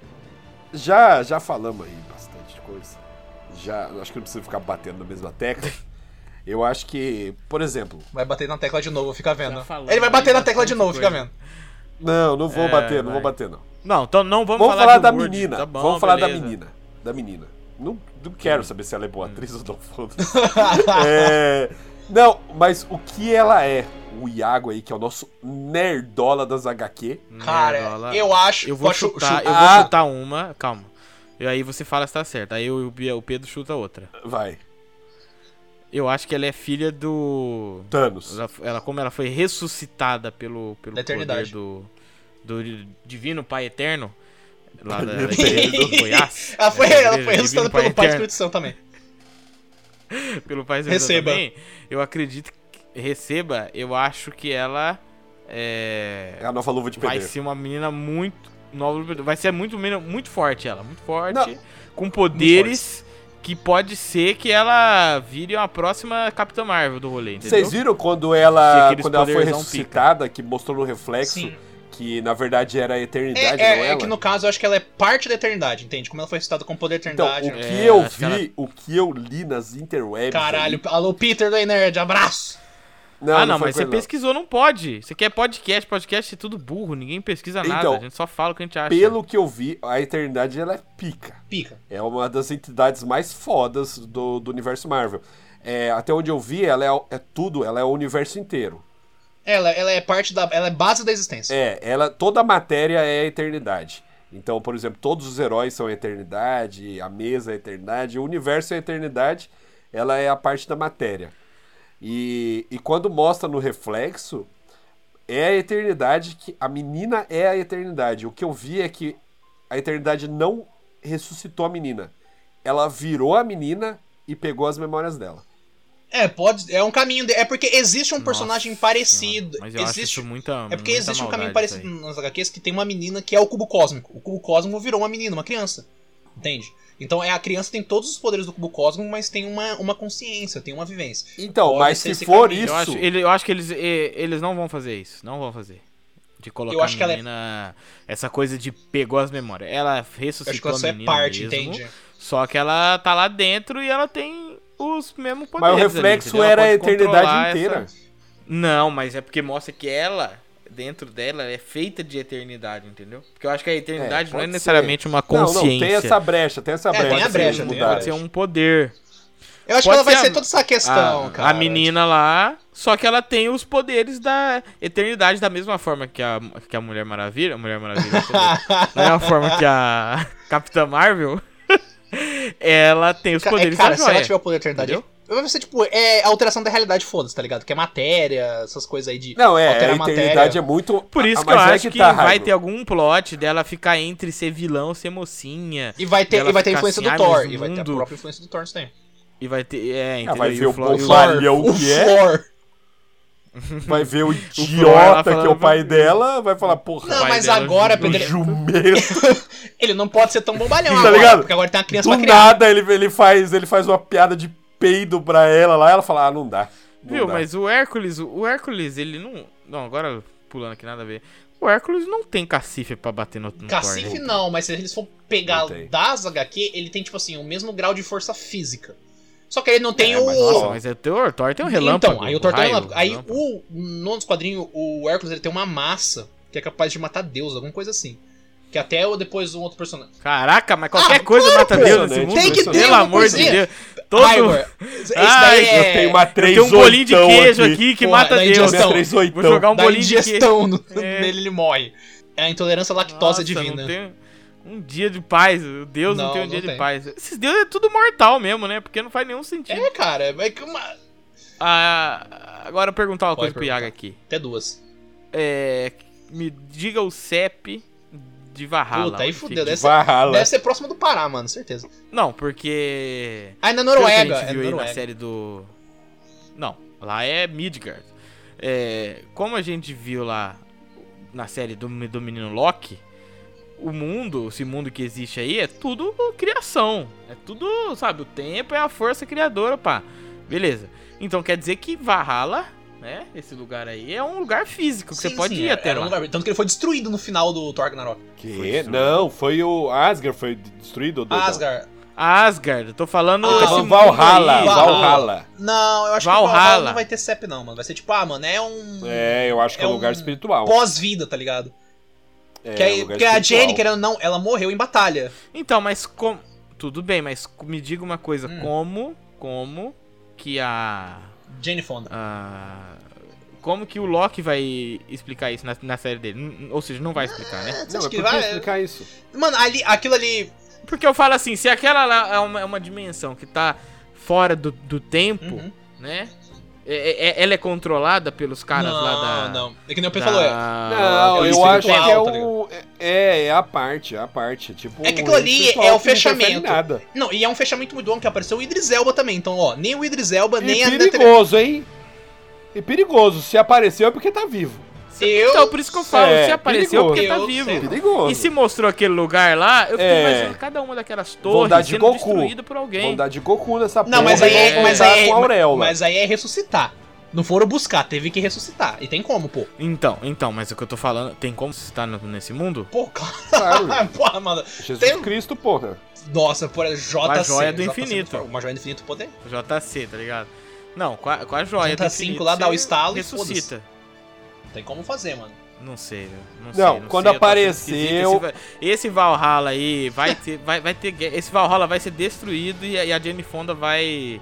[SPEAKER 2] já, já falamos aí bastante coisa. Já, acho que não precisa ficar batendo na mesma tecla. Eu acho que, por exemplo,
[SPEAKER 3] Vai bater na tecla de novo, fica vendo.
[SPEAKER 1] Já falou,
[SPEAKER 3] Ele vai
[SPEAKER 1] né?
[SPEAKER 3] bater na tecla de
[SPEAKER 1] Bastante
[SPEAKER 3] novo, fica
[SPEAKER 1] coisa.
[SPEAKER 3] vendo.
[SPEAKER 2] não, não vou
[SPEAKER 1] É,
[SPEAKER 2] bater, não
[SPEAKER 1] vai.
[SPEAKER 2] vou bater não.
[SPEAKER 1] Não, então não vamos,
[SPEAKER 2] Vamos, falar
[SPEAKER 1] de
[SPEAKER 2] da
[SPEAKER 1] Word,
[SPEAKER 2] menina.
[SPEAKER 1] tá bom,
[SPEAKER 2] Vamos falar da
[SPEAKER 1] beleza. Hum.
[SPEAKER 2] menina, da menina. Não, não quero saber se ela é boa atriz ou não.
[SPEAKER 1] [LAUGHS]
[SPEAKER 2] foda-se. É, não, mas o que ela é? O Iago aí, que é o nosso nerdola das HQ.
[SPEAKER 3] Cara,
[SPEAKER 1] Nerdola.
[SPEAKER 3] eu acho.
[SPEAKER 1] Eu vou
[SPEAKER 3] acho-
[SPEAKER 1] chutar,
[SPEAKER 3] chu-
[SPEAKER 1] eu
[SPEAKER 2] Ah!
[SPEAKER 1] vou chutar uma, calma. E aí você fala se tá certo. Aí o, Bia- o Pedro chuta outra.
[SPEAKER 2] Vai,
[SPEAKER 1] Eu acho que ela é filha do.
[SPEAKER 2] Thanos.
[SPEAKER 1] Ela, ela- como ela foi ressuscitada pelo, pelo
[SPEAKER 3] Da eternidade.
[SPEAKER 1] poder do, do divino Pai Eterno. Lá da,
[SPEAKER 2] Meu
[SPEAKER 1] da igreja
[SPEAKER 3] Deus.
[SPEAKER 1] do Goiás.
[SPEAKER 3] [LAUGHS] [LAUGHS] Ela foi,
[SPEAKER 1] da
[SPEAKER 3] ela
[SPEAKER 1] igreja
[SPEAKER 3] foi
[SPEAKER 1] Divino
[SPEAKER 3] ressuscitada pelo Pai do
[SPEAKER 1] Eterno.
[SPEAKER 3] Espírito Santo também.
[SPEAKER 1] pelo Pai Zeus
[SPEAKER 3] Receba.
[SPEAKER 1] também, eu acredito que receba, eu acho que ela é,
[SPEAKER 2] É a nova luva de
[SPEAKER 1] vai
[SPEAKER 2] pedreiro.
[SPEAKER 1] ser uma menina muito nova, vai ser muito menina muito forte ela, muito forte,
[SPEAKER 2] Não.
[SPEAKER 1] com poderes que pode ser que ela vire uma próxima Capitã Marvel do rolê, entendeu?
[SPEAKER 2] Vocês viram quando
[SPEAKER 1] Tinha
[SPEAKER 2] ela,
[SPEAKER 1] aqueles
[SPEAKER 2] quando ela foi
[SPEAKER 1] poderzão
[SPEAKER 2] ressuscitada, que mostrou no reflexo
[SPEAKER 3] Sim.
[SPEAKER 2] que na verdade era a
[SPEAKER 3] É,
[SPEAKER 2] eternidade,
[SPEAKER 3] é-
[SPEAKER 2] não
[SPEAKER 3] é
[SPEAKER 2] ela?
[SPEAKER 3] que no caso eu acho que ela é parte da eternidade, entende? Como ela foi ressuscitada com o poder da
[SPEAKER 2] Então, o
[SPEAKER 3] eternidade. É,
[SPEAKER 1] né?
[SPEAKER 2] que
[SPEAKER 1] É,
[SPEAKER 2] eu
[SPEAKER 1] acho
[SPEAKER 2] vi,
[SPEAKER 1] que ela-
[SPEAKER 2] o que eu li nas interwebs.
[SPEAKER 3] Caralho,
[SPEAKER 2] aí-
[SPEAKER 3] alô Peter do Nerd, abraço!
[SPEAKER 2] Não,
[SPEAKER 1] ah, não,
[SPEAKER 2] foi
[SPEAKER 1] mas
[SPEAKER 2] coisa
[SPEAKER 1] você pesquisou, não pode. Você quer podcast, podcast é tudo burro, ninguém pesquisa nada,
[SPEAKER 2] Então,
[SPEAKER 1] a gente só fala o que a gente acha.
[SPEAKER 2] Pelo que eu vi, a eternidade ela é pica.
[SPEAKER 3] Pica.
[SPEAKER 2] É uma das entidades mais fodas do, do universo Marvel. É, até onde eu vi, ela é, o- é tudo, ela é o universo inteiro.
[SPEAKER 3] Ela, ela é parte da. Ela é base da existência.
[SPEAKER 2] É, ela toda a matéria é a eternidade. Então, por exemplo, todos os heróis são a eternidade, a mesa é a eternidade, o universo é a eternidade, ela é a parte da matéria. E, e quando mostra no reflexo, é a eternidade que. A menina é a eternidade. O que eu vi é que a eternidade não ressuscitou a menina. Ela virou a menina e pegou as memórias dela.
[SPEAKER 3] É, pode. É um caminho. de- é porque existe um
[SPEAKER 1] Nossa
[SPEAKER 3] personagem
[SPEAKER 1] senhora,
[SPEAKER 3] parecido.
[SPEAKER 1] Mas eu acho
[SPEAKER 3] existe-
[SPEAKER 1] isso muita
[SPEAKER 3] É
[SPEAKER 1] muita
[SPEAKER 3] porque existe um caminho
[SPEAKER 1] maldade isso
[SPEAKER 3] parecido nas HQs que tem uma menina que é o cubo cósmico. O cubo cósmico virou uma menina, uma criança. Entende? Então é a criança tem todos os poderes do cubo cósmico, mas tem uma, uma consciência, tem uma vivência.
[SPEAKER 2] Então,
[SPEAKER 3] Pode
[SPEAKER 2] mas
[SPEAKER 3] ser
[SPEAKER 2] se
[SPEAKER 3] esse
[SPEAKER 2] for
[SPEAKER 3] caminho,
[SPEAKER 2] isso.
[SPEAKER 1] Eu acho, ele- eu acho que eles, e- eles não vão fazer isso. Não vão fazer. De colocar
[SPEAKER 3] Eu acho que
[SPEAKER 1] a
[SPEAKER 3] ela é-
[SPEAKER 1] menina. Essa coisa de pegou as memórias. Ela
[SPEAKER 3] Eu acho que
[SPEAKER 1] ressuscitou
[SPEAKER 3] ela só
[SPEAKER 1] a
[SPEAKER 3] é
[SPEAKER 1] menina
[SPEAKER 3] parte,
[SPEAKER 1] mesmo,
[SPEAKER 3] entende?
[SPEAKER 1] Só que ela tá lá dentro e ela tem os mesmos
[SPEAKER 2] Mas
[SPEAKER 1] poderes.
[SPEAKER 2] o
[SPEAKER 1] ali,
[SPEAKER 2] reflexo
[SPEAKER 1] entendeu? Ela
[SPEAKER 2] era a
[SPEAKER 1] pode controlar
[SPEAKER 2] eternidade
[SPEAKER 1] essa-
[SPEAKER 2] inteira.
[SPEAKER 1] Não, mas é porque mostra que ela, dentro dela, é feita de eternidade, entendeu? Porque eu acho que a eternidade não é
[SPEAKER 2] pode ser.
[SPEAKER 1] necessariamente uma consciência.
[SPEAKER 2] Não, não, tem essa brecha, tem essa
[SPEAKER 3] É, tem
[SPEAKER 2] brecha.
[SPEAKER 3] a
[SPEAKER 2] que
[SPEAKER 3] brecha,
[SPEAKER 2] eles
[SPEAKER 3] tem a
[SPEAKER 2] mudaram.
[SPEAKER 1] Pode ser um poder.
[SPEAKER 3] Eu
[SPEAKER 1] Pode
[SPEAKER 3] acho que ela vai
[SPEAKER 1] ser a-
[SPEAKER 3] ser toda essa questão,
[SPEAKER 1] a,
[SPEAKER 3] cara.
[SPEAKER 1] a
[SPEAKER 3] [LAUGHS]
[SPEAKER 1] menina lá, só que ela tem os poderes da eternidade da mesma forma que a, que a Mulher Maravilha. A Mulher Maravilha. é
[SPEAKER 3] [LAUGHS]
[SPEAKER 1] da mesma forma que a Capitã Marvel. [LAUGHS] ela tem os
[SPEAKER 3] Ca- é,
[SPEAKER 1] poderes
[SPEAKER 3] cara,
[SPEAKER 1] da
[SPEAKER 3] se ela
[SPEAKER 1] joia.
[SPEAKER 3] tiver o poder da eternidade.
[SPEAKER 1] Entendeu?
[SPEAKER 3] Vai ser tipo, é alteração da realidade, foda-se, tá ligado? Que é matéria, essas coisas aí de.
[SPEAKER 2] Não, é,
[SPEAKER 3] alterar
[SPEAKER 2] a
[SPEAKER 3] a matéria.
[SPEAKER 2] eternidade é muito.
[SPEAKER 1] Por isso
[SPEAKER 2] Ah,
[SPEAKER 1] que eu
[SPEAKER 2] mas é
[SPEAKER 1] acho que,
[SPEAKER 2] tá,
[SPEAKER 1] vai
[SPEAKER 2] Raigo.
[SPEAKER 1] ter algum plot dela ficar entre ser vilão, ser mocinha.
[SPEAKER 3] E vai ter,
[SPEAKER 1] Ela
[SPEAKER 3] e vai ter a
[SPEAKER 1] fica
[SPEAKER 3] influência
[SPEAKER 1] assim,
[SPEAKER 3] do
[SPEAKER 1] "Ai,
[SPEAKER 3] Thor.
[SPEAKER 1] mas o
[SPEAKER 3] E vai ter a
[SPEAKER 1] mundo-
[SPEAKER 3] própria influência do Thor isso tem.
[SPEAKER 1] E vai ter.
[SPEAKER 3] Ah,
[SPEAKER 1] É, entendeu?
[SPEAKER 2] vai
[SPEAKER 1] E
[SPEAKER 2] ver o
[SPEAKER 1] Flo- e
[SPEAKER 2] Bolsonaro. Valeu,
[SPEAKER 3] o
[SPEAKER 2] o que é?
[SPEAKER 3] Flor.
[SPEAKER 1] [LAUGHS]
[SPEAKER 2] Vai ver o
[SPEAKER 1] Flor um lá
[SPEAKER 2] idiota que é o
[SPEAKER 1] falando-
[SPEAKER 2] pai dela, vai falar, porra,
[SPEAKER 3] Não, um
[SPEAKER 1] pai
[SPEAKER 3] mas
[SPEAKER 1] dela
[SPEAKER 3] agora,
[SPEAKER 1] junto.
[SPEAKER 2] o
[SPEAKER 3] Pedro, [LAUGHS]
[SPEAKER 2] jumento.
[SPEAKER 3] ele não pode ser tão
[SPEAKER 1] [LAUGHS]
[SPEAKER 3] bombalhão
[SPEAKER 2] Tá
[SPEAKER 3] agora.
[SPEAKER 2] ligado?
[SPEAKER 3] Porque agora tem uma criança
[SPEAKER 2] Do
[SPEAKER 3] pra criar.
[SPEAKER 2] nada ele, ele, faz, ele faz uma piada de peido pra ela lá, ela fala, ah, não dá. não
[SPEAKER 1] Viu,
[SPEAKER 2] dá.
[SPEAKER 1] mas o Hércules, o Hércules, ele não. Não, agora pulando aqui nada a ver. O Hércules não tem cacife pra bater no, no Thor.
[SPEAKER 3] Cacife
[SPEAKER 1] né?
[SPEAKER 3] não, mas se eles for pegar
[SPEAKER 2] Não tem.
[SPEAKER 3] das HQ, ele tem, tipo assim, o mesmo grau de força física. Só que ele não tem
[SPEAKER 2] É,
[SPEAKER 3] o.
[SPEAKER 2] mas
[SPEAKER 1] Nossa, mas é o Thor, Thor tem um relâmpago.
[SPEAKER 3] Então, aí o Thor tem um
[SPEAKER 1] raio,
[SPEAKER 3] relâmpago. Aí
[SPEAKER 1] relâmpago.
[SPEAKER 3] é o, no outro quadrinho, o Hércules ele tem uma massa que é capaz de matar Deus, alguma coisa assim. Que até o- depois um outro personagem.
[SPEAKER 1] Caraca, mas qualquer
[SPEAKER 3] Ah,
[SPEAKER 1] coisa mata
[SPEAKER 2] pô,
[SPEAKER 1] Deus nesse mundo.
[SPEAKER 2] tem que ter
[SPEAKER 1] Pelo
[SPEAKER 3] uma
[SPEAKER 1] amor de
[SPEAKER 3] coisinha.
[SPEAKER 1] Deus. Todo...
[SPEAKER 3] Raimor, esse
[SPEAKER 1] Ai,
[SPEAKER 3] daí é...
[SPEAKER 2] Eu tenho uma
[SPEAKER 1] Eu
[SPEAKER 2] 3
[SPEAKER 1] tenho um bolinho de queijo aqui, que
[SPEAKER 3] Porra,
[SPEAKER 1] mata
[SPEAKER 3] da
[SPEAKER 1] Deus.
[SPEAKER 3] indigestão.
[SPEAKER 1] Vou jogar um
[SPEAKER 3] da
[SPEAKER 1] bolinho de queijo.
[SPEAKER 3] indigestão no-
[SPEAKER 1] É.
[SPEAKER 3] nele ele morre. É a intolerância à lactose
[SPEAKER 1] Nossa,
[SPEAKER 3] divina.
[SPEAKER 1] não tem Um dia de paz, o Deus não,
[SPEAKER 3] Não,
[SPEAKER 1] tem um dia
[SPEAKER 3] não
[SPEAKER 1] de
[SPEAKER 3] tem.
[SPEAKER 1] paz. Esses deuses é tudo mortal mesmo, né? Porque não faz nenhum sentido.
[SPEAKER 3] É, cara, é que uma...
[SPEAKER 1] Ah, agora eu perguntar uma
[SPEAKER 3] Pode
[SPEAKER 1] coisa pro Iaga aqui.
[SPEAKER 3] até duas.
[SPEAKER 1] É, me diga o CEP de Valhalla.
[SPEAKER 3] Puta, aí
[SPEAKER 1] onde
[SPEAKER 3] fudeu,
[SPEAKER 1] fica.
[SPEAKER 3] deve ser,
[SPEAKER 2] Valhalla.
[SPEAKER 3] deve ser próximo do Pará, mano, certeza.
[SPEAKER 1] é? Não, porque.
[SPEAKER 3] Ah, é na
[SPEAKER 1] pelo que
[SPEAKER 3] Noruega,
[SPEAKER 1] A gente
[SPEAKER 3] é
[SPEAKER 1] viu
[SPEAKER 3] na
[SPEAKER 1] aí na
[SPEAKER 3] Noruega.
[SPEAKER 1] série do. Não, lá é Midgard. É, como a gente viu lá na série do, do menino Loki, o mundo, esse mundo que existe aí, é tudo criação. É tudo, sabe, o tempo é a força criadora, pá. Beleza. Então quer dizer que Valhalla, né? Esse lugar aí é um lugar físico que você
[SPEAKER 3] Sim,
[SPEAKER 1] pode
[SPEAKER 3] sim,
[SPEAKER 1] ir
[SPEAKER 3] era-
[SPEAKER 1] até
[SPEAKER 3] era
[SPEAKER 1] lá.
[SPEAKER 3] um lugar- Tanto que ele foi destruído no final do Thor Ragnarok.
[SPEAKER 2] Que? Não, foi o Asgard foi destruído? ou doidão?
[SPEAKER 3] Asgard.
[SPEAKER 1] Asgard, eu tô falando
[SPEAKER 3] Ah,
[SPEAKER 1] esse
[SPEAKER 2] Então,
[SPEAKER 1] mundo
[SPEAKER 2] Valhalla,
[SPEAKER 1] aí.
[SPEAKER 3] Valhalla.
[SPEAKER 2] Valhalla.
[SPEAKER 3] Não, eu acho que o
[SPEAKER 1] Valhalla.
[SPEAKER 3] Valhalla não vai ter CEP, não, mano. Vai ser tipo, ah, mano, é um
[SPEAKER 2] É, eu acho que é,
[SPEAKER 3] É
[SPEAKER 2] um lugar
[SPEAKER 3] um
[SPEAKER 2] espiritual.
[SPEAKER 3] pós-vida, tá ligado?
[SPEAKER 2] É,
[SPEAKER 3] Que aí-
[SPEAKER 2] um lugar
[SPEAKER 3] porque a
[SPEAKER 2] espiritual.
[SPEAKER 3] Jenny, querendo ou não, ela morreu em batalha.
[SPEAKER 1] Então, mas como. Tudo bem, mas co- me diga uma coisa,
[SPEAKER 3] Hum.
[SPEAKER 1] como. Como que a.
[SPEAKER 3] Jenny Fonda.
[SPEAKER 1] a- como que o Loki vai explicar isso na, na série dele? N- Ou seja, não vai explicar, né?
[SPEAKER 3] Você
[SPEAKER 2] Não,
[SPEAKER 3] acha
[SPEAKER 2] mas por
[SPEAKER 3] que
[SPEAKER 2] que
[SPEAKER 3] vai-
[SPEAKER 2] explicar isso?
[SPEAKER 3] Mano, ali, aquilo ali.
[SPEAKER 1] Porque eu falo assim, se aquela lá é uma, é uma dimensão que tá fora do, do tempo,
[SPEAKER 3] Uhum.
[SPEAKER 1] né? É- é- ela é controlada pelos caras
[SPEAKER 3] não,
[SPEAKER 1] lá da.
[SPEAKER 3] não. É que nem
[SPEAKER 1] da-
[SPEAKER 3] o pessoal falou, é.
[SPEAKER 2] Não,
[SPEAKER 3] é
[SPEAKER 2] eu
[SPEAKER 3] espiritual,
[SPEAKER 2] acho Ah, que é
[SPEAKER 3] tá ligado?
[SPEAKER 2] o... É, é a parte, é a parte. Tipo,
[SPEAKER 3] É que aquilo ali
[SPEAKER 2] espiritual
[SPEAKER 3] é o
[SPEAKER 2] que não interfere em
[SPEAKER 3] fechamento.
[SPEAKER 2] Nada.
[SPEAKER 3] Não, e é um fechamento muito bom que apareceu o Idris Elba também. Então, ó, nem o Idris
[SPEAKER 1] É
[SPEAKER 3] Elba,
[SPEAKER 2] E
[SPEAKER 3] nem a Natalie.
[SPEAKER 2] perigoso, hein? E perigoso. Se apareceu é porque tá vivo.
[SPEAKER 1] Se-
[SPEAKER 3] Eu-
[SPEAKER 1] Então, por isso que eu falo,
[SPEAKER 2] É,
[SPEAKER 1] se apareceu
[SPEAKER 2] perigoso.
[SPEAKER 1] porque tá
[SPEAKER 3] Eu
[SPEAKER 1] vivo.
[SPEAKER 3] sei.
[SPEAKER 2] É Perigoso.
[SPEAKER 1] E se mostrou aquele lugar lá, eu fiquei
[SPEAKER 2] É.
[SPEAKER 1] imaginando cada uma daquelas torres
[SPEAKER 2] Vontade de
[SPEAKER 1] sendo
[SPEAKER 2] Goku.
[SPEAKER 1] destruída por alguém.
[SPEAKER 2] Vão dar de Goku nessa
[SPEAKER 3] Não, mas
[SPEAKER 2] porra e
[SPEAKER 3] aí é.
[SPEAKER 2] vão
[SPEAKER 3] Mas
[SPEAKER 2] voltar
[SPEAKER 3] aí, é-
[SPEAKER 2] com a auréola.
[SPEAKER 3] mas aí é ressuscitar. Não foram buscar, teve que ressuscitar. E tem como, pô.
[SPEAKER 1] Então, então, mas o que eu tô falando, tem como você estar no- nesse mundo?
[SPEAKER 3] Pô, [LAUGHS]
[SPEAKER 2] [LAUGHS]
[SPEAKER 3] claro.
[SPEAKER 2] Claro.
[SPEAKER 3] Porra, mano.
[SPEAKER 2] Jesus
[SPEAKER 3] Tem- um
[SPEAKER 2] Cristo, porra.
[SPEAKER 3] Nossa, por JC.
[SPEAKER 1] Uma joia do
[SPEAKER 3] JC,
[SPEAKER 1] infinito.
[SPEAKER 3] Uma joia do infinito poder.
[SPEAKER 1] JC, tá ligado? Não, com a, com a joia.
[SPEAKER 3] Junta
[SPEAKER 1] do
[SPEAKER 3] cinco
[SPEAKER 1] infinito,
[SPEAKER 3] lá, dá o
[SPEAKER 1] você
[SPEAKER 3] estalo e
[SPEAKER 1] Ressuscita.
[SPEAKER 3] Tem como fazer, mano.
[SPEAKER 1] Não sei, velho. Não, sei,
[SPEAKER 2] Não,
[SPEAKER 1] sei,
[SPEAKER 2] quando
[SPEAKER 1] eu tô achando
[SPEAKER 2] apareceu-
[SPEAKER 1] esquisito. Esse, va- esse Valhalla aí vai ter, vai, vai ter. guerra. Esse Valhalla vai ser destruído e a, e a Jane Fonda vai.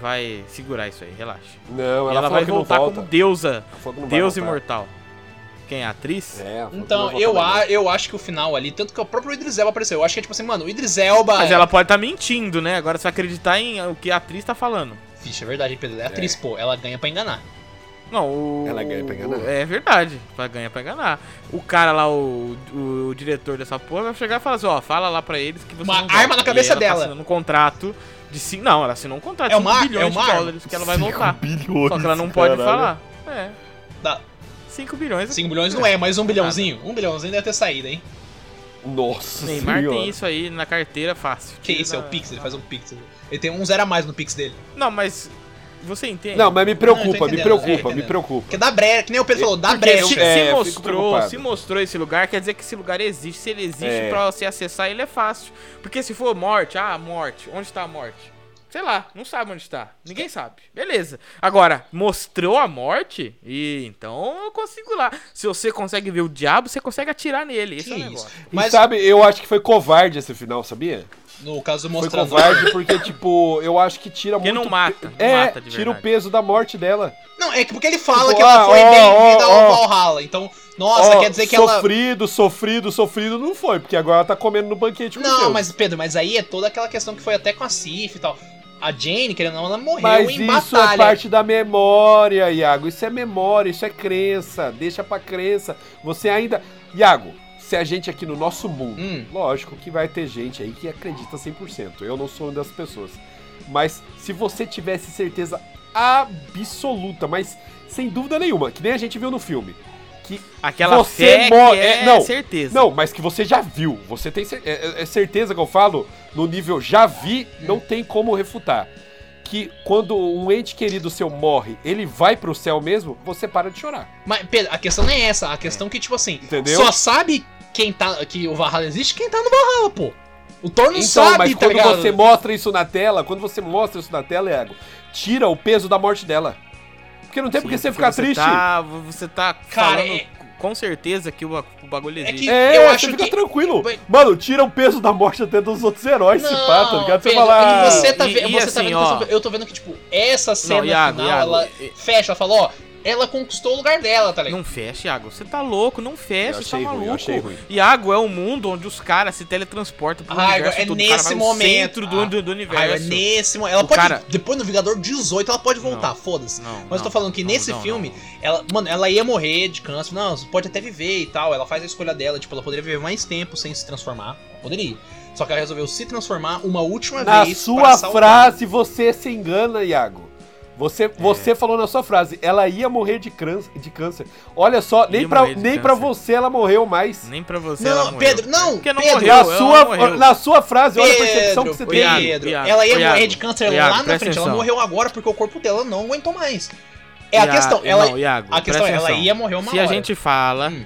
[SPEAKER 1] Vai segurar isso aí, relaxa.
[SPEAKER 2] Não,
[SPEAKER 1] E
[SPEAKER 2] ela,
[SPEAKER 1] ela
[SPEAKER 2] falou
[SPEAKER 1] vai
[SPEAKER 2] que não
[SPEAKER 1] voltar
[SPEAKER 2] volta.
[SPEAKER 1] como deusa.
[SPEAKER 2] Ela falou que não vai
[SPEAKER 1] Deus
[SPEAKER 2] voltar.
[SPEAKER 1] imortal. Quem? A atriz?
[SPEAKER 2] É, ela falou que não
[SPEAKER 3] Então,
[SPEAKER 2] vai
[SPEAKER 3] eu,
[SPEAKER 2] voltar mais.
[SPEAKER 3] a, eu acho que o final ali, tanto que o próprio Idris Elba apareceu. Eu acho que é tipo assim, mano, o Idris Elba. é
[SPEAKER 2] É.
[SPEAKER 1] Mas ela pode estar mentindo, né? Agora você vai acreditar em o que a atriz tá falando.
[SPEAKER 3] Vixe, é verdade, hein, Pedro. É atriz, pô. Ela ganha pra enganar.
[SPEAKER 1] Não, o.
[SPEAKER 2] Ela ganha pra enganar.
[SPEAKER 1] o- É verdade. Vai ganhar pra enganar. O cara lá, o, o, o diretor dessa porra, vai chegar e falar assim: ó, fala lá pra eles que você.
[SPEAKER 3] Uma
[SPEAKER 1] não vai.
[SPEAKER 3] arma na
[SPEAKER 1] E
[SPEAKER 3] cabeça
[SPEAKER 1] ela
[SPEAKER 3] dela.
[SPEAKER 1] Tá assinando um contrato de. cin- Não, ela assinou um contrato
[SPEAKER 3] É
[SPEAKER 1] de
[SPEAKER 3] uma
[SPEAKER 1] 5
[SPEAKER 3] ar-
[SPEAKER 1] bilhões
[SPEAKER 3] é uma
[SPEAKER 1] de
[SPEAKER 3] arma.
[SPEAKER 1] dólares que ela vai voltar.
[SPEAKER 2] Bilhões,
[SPEAKER 1] Só que ela não pode
[SPEAKER 2] caralho.
[SPEAKER 1] falar. É.
[SPEAKER 3] Dá.
[SPEAKER 1] 5 bilhões.
[SPEAKER 3] 5 bilhões não é, mas um bilhãozinho. Um bilhãozinho deve ter saído, hein?
[SPEAKER 2] Nossa
[SPEAKER 1] Neymar
[SPEAKER 2] senhora.
[SPEAKER 1] tem isso aí na carteira fácil.
[SPEAKER 3] Que isso, é
[SPEAKER 1] Na-
[SPEAKER 3] o Pix, ele faz um Pix. Ele tem um zero a mais no Pix dele.
[SPEAKER 1] Não, mas. Você entende?
[SPEAKER 2] Não, mas me
[SPEAKER 3] Não, eu
[SPEAKER 2] preocupa,
[SPEAKER 3] tô
[SPEAKER 2] me
[SPEAKER 3] entendendo, eu tô
[SPEAKER 2] preocupa, me
[SPEAKER 3] entendendo.
[SPEAKER 2] preocupa.
[SPEAKER 3] Porque dá brecha, que nem o Pedro falou, dá
[SPEAKER 1] Porque se,
[SPEAKER 3] brecha.
[SPEAKER 2] É,
[SPEAKER 1] se
[SPEAKER 2] fico
[SPEAKER 1] mostrou,
[SPEAKER 2] preocupado.
[SPEAKER 1] se mostrou esse lugar, quer dizer que esse lugar existe. Se ele existe,
[SPEAKER 2] É.
[SPEAKER 1] pra você acessar, ele é fácil. Porque se for morte, ah, morte. Onde tá a morte? Sei lá, não sabe onde tá. Ninguém sabe. Beleza. Agora, mostrou a morte? E então eu consigo ir lá. Se você consegue ver o diabo, você consegue atirar nele. Esse
[SPEAKER 3] Que
[SPEAKER 1] é o
[SPEAKER 3] isso?
[SPEAKER 1] negócio.
[SPEAKER 2] Mas...
[SPEAKER 3] Mas-
[SPEAKER 2] sabe, eu acho que foi covarde esse final, sabia?
[SPEAKER 3] No caso,
[SPEAKER 2] Foi
[SPEAKER 3] mostrando.
[SPEAKER 2] covarde
[SPEAKER 3] [LAUGHS]
[SPEAKER 2] porque, tipo, eu acho que tira
[SPEAKER 1] Porque
[SPEAKER 2] muito...
[SPEAKER 1] não mata, não
[SPEAKER 2] É,
[SPEAKER 1] mata de
[SPEAKER 2] tira o
[SPEAKER 1] verdade.
[SPEAKER 2] peso da morte dela.
[SPEAKER 3] Não, é que porque ele fala
[SPEAKER 2] Tipo,
[SPEAKER 3] que ela
[SPEAKER 2] ah,
[SPEAKER 3] foi
[SPEAKER 2] ó,
[SPEAKER 3] bem-vinda
[SPEAKER 2] ó,
[SPEAKER 3] ao
[SPEAKER 2] ó.
[SPEAKER 3] Valhalla. Então, nossa,
[SPEAKER 2] Ó,
[SPEAKER 3] quer dizer que ela.
[SPEAKER 2] Sofrido, sofrido, sofrido não foi, porque agora ela tá comendo no banquete com
[SPEAKER 3] Não,
[SPEAKER 2] Deus.
[SPEAKER 3] mas Pedro, mas aí é toda aquela questão que foi até com a Sif e tal. A Jane, querendo ou não, ela morreu
[SPEAKER 2] Mas
[SPEAKER 3] em
[SPEAKER 2] isso é
[SPEAKER 3] batalha.
[SPEAKER 2] parte da memória, Iago. Isso é memória, isso é crença. Deixa pra crença. Você ainda. Iago, se a gente aqui no nosso mundo.
[SPEAKER 3] Hum.
[SPEAKER 2] Lógico que vai ter gente aí que acredita 100%. Eu não sou uma dessas pessoas. Mas se você tivesse certeza absoluta, mas sem dúvida nenhuma, que nem a gente viu no filme. Que,
[SPEAKER 1] Aquela
[SPEAKER 2] Você
[SPEAKER 1] fé
[SPEAKER 2] mo-
[SPEAKER 1] que é,
[SPEAKER 2] é, não.
[SPEAKER 1] certeza.
[SPEAKER 2] não, mas que você já viu. Você tem cer- é, é- é certeza que eu falo no nível já vi, não tem como refutar. Que quando um ente querido seu morre, ele vai pro céu mesmo, você para de chorar.
[SPEAKER 3] Mas, Pedro, a questão não é essa. A questão que, tipo assim,
[SPEAKER 2] Entendeu?
[SPEAKER 3] só sabe quem tá. Que o Valhalla existe quem tá no Valhalla, pô. O Thor não
[SPEAKER 2] Então,
[SPEAKER 3] sabe,
[SPEAKER 2] mas
[SPEAKER 3] tá
[SPEAKER 2] quando
[SPEAKER 3] ligado?
[SPEAKER 2] você mostra isso na tela, quando você mostra isso na tela, Iago, tira o peso da morte dela. Porque não tem por que
[SPEAKER 1] Sim,
[SPEAKER 2] você
[SPEAKER 1] porque
[SPEAKER 2] ficar triste.
[SPEAKER 1] Tá, você tá
[SPEAKER 3] Cara,
[SPEAKER 1] falando
[SPEAKER 3] é-
[SPEAKER 1] com certeza que o, ba- o bagulho
[SPEAKER 3] É
[SPEAKER 1] existe.
[SPEAKER 3] que-
[SPEAKER 2] É,
[SPEAKER 3] eu
[SPEAKER 2] você
[SPEAKER 3] acho
[SPEAKER 2] fica
[SPEAKER 3] que-
[SPEAKER 2] tranquilo.
[SPEAKER 3] Bem-
[SPEAKER 2] Mano, tira o peso da morte até dos outros heróis, se
[SPEAKER 3] Não,
[SPEAKER 2] pá, tá ligado? Você
[SPEAKER 3] Pedro,
[SPEAKER 2] fala.
[SPEAKER 3] e você tá,
[SPEAKER 1] e-
[SPEAKER 3] ve-
[SPEAKER 1] e
[SPEAKER 3] você tá
[SPEAKER 1] assim,
[SPEAKER 3] vendo
[SPEAKER 1] ó.
[SPEAKER 3] que eu tô- eu tô vendo que, tipo, essa cena
[SPEAKER 1] Iago,
[SPEAKER 3] final,
[SPEAKER 1] Iago,
[SPEAKER 3] ela
[SPEAKER 1] e-
[SPEAKER 3] fecha, ela fala, ó, ela conquistou o lugar dela, tá ligado?
[SPEAKER 1] Não fecha, Iago. Você tá louco, não fecha,
[SPEAKER 2] Eu
[SPEAKER 1] você tá
[SPEAKER 2] achei ruim, eu
[SPEAKER 1] maluco.
[SPEAKER 2] achei ruim.
[SPEAKER 1] Iago é o mundo onde os caras se teletransportam pro
[SPEAKER 3] Ah,
[SPEAKER 1] universo
[SPEAKER 3] é
[SPEAKER 1] todo.
[SPEAKER 3] nesse
[SPEAKER 1] o cara vai no
[SPEAKER 3] momento.
[SPEAKER 1] centro do,
[SPEAKER 3] Ah.
[SPEAKER 1] do, do
[SPEAKER 3] Aí,
[SPEAKER 1] universo.
[SPEAKER 3] nesse momento, ela
[SPEAKER 1] assim, O
[SPEAKER 3] pode,
[SPEAKER 1] cara-
[SPEAKER 3] depois no Vingador 18, ela pode voltar,
[SPEAKER 1] Não.
[SPEAKER 3] foda-se.
[SPEAKER 1] Não,
[SPEAKER 3] Mas eu tô
[SPEAKER 1] não,
[SPEAKER 3] falando que
[SPEAKER 1] não,
[SPEAKER 3] nesse
[SPEAKER 1] não,
[SPEAKER 3] filme, ela, mano, ela ia morrer de câncer, não, você pode até viver e tal, ela faz a escolha dela, tipo, ela poderia viver mais tempo sem se transformar, poderia. Só que ela resolveu se transformar uma última
[SPEAKER 2] Na
[SPEAKER 3] vez
[SPEAKER 2] sua
[SPEAKER 3] salvar.
[SPEAKER 2] frase, você se engana, Iago.
[SPEAKER 1] É.
[SPEAKER 2] Você, você falou na sua frase, ela ia morrer de câncer. De câncer. Olha só, nem,
[SPEAKER 1] Ia
[SPEAKER 2] pra,
[SPEAKER 1] morrer de
[SPEAKER 2] nem pra
[SPEAKER 1] câncer.
[SPEAKER 2] você ela morreu mais.
[SPEAKER 1] Nem pra você.
[SPEAKER 3] Não,
[SPEAKER 1] ela morreu.
[SPEAKER 3] Pedro, não,
[SPEAKER 1] Porque não
[SPEAKER 3] Pedro.
[SPEAKER 1] morreu,
[SPEAKER 2] na,
[SPEAKER 1] ela
[SPEAKER 2] sua,
[SPEAKER 1] não morreu.
[SPEAKER 2] na sua frase, olha a percepção
[SPEAKER 3] Pedro,
[SPEAKER 2] que você
[SPEAKER 1] ô,
[SPEAKER 2] tem.
[SPEAKER 1] Iago,
[SPEAKER 3] Pedro,
[SPEAKER 1] Iago,
[SPEAKER 3] ela ia
[SPEAKER 1] Iago,
[SPEAKER 3] morrer de câncer
[SPEAKER 1] Iago,
[SPEAKER 3] lá na
[SPEAKER 1] presta
[SPEAKER 3] frente, ela
[SPEAKER 1] atenção.
[SPEAKER 3] morreu agora porque o corpo dela não aguentou mais. É a
[SPEAKER 1] Ia-
[SPEAKER 3] questão, ela,
[SPEAKER 1] Não, Iago,
[SPEAKER 3] a questão é,
[SPEAKER 1] presta
[SPEAKER 3] ela
[SPEAKER 1] atenção.
[SPEAKER 3] ia morrer uma
[SPEAKER 1] se
[SPEAKER 3] hora.
[SPEAKER 1] a gente fala
[SPEAKER 3] Hum.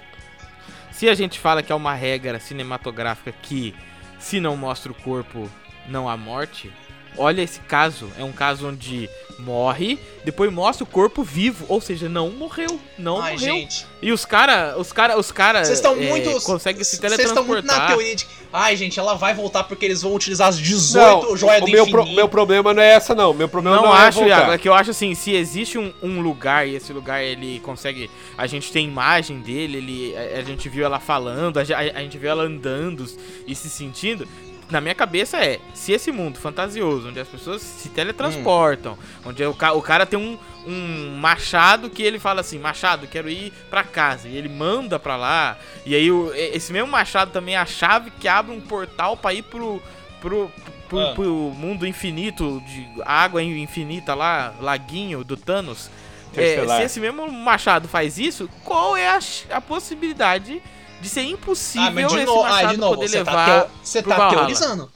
[SPEAKER 1] se a gente fala que é uma regra cinematográfica que se não mostra o corpo não há morte olha esse caso é um caso onde morre depois mostra o corpo vivo ou seja não morreu não
[SPEAKER 3] Ai,
[SPEAKER 1] morreu
[SPEAKER 3] gente.
[SPEAKER 1] e os cara os cara os cara
[SPEAKER 3] Vocês estão
[SPEAKER 1] é,
[SPEAKER 3] muito.
[SPEAKER 1] consegue se
[SPEAKER 3] Vocês estão
[SPEAKER 1] teletransportar
[SPEAKER 3] muito na teoria de. Ai, gente, ela vai voltar porque eles vão utilizar as 18
[SPEAKER 2] Não,
[SPEAKER 3] joias
[SPEAKER 2] o
[SPEAKER 3] do
[SPEAKER 2] meu, pro-
[SPEAKER 3] infinito.
[SPEAKER 2] meu problema não é essa, não. Meu problema
[SPEAKER 1] não,
[SPEAKER 2] não, é
[SPEAKER 1] acho,
[SPEAKER 2] voltar.
[SPEAKER 1] Iago, é que eu acho assim, se existe um, um lugar e esse lugar ele consegue. A gente tem imagem dele, ele, a, a gente viu ela falando, a, ge- a- a gente viu ela andando e se sentindo. Na minha cabeça é, se esse mundo fantasioso, onde as pessoas se teletransportam, onde o, ca- o cara tem um, um machado que ele fala assim, machado, quero ir pra casa, e ele manda pra lá, e aí o- e- esse mesmo machado também é a chave que abre um portal pra ir pro, pro, pro,
[SPEAKER 3] Ah.
[SPEAKER 1] pro mundo infinito, de água in- infinita lá, laguinho do Thanos. É,
[SPEAKER 2] Interestelar.
[SPEAKER 1] se esse mesmo machado faz isso, qual é a, ch- a possibilidade de ser impossível
[SPEAKER 3] Ah, mas de
[SPEAKER 1] esse
[SPEAKER 3] novo,
[SPEAKER 1] machado
[SPEAKER 3] ai, de novo,
[SPEAKER 1] poder
[SPEAKER 3] você
[SPEAKER 1] levar...
[SPEAKER 3] tá, teo- você
[SPEAKER 1] pro
[SPEAKER 3] tá
[SPEAKER 1] Valhalla.
[SPEAKER 3] teorizando.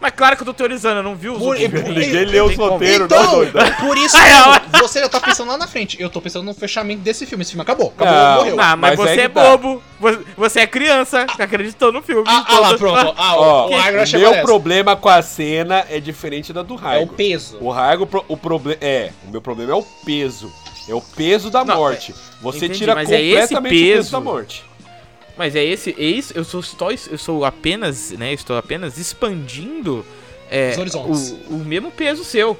[SPEAKER 1] Mas claro que eu tô teorizando, eu não vi os
[SPEAKER 3] [LAUGHS] Por-
[SPEAKER 1] outros
[SPEAKER 3] por-
[SPEAKER 1] filmes.
[SPEAKER 2] Ninguém leu os
[SPEAKER 1] Tem como.
[SPEAKER 2] roteiros, não,
[SPEAKER 3] Então,
[SPEAKER 2] doido.
[SPEAKER 1] [LAUGHS]
[SPEAKER 3] por isso
[SPEAKER 1] Ai,
[SPEAKER 3] mesmo, você já tá pensando lá na frente. Eu tô pensando no fechamento desse filme. Esse filme acabou. Acabou,
[SPEAKER 2] Não,
[SPEAKER 3] morreu.
[SPEAKER 1] Não, mas,
[SPEAKER 2] Mas é
[SPEAKER 1] você
[SPEAKER 2] que
[SPEAKER 1] é
[SPEAKER 2] tá.
[SPEAKER 1] bobo, vo- você é criança, tá acreditando no filme. então tá.
[SPEAKER 3] Ah, ah lá,
[SPEAKER 1] Todo-
[SPEAKER 3] pronto. Ah,
[SPEAKER 2] Ó,
[SPEAKER 3] o,
[SPEAKER 1] é
[SPEAKER 3] o Agra
[SPEAKER 2] o
[SPEAKER 3] chegou
[SPEAKER 2] meu
[SPEAKER 3] nessa.
[SPEAKER 2] problema com a cena é diferente da do
[SPEAKER 3] É o
[SPEAKER 2] Raigo.
[SPEAKER 3] peso.
[SPEAKER 2] O Raigo, pro- o problema. É, o meu problema é o peso. É o peso da
[SPEAKER 1] Não,
[SPEAKER 2] morte. Você
[SPEAKER 1] entendi,
[SPEAKER 2] tira
[SPEAKER 1] mas é
[SPEAKER 2] completamente
[SPEAKER 1] esse
[SPEAKER 2] o peso
[SPEAKER 1] peso.
[SPEAKER 2] da morte.
[SPEAKER 1] [LAUGHS] Mas é esse, é isso, eu sou só, eu sou apenas, né, estou apenas expandindo é,
[SPEAKER 3] Os horizontes.
[SPEAKER 1] o, o mesmo peso seu.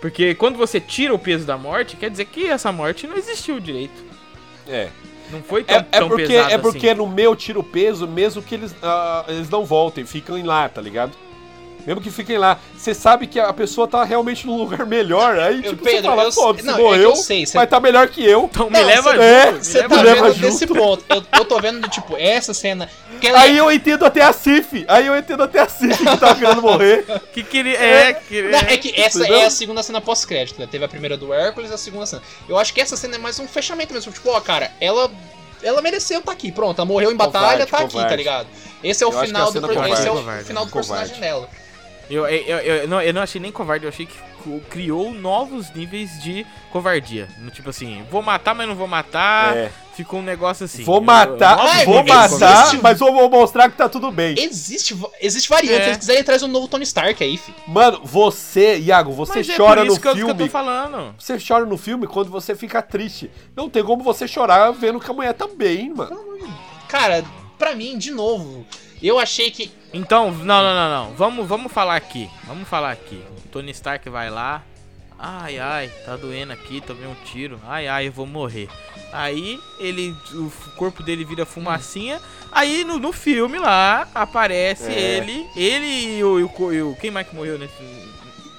[SPEAKER 1] Porque quando você tira o peso da morte, quer dizer que essa morte não existiu direito.
[SPEAKER 2] É.
[SPEAKER 1] Não foi tão,
[SPEAKER 2] É, é
[SPEAKER 1] tão
[SPEAKER 2] porque,
[SPEAKER 1] pesada
[SPEAKER 2] é porque
[SPEAKER 1] assim.
[SPEAKER 2] no meu tiro o peso, mesmo que eles, ah, eles não voltem, ficam lá, tá ligado? Mesmo que fiquem lá, você sabe que a pessoa tá realmente num lugar [LAUGHS] melhor. Aí,
[SPEAKER 3] Eu-
[SPEAKER 2] tipo, você
[SPEAKER 3] Pedro,
[SPEAKER 2] fala,
[SPEAKER 3] eu-
[SPEAKER 2] pô, se
[SPEAKER 3] não, é que
[SPEAKER 2] morreu,
[SPEAKER 3] eu sei, cê-
[SPEAKER 2] vai tá melhor que eu.
[SPEAKER 1] Então
[SPEAKER 3] Não,
[SPEAKER 1] me leva
[SPEAKER 3] cê-
[SPEAKER 1] junto,
[SPEAKER 2] é,
[SPEAKER 1] me
[SPEAKER 3] Você
[SPEAKER 1] leva
[SPEAKER 3] tá
[SPEAKER 1] junto.
[SPEAKER 2] leva
[SPEAKER 3] vendo desse ponto. Eu, eu tô vendo, tipo, essa cena. Que ela
[SPEAKER 2] Aí eu entendo até a Cif. Aí eu entendo até a Cif que tá querendo morrer.
[SPEAKER 1] Que queria, é, que-
[SPEAKER 3] Não, é que essa
[SPEAKER 2] Entendeu?
[SPEAKER 3] é a segunda cena pós-crédito, né? Teve a primeira do Hércules e a segunda cena. Eu acho que essa cena é mais um fechamento mesmo. Tipo, ó, cara, ela. Ela mereceu tá aqui, pronto. Ela morreu em
[SPEAKER 2] Covarde,
[SPEAKER 3] batalha, tá aqui,
[SPEAKER 2] covarde.
[SPEAKER 3] tá ligado? Esse é
[SPEAKER 2] Eu
[SPEAKER 3] o
[SPEAKER 2] acho que é
[SPEAKER 3] final
[SPEAKER 2] a
[SPEAKER 3] do
[SPEAKER 2] cena
[SPEAKER 3] per-
[SPEAKER 1] covarde.
[SPEAKER 3] esse é o
[SPEAKER 1] Covarde,
[SPEAKER 3] final do
[SPEAKER 2] covarde.
[SPEAKER 3] personagem dela.
[SPEAKER 1] Eu, eu, eu, eu não, eu não achei nem covarde, eu achei que cu- criou novos níveis de covardia. No Tipo assim, vou matar, mas não vou matar.
[SPEAKER 2] É.
[SPEAKER 1] Ficou um negócio assim.
[SPEAKER 2] vou
[SPEAKER 1] Eu-
[SPEAKER 2] matar,
[SPEAKER 1] novos
[SPEAKER 3] Ai,
[SPEAKER 2] vou
[SPEAKER 1] níveis de
[SPEAKER 2] matar,
[SPEAKER 1] covardia.
[SPEAKER 2] mas eu vou mostrar que tá tudo bem.
[SPEAKER 3] Existe, va- existe variante.
[SPEAKER 1] É.
[SPEAKER 3] Se eles quiserem, traz um novo Tony Stark aí, fi.
[SPEAKER 2] Mano, você, Iago, você
[SPEAKER 1] Mas é
[SPEAKER 2] chora
[SPEAKER 1] por
[SPEAKER 2] no
[SPEAKER 1] isso que eu- que eu
[SPEAKER 2] filme.
[SPEAKER 1] tô falando.
[SPEAKER 2] Você chora no filme quando você fica triste. Não tem como você chorar vendo que a mulher tá bem, mano.
[SPEAKER 3] Cara, pra mim, de novo, eu achei que.
[SPEAKER 1] Então, não, não, não, não. Vamos, vamos falar aqui. Vamos falar aqui. Tony Stark vai lá. Ai, ai, tá doendo aqui, tomei um tiro. Ai, ai, eu vou morrer. Aí ele, o f- corpo dele vira fumacinha. Aí no, no filme lá aparece
[SPEAKER 2] É.
[SPEAKER 1] ele, ele e o, e o co- e o- quem mais que morreu nesse,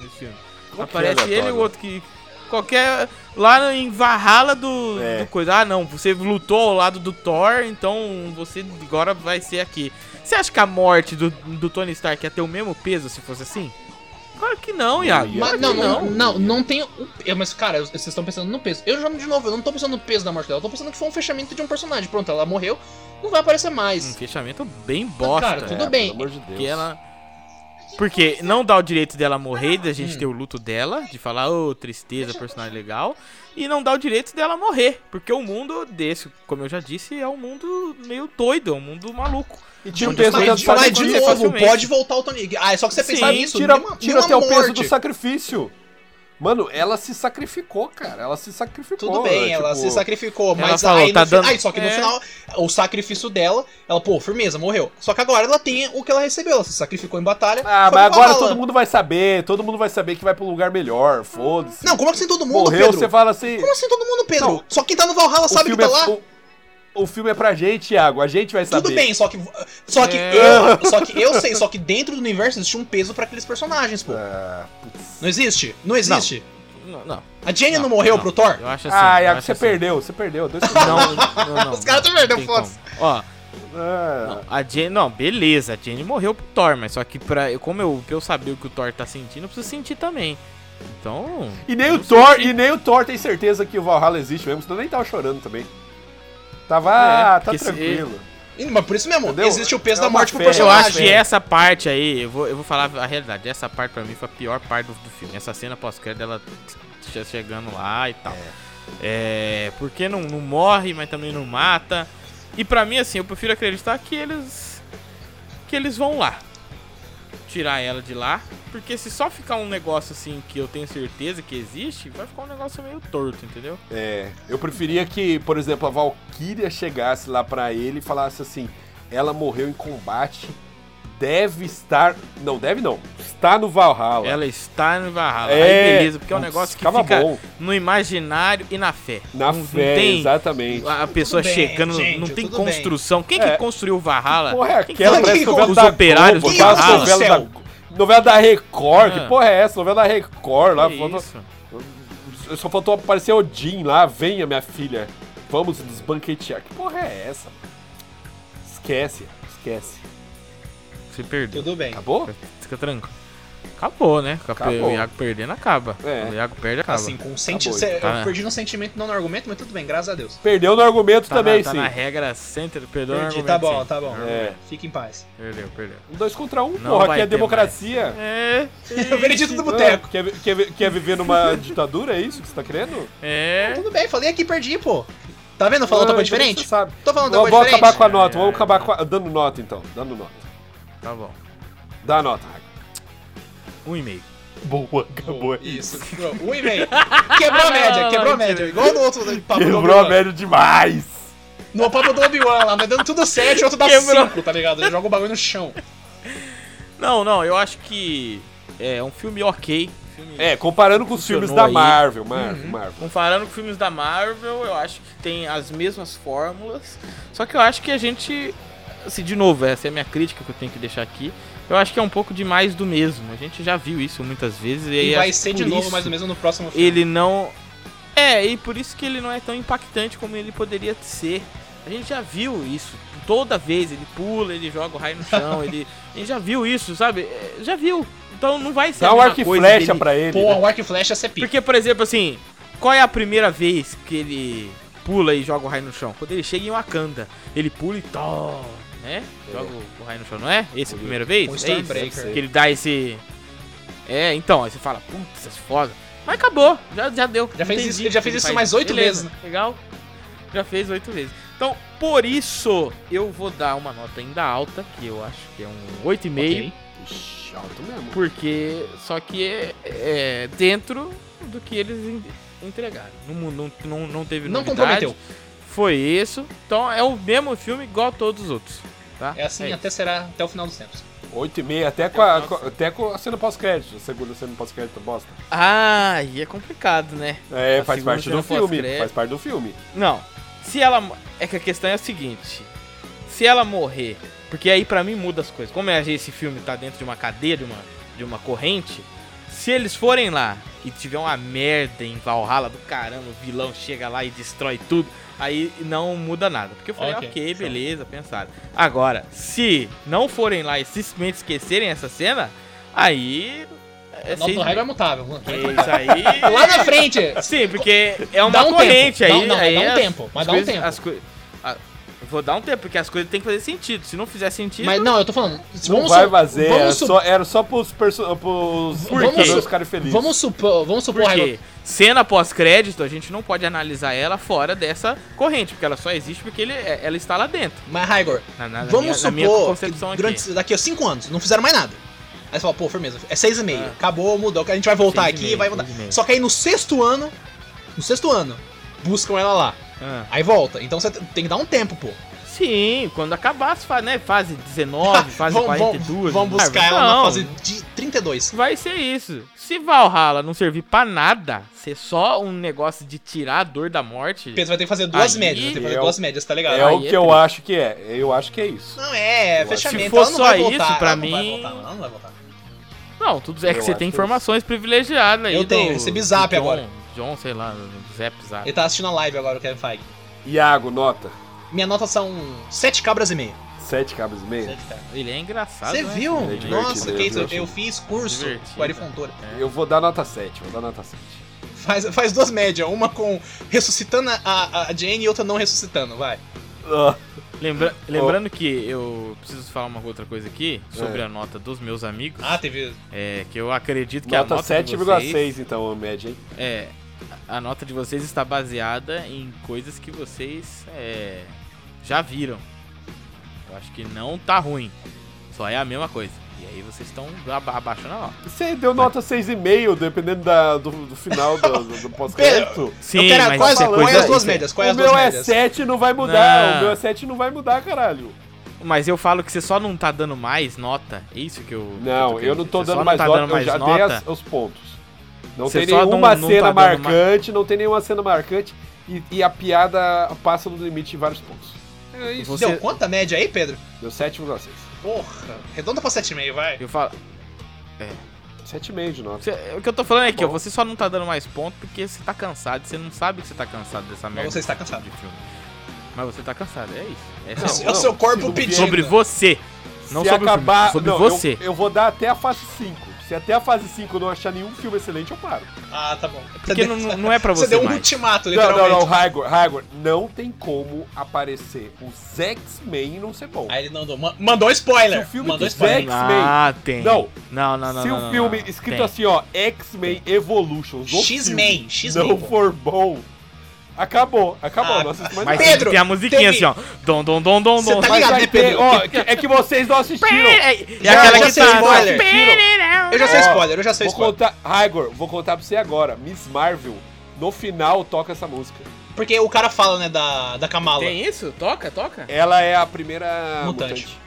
[SPEAKER 1] nesse filme?
[SPEAKER 2] Qual que é
[SPEAKER 1] aparece
[SPEAKER 2] aleatório?
[SPEAKER 1] ele e o outro que qualquer lá em Valhalla do,
[SPEAKER 2] É.
[SPEAKER 1] do coisa. Ah, não, você lutou ao lado do Thor, então você agora vai ser aqui. Você acha que a morte do, do Tony Stark ia ter o mesmo peso se fosse assim? Claro que não, Iago.
[SPEAKER 2] ia.
[SPEAKER 1] Claro
[SPEAKER 3] Mas,
[SPEAKER 1] que
[SPEAKER 3] não,
[SPEAKER 1] não.
[SPEAKER 3] não, não, não tem. o- eu- Mas, cara, eu- vocês estão pensando no peso. Eu já, de novo, eu não tô pensando no peso da morte dela. Eu tô pensando que foi um fechamento de um personagem. Pronto, ela morreu, não vai aparecer
[SPEAKER 1] Um
[SPEAKER 3] mais.
[SPEAKER 1] fechamento bem bosta.
[SPEAKER 3] Cara, tudo
[SPEAKER 2] É,
[SPEAKER 3] bem.
[SPEAKER 2] Pelo amor de Deus.
[SPEAKER 1] Porque ela. Porque não dá o direito dela morrer, da
[SPEAKER 2] Hum.
[SPEAKER 1] gente ter o luto dela, de falar, ô, tristeza, personagem legal. E não dá o direito dela morrer. Porque o mundo desse, como eu já disse, é um mundo meio doido, é um mundo maluco.
[SPEAKER 2] E tira o
[SPEAKER 1] Onde
[SPEAKER 2] peso
[SPEAKER 1] eu
[SPEAKER 2] da
[SPEAKER 1] tô-
[SPEAKER 3] Mas,
[SPEAKER 1] sabe
[SPEAKER 3] mas
[SPEAKER 1] quando
[SPEAKER 3] de
[SPEAKER 1] você
[SPEAKER 2] sacrifício.
[SPEAKER 1] faz
[SPEAKER 3] novo,
[SPEAKER 1] facilmente.
[SPEAKER 3] pode voltar o Tony. Ah, é só que você pensar
[SPEAKER 1] Sim,
[SPEAKER 3] nisso.
[SPEAKER 2] um tira
[SPEAKER 3] nenhuma-
[SPEAKER 2] tira até
[SPEAKER 3] nenhuma
[SPEAKER 2] o peso
[SPEAKER 3] morte.
[SPEAKER 2] do sacrifício. Mano, ela se sacrificou, cara. Ela se sacrificou.
[SPEAKER 3] Tudo bem, ela
[SPEAKER 2] tipo,
[SPEAKER 3] se sacrificou, mas
[SPEAKER 1] falou,
[SPEAKER 3] aí,
[SPEAKER 1] tá
[SPEAKER 3] no fi-
[SPEAKER 1] dando-
[SPEAKER 3] aí só que no
[SPEAKER 1] É.
[SPEAKER 3] final, o sacrifício dela, ela, pô, firmeza, morreu. Só que agora ela tem o que ela recebeu, ela se sacrificou em batalha.
[SPEAKER 2] Ah,
[SPEAKER 3] foi
[SPEAKER 2] mas
[SPEAKER 3] pro
[SPEAKER 2] agora
[SPEAKER 3] Valhalla.
[SPEAKER 2] todo mundo vai saber. Todo mundo vai saber que vai pro lugar melhor. Foda-se.
[SPEAKER 3] Não, como assim todo mundo,
[SPEAKER 2] Morreu,
[SPEAKER 3] Pedro?
[SPEAKER 2] você fala assim.
[SPEAKER 3] Como assim todo mundo, Pedro?
[SPEAKER 2] Não.
[SPEAKER 3] Só quem tá no Valhalla sabe que tá lá.
[SPEAKER 2] é, o, o filme é pra gente, Iago. A gente vai saber.
[SPEAKER 3] Tudo bem, só que. Só que,
[SPEAKER 1] É.
[SPEAKER 3] eu, só que eu sei, só que dentro do universo existe um peso pra aqueles personagens, pô.
[SPEAKER 2] Ah, putz.
[SPEAKER 3] Não existe? Não existe.
[SPEAKER 1] Não, não.
[SPEAKER 3] A Jenny não,
[SPEAKER 1] Não,
[SPEAKER 3] morreu
[SPEAKER 1] não.
[SPEAKER 3] pro Thor?
[SPEAKER 1] Eu acho assim.
[SPEAKER 2] Ah,
[SPEAKER 1] eu
[SPEAKER 2] Iago,
[SPEAKER 1] acho
[SPEAKER 2] você
[SPEAKER 1] assim.
[SPEAKER 2] perdeu. Você perdeu. Dois
[SPEAKER 1] Não, não, não.
[SPEAKER 2] [LAUGHS]
[SPEAKER 3] Os caras tão perdendo,
[SPEAKER 1] Tem
[SPEAKER 3] foda-se.
[SPEAKER 1] como. Ó,
[SPEAKER 2] Ah,
[SPEAKER 1] não, a Jenny. Não, beleza. A Jenny morreu pro Thor, mas só que pra, eu- como eu, pra eu saber o que o Thor tá sentindo, eu preciso sentir também. Então.
[SPEAKER 2] E nem, o Thor, e nem o Thor tem certeza que o Valhalla existe mesmo, senão nem tava chorando também. Tava, ah, tá
[SPEAKER 1] É, porque se-
[SPEAKER 2] tranquilo.
[SPEAKER 3] Ih, Mas por isso mesmo,
[SPEAKER 2] Entendeu?
[SPEAKER 3] existe o peso
[SPEAKER 2] É
[SPEAKER 3] da
[SPEAKER 2] uma
[SPEAKER 3] morte pro
[SPEAKER 2] fé, é uma
[SPEAKER 1] Eu acho
[SPEAKER 3] personagem.
[SPEAKER 1] que essa parte aí, eu vou, eu vou falar a realidade. Essa parte pra mim foi a pior parte do, do filme. Essa cena pós-crédito dela che- chegando lá e tal. É. porque não, não morre, mas também não mata. E pra mim, assim, eu prefiro acreditar que eles. que eles vão lá. Tirar ela de lá. Porque se só ficar um negócio assim que eu tenho certeza que existe, vai ficar um negócio meio torto, entendeu?
[SPEAKER 2] É, eu preferia que, por exemplo, a Valkyria chegasse lá pra ele e falasse assim: ela morreu em combate, deve estar. Não, deve não, está no Valhalla.
[SPEAKER 1] Ela está no Valhalla.
[SPEAKER 2] É,
[SPEAKER 1] Aí beleza, porque é um
[SPEAKER 2] putz,
[SPEAKER 1] negócio que
[SPEAKER 2] ficava
[SPEAKER 1] fica
[SPEAKER 2] bom.
[SPEAKER 1] no imaginário e na fé.
[SPEAKER 2] Na
[SPEAKER 1] Não- não
[SPEAKER 2] fé,
[SPEAKER 1] tem-
[SPEAKER 2] exatamente.
[SPEAKER 1] A a pessoa
[SPEAKER 3] bem,
[SPEAKER 1] chegando,
[SPEAKER 3] gente,
[SPEAKER 1] não tem
[SPEAKER 3] tudo
[SPEAKER 1] construção. Quem
[SPEAKER 2] É.
[SPEAKER 1] que construiu o Valhalla?
[SPEAKER 2] Porra, é
[SPEAKER 1] Quem
[SPEAKER 2] aquela
[SPEAKER 3] que-
[SPEAKER 2] parece
[SPEAKER 3] quem-
[SPEAKER 2] novela
[SPEAKER 1] os
[SPEAKER 2] da
[SPEAKER 1] operários
[SPEAKER 2] Globo,
[SPEAKER 1] do
[SPEAKER 2] aquelas
[SPEAKER 1] Valhalla?
[SPEAKER 2] novelas da, novela da Record, que
[SPEAKER 1] Ah.
[SPEAKER 2] porra é essa? Novela da Record lá,
[SPEAKER 1] Que
[SPEAKER 2] falando-
[SPEAKER 1] isso?
[SPEAKER 2] Só faltou aparecer Odin lá, venha minha filha, vamos desbanquetear. Que porra é essa? Esquece, esquece.
[SPEAKER 1] Se perdeu.
[SPEAKER 3] Tudo bem.
[SPEAKER 2] Acabou?
[SPEAKER 1] Fica tranquilo. Acabou, né? Acabou.
[SPEAKER 2] Acabou.
[SPEAKER 1] O Iago perdendo acaba.
[SPEAKER 2] É.
[SPEAKER 1] Quando o Iago perde, acaba.
[SPEAKER 3] Assim, com senti
[SPEAKER 2] Acabou,
[SPEAKER 3] cê-
[SPEAKER 1] tá.
[SPEAKER 3] Eu perdi no sentimento, não no argumento, mas tudo bem, graças a Deus.
[SPEAKER 2] Perdeu no argumento
[SPEAKER 1] tá
[SPEAKER 2] também,
[SPEAKER 1] na, tá
[SPEAKER 2] sim.
[SPEAKER 1] na regra center, perdão.
[SPEAKER 3] Perdi,
[SPEAKER 1] argumento
[SPEAKER 3] tá bom,
[SPEAKER 1] sim.
[SPEAKER 3] tá bom.
[SPEAKER 2] É.
[SPEAKER 3] Fique em paz. [LAUGHS]
[SPEAKER 1] Perdeu, perdeu.
[SPEAKER 2] Um dois contra um,
[SPEAKER 1] Não
[SPEAKER 2] porra,
[SPEAKER 1] vai
[SPEAKER 2] aqui é
[SPEAKER 1] ter
[SPEAKER 2] democracia.
[SPEAKER 1] É,
[SPEAKER 3] O veredito do boteco.
[SPEAKER 2] Ah, Quer, vi- quer, vi- quer viver numa [LAUGHS] ditadura, é isso que você tá querendo?
[SPEAKER 1] é.
[SPEAKER 3] Tudo bem, falei aqui, perdi, pô. Tá vendo? Falando outra
[SPEAKER 2] Ah,
[SPEAKER 3] coisa
[SPEAKER 2] então
[SPEAKER 3] diferente?
[SPEAKER 2] Você sabe.
[SPEAKER 3] Tô falando outra
[SPEAKER 2] Vamos
[SPEAKER 3] coisa
[SPEAKER 2] vamos acabar
[SPEAKER 3] diferente.
[SPEAKER 2] com a nota,
[SPEAKER 1] É.
[SPEAKER 2] vamos acabar com a... Dando nota, então. Dando nota.
[SPEAKER 1] Tá bom.
[SPEAKER 2] Dá a nota, Raga.
[SPEAKER 1] Um e meio.
[SPEAKER 2] Boa, acabou.
[SPEAKER 3] Isso, quebrou. Um e meio. Quebrou a média, quebrou a média. Igual no outro do papo do
[SPEAKER 2] Quebrou a
[SPEAKER 3] Obi-Wan.
[SPEAKER 2] média demais.
[SPEAKER 3] No papo do Obi-Wan lá, mas dando tudo 7, o outro dá
[SPEAKER 1] Quebrou.
[SPEAKER 3] 5, tá ligado? Ele joga o bagulho no chão.
[SPEAKER 1] Não, não, eu acho que é um filme ok. Filme
[SPEAKER 2] É, comparando com os filmes
[SPEAKER 1] Funcionou
[SPEAKER 2] da
[SPEAKER 1] aí. Uhum.
[SPEAKER 2] Marvel, Marvel, Marvel.
[SPEAKER 1] Comparando com filmes da Marvel, eu acho que tem as mesmas fórmulas. Só que eu acho que a gente. Assim, de novo, essa é a minha crítica que eu tenho que deixar aqui. Eu acho que é um pouco de mais do mesmo. A gente já viu isso muitas vezes. E,
[SPEAKER 3] E
[SPEAKER 1] aí
[SPEAKER 3] vai
[SPEAKER 1] acho que
[SPEAKER 3] ser de
[SPEAKER 1] por
[SPEAKER 3] novo,
[SPEAKER 1] isso
[SPEAKER 3] mais ou menos, no próximo filme.
[SPEAKER 1] Ele não. É, e por isso que ele não é tão impactante como ele poderia ser. A gente já viu isso. Toda vez ele pula, ele joga o raio no
[SPEAKER 3] [LAUGHS]
[SPEAKER 1] chão, ele. A gente já viu isso, sabe? É, Já viu. Então não vai ser.
[SPEAKER 2] Dá
[SPEAKER 1] a
[SPEAKER 2] um
[SPEAKER 1] mesma
[SPEAKER 2] arco e
[SPEAKER 1] coisa
[SPEAKER 2] flecha
[SPEAKER 1] dele
[SPEAKER 2] pra ele.
[SPEAKER 3] Pô,
[SPEAKER 2] né?
[SPEAKER 3] o arco e flecha ia ser pica.
[SPEAKER 1] porque, por exemplo, assim, qual é a primeira vez que ele pula e joga o raio no chão? Quando ele chega em Wakanda, ele pula e tó, né? Joga o- o raio no chão, não é? Essa é a primeira vez?
[SPEAKER 3] Com
[SPEAKER 1] É
[SPEAKER 3] Stormbreaker.
[SPEAKER 1] isso? Que ele dá esse. É, então, aí você fala, putz, é foda. Mas acabou, já, já deu.
[SPEAKER 3] Já fez
[SPEAKER 1] Entendi
[SPEAKER 3] isso- ele já
[SPEAKER 1] que
[SPEAKER 3] fez isso
[SPEAKER 1] faz.
[SPEAKER 3] mais oito
[SPEAKER 1] Beleza,
[SPEAKER 3] vezes, né?
[SPEAKER 1] Legal? Já fez oito vezes. Então, por isso, eu vou dar uma nota ainda alta, que eu acho que é um 8,5.
[SPEAKER 3] Ok.
[SPEAKER 2] Ixi, alto mesmo.
[SPEAKER 1] Porque. Só que é, é dentro do que eles en- entregaram. Não, mu- não, não, não teve
[SPEAKER 3] Não
[SPEAKER 1] novidade.
[SPEAKER 3] comprometeu.
[SPEAKER 1] Foi isso. Então é o mesmo filme igual a todos os outros. Tá?
[SPEAKER 3] É assim
[SPEAKER 1] isso.
[SPEAKER 3] até será até o final dos tempos.
[SPEAKER 2] 8 e meia, até com a, com- até com a cena pós-crédito. A segunda cena pós-crédito bosta.
[SPEAKER 1] Ah, e é complicado, né?
[SPEAKER 2] É,
[SPEAKER 1] A
[SPEAKER 2] faz
[SPEAKER 1] segunda
[SPEAKER 2] parte do
[SPEAKER 1] cena
[SPEAKER 2] filme.
[SPEAKER 1] pós-crédito.
[SPEAKER 2] Faz parte do filme.
[SPEAKER 1] Não. Se ela. mo- É que a questão é a seguinte. Se ela morrer. Porque aí pra mim muda as coisas. Como é esse filme tá dentro de uma cadeia, de uma, de uma corrente. Se eles forem lá e tiver uma merda em Valhalla do caramba, o vilão chega lá e destrói tudo. Aí não muda nada. Porque eu falei,
[SPEAKER 3] Ok,
[SPEAKER 1] ok,
[SPEAKER 3] show.
[SPEAKER 1] beleza, pensaram. Agora, se não forem lá e simplesmente esquecerem essa cena, aí. É
[SPEAKER 3] Nota
[SPEAKER 1] seis
[SPEAKER 3] do raio é
[SPEAKER 1] meses.
[SPEAKER 3] mutável. mano.
[SPEAKER 1] É isso
[SPEAKER 3] [LAUGHS]
[SPEAKER 1] aí.
[SPEAKER 3] Lá na frente!
[SPEAKER 1] Sim, porque é uma
[SPEAKER 3] dá um
[SPEAKER 1] corrente
[SPEAKER 3] tempo.
[SPEAKER 1] aí.
[SPEAKER 3] Não, não,
[SPEAKER 1] aí
[SPEAKER 3] dá um
[SPEAKER 1] as-
[SPEAKER 3] tempo, mas
[SPEAKER 1] as
[SPEAKER 3] dá um
[SPEAKER 1] coisas-
[SPEAKER 3] tempo.
[SPEAKER 1] as coi- ah, eu vou dar um tempo, porque as coisas têm que fazer sentido. Se não fizer sentido.
[SPEAKER 3] Mas não, eu tô falando. se-
[SPEAKER 2] Não
[SPEAKER 3] vamos
[SPEAKER 2] vai
[SPEAKER 3] su-
[SPEAKER 2] fazer. Era
[SPEAKER 3] Vamos, su-
[SPEAKER 2] só, era só pros, perso- pros
[SPEAKER 1] Por
[SPEAKER 2] fazer
[SPEAKER 1] quê?
[SPEAKER 2] os caras felizes.
[SPEAKER 3] vamos supor, vamos supor,
[SPEAKER 1] porque cena pós-crédito, a gente não pode analisar ela fora dessa corrente, porque ela só existe porque ele, é- ela está lá dentro.
[SPEAKER 3] Mas, Raigor,
[SPEAKER 1] Na, na- na
[SPEAKER 3] vamos
[SPEAKER 1] minha, na minha
[SPEAKER 3] supor que
[SPEAKER 1] concepção aqui.
[SPEAKER 3] durante, daqui a 5 anos não fizeram mais nada. Aí você fala, pô, firmeza, é seis e meio.
[SPEAKER 1] É.
[SPEAKER 3] Acabou, mudou. A gente vai voltar
[SPEAKER 1] Seis e
[SPEAKER 3] aqui e
[SPEAKER 1] meio,
[SPEAKER 3] vai mudar.
[SPEAKER 1] seis e meio.
[SPEAKER 3] Só que aí no sexto ano, no sexto ano, buscam ela lá.
[SPEAKER 1] Ah.
[SPEAKER 3] Aí volta. Então você tem que dar um tempo, pô.
[SPEAKER 1] Sim, quando acabar, as fa- né? Fase
[SPEAKER 3] [LAUGHS]
[SPEAKER 1] 19, fase
[SPEAKER 3] Vão- vão-
[SPEAKER 1] 42.
[SPEAKER 3] Vão
[SPEAKER 1] né?
[SPEAKER 3] buscar ela
[SPEAKER 1] Não,
[SPEAKER 3] na fase de 32.
[SPEAKER 1] Vai ser isso. Se Valhalla não servir pra nada, ser só um negócio de tirar a dor da morte.
[SPEAKER 3] Pedro vai ter que fazer duas
[SPEAKER 1] Aí-
[SPEAKER 3] médias, vai ter que fazer
[SPEAKER 2] É o-
[SPEAKER 3] duas médias, tá ligado?
[SPEAKER 2] É o
[SPEAKER 1] Aí é
[SPEAKER 2] que eu
[SPEAKER 1] triste.
[SPEAKER 2] acho que é. Eu acho que é isso.
[SPEAKER 3] Não é, é
[SPEAKER 2] Se
[SPEAKER 3] fechamento.
[SPEAKER 1] for
[SPEAKER 3] ela não
[SPEAKER 1] só
[SPEAKER 3] vai
[SPEAKER 1] isso,
[SPEAKER 3] voltar.
[SPEAKER 1] pra
[SPEAKER 3] ela
[SPEAKER 1] mim-
[SPEAKER 3] Não vai voltar, mano, ela não vai voltar.
[SPEAKER 1] Não, tudo é que
[SPEAKER 2] Eu
[SPEAKER 1] você
[SPEAKER 2] acho
[SPEAKER 1] tem
[SPEAKER 2] que
[SPEAKER 1] informações privilegiadas aí.
[SPEAKER 3] Eu tenho,
[SPEAKER 1] do-
[SPEAKER 3] recebi zap
[SPEAKER 1] do John-
[SPEAKER 3] agora.
[SPEAKER 1] John, sei lá, Zap Zap.
[SPEAKER 3] Ele tá assistindo a live agora, o Kevin Feige.
[SPEAKER 2] Iago, nota.
[SPEAKER 3] Minha nota são sete cabras e meia.
[SPEAKER 2] Sete cabras e meia.
[SPEAKER 3] Sete cabras.
[SPEAKER 1] Ele é engraçado.
[SPEAKER 3] Você
[SPEAKER 1] né?
[SPEAKER 3] viu?
[SPEAKER 1] Ele é
[SPEAKER 2] divertido,
[SPEAKER 3] Nossa,
[SPEAKER 2] é
[SPEAKER 3] que isso? eu-
[SPEAKER 2] divertido.
[SPEAKER 3] Eu fiz curso
[SPEAKER 1] Divertido.
[SPEAKER 3] com a Arifontora.
[SPEAKER 2] Eu vou dar nota 7, vou dar nota 7.
[SPEAKER 3] Faz, faz duas médias, uma com ressuscitando a- a, a Jane e outra não ressuscitando, vai.
[SPEAKER 1] Ah, Lembra- lembrando que eu preciso falar uma outra coisa aqui sobre
[SPEAKER 2] É.
[SPEAKER 1] a nota dos meus amigos.
[SPEAKER 3] Ah, teve.
[SPEAKER 1] É, que eu acredito que
[SPEAKER 2] nota
[SPEAKER 1] a nota de vocês,
[SPEAKER 2] 7,6 então, a média, hein?
[SPEAKER 1] é, a nota de vocês está baseada em coisas que vocês é, já viram. Eu acho que não tá ruim. Só é a mesma coisa. E aí vocês estão aba- abaixando a nota.
[SPEAKER 2] Você deu nota 6,5, dependendo da- do, do final do, do, do pós-crédito.
[SPEAKER 1] Sim,
[SPEAKER 3] quero-
[SPEAKER 1] mas
[SPEAKER 3] quais-
[SPEAKER 1] isso é
[SPEAKER 2] quais
[SPEAKER 1] coisa-
[SPEAKER 2] as
[SPEAKER 3] duas
[SPEAKER 1] isso é-
[SPEAKER 3] médias? Qual é
[SPEAKER 2] o
[SPEAKER 3] as
[SPEAKER 2] meu
[SPEAKER 3] duas
[SPEAKER 2] é
[SPEAKER 3] médias?
[SPEAKER 2] 7 não vai mudar,
[SPEAKER 1] Não.
[SPEAKER 2] o meu é 7 não vai mudar, caralho.
[SPEAKER 1] Mas eu falo que você só não tá dando mais nota. É isso que eu. que
[SPEAKER 2] Não,
[SPEAKER 1] querendo
[SPEAKER 2] eu não tô
[SPEAKER 1] dizer. Você só
[SPEAKER 2] dando mais
[SPEAKER 1] tá
[SPEAKER 2] nota,
[SPEAKER 1] dando
[SPEAKER 2] eu
[SPEAKER 1] mais
[SPEAKER 2] já
[SPEAKER 1] nota.
[SPEAKER 2] dei as- os pontos. Não
[SPEAKER 1] Você
[SPEAKER 2] tem
[SPEAKER 1] só não-
[SPEAKER 2] nenhuma
[SPEAKER 1] não tá
[SPEAKER 2] cena
[SPEAKER 1] dando mais-
[SPEAKER 2] marcante, não tem nenhuma cena marcante e, e a piada passa no limite em vários pontos. É isso.
[SPEAKER 1] Você-
[SPEAKER 3] Deu quanta média aí, Pedro?
[SPEAKER 2] Deu 7,6.
[SPEAKER 3] Porra, redonda pra 7,5, vai.
[SPEAKER 1] Eu falo.
[SPEAKER 2] 7,5 de nota.
[SPEAKER 1] Você- o que eu tô falando é que ó,
[SPEAKER 2] Bom.
[SPEAKER 1] você só não tá dando mais ponto porque você tá cansado. Você não sabe que você tá cansado dessa merda.
[SPEAKER 3] você está
[SPEAKER 1] desse tipo
[SPEAKER 3] cansado.
[SPEAKER 1] De filme. Mas você tá cansado, é isso. É
[SPEAKER 2] Não,
[SPEAKER 1] sobre-
[SPEAKER 3] é o seu corpo
[SPEAKER 2] se-
[SPEAKER 3] pedindo.
[SPEAKER 1] sobre você. Não
[SPEAKER 2] se
[SPEAKER 1] sobre
[SPEAKER 2] acabar,
[SPEAKER 1] o filme, sobre
[SPEAKER 2] não,
[SPEAKER 1] você.
[SPEAKER 2] Eu, eu vou dar até a fase 5. Se até a fase 5 eu não achar nenhum filme excelente, eu paro.
[SPEAKER 3] Ah, tá bom.
[SPEAKER 1] Porque não, não é pra
[SPEAKER 3] [LAUGHS] Você
[SPEAKER 1] você,
[SPEAKER 3] deu um
[SPEAKER 1] mais.
[SPEAKER 3] ultimato,
[SPEAKER 2] Não, não,
[SPEAKER 3] literalmente.
[SPEAKER 2] não, Hagor, Hagor, não tem como aparecer os X-Men e não ser bom.
[SPEAKER 3] Aí ele não deu. ma- Mandou um spoiler.
[SPEAKER 2] Se o filme
[SPEAKER 3] mandou
[SPEAKER 2] do
[SPEAKER 3] spoiler.
[SPEAKER 2] X-Men.
[SPEAKER 1] Ah, tem.
[SPEAKER 2] Não.
[SPEAKER 1] Não, não, não.
[SPEAKER 2] Se
[SPEAKER 1] não,
[SPEAKER 2] o
[SPEAKER 1] não,
[SPEAKER 2] filme
[SPEAKER 1] não.
[SPEAKER 2] escrito
[SPEAKER 1] Tem.
[SPEAKER 2] assim, ó, X-Men Evolution, o filme
[SPEAKER 3] X-Men, X-Men,
[SPEAKER 2] não
[SPEAKER 3] pô.
[SPEAKER 2] for bom, acabou, acabou,
[SPEAKER 3] Ah,
[SPEAKER 2] não assisto mais
[SPEAKER 1] Mas
[SPEAKER 2] nada.
[SPEAKER 3] Pedro,
[SPEAKER 1] tem a musiquinha assim,
[SPEAKER 3] teve-
[SPEAKER 1] ó. Dom, dom, dom, dom,
[SPEAKER 3] Você
[SPEAKER 1] dom.
[SPEAKER 3] tá
[SPEAKER 2] Mas
[SPEAKER 3] ligado,
[SPEAKER 2] vai
[SPEAKER 3] né,
[SPEAKER 2] ter,
[SPEAKER 3] Pedro?
[SPEAKER 2] ó, que- é que vocês não assistiram.
[SPEAKER 1] É
[SPEAKER 3] Já-
[SPEAKER 1] aquela
[SPEAKER 3] já
[SPEAKER 1] que
[SPEAKER 3] sei
[SPEAKER 1] tá.
[SPEAKER 3] spoiler. Eu já sei
[SPEAKER 2] Ó,
[SPEAKER 3] spoiler, eu já sei
[SPEAKER 2] Vou
[SPEAKER 3] spoiler.
[SPEAKER 2] contar, Hagor, vou contar pra você agora. Miss Marvel, no final, toca essa música.
[SPEAKER 3] Porque o cara fala, né, da, da Kamala.
[SPEAKER 1] Tem isso? Toca, toca.
[SPEAKER 2] Ela é a primeira
[SPEAKER 3] Mutante.
[SPEAKER 2] mutante.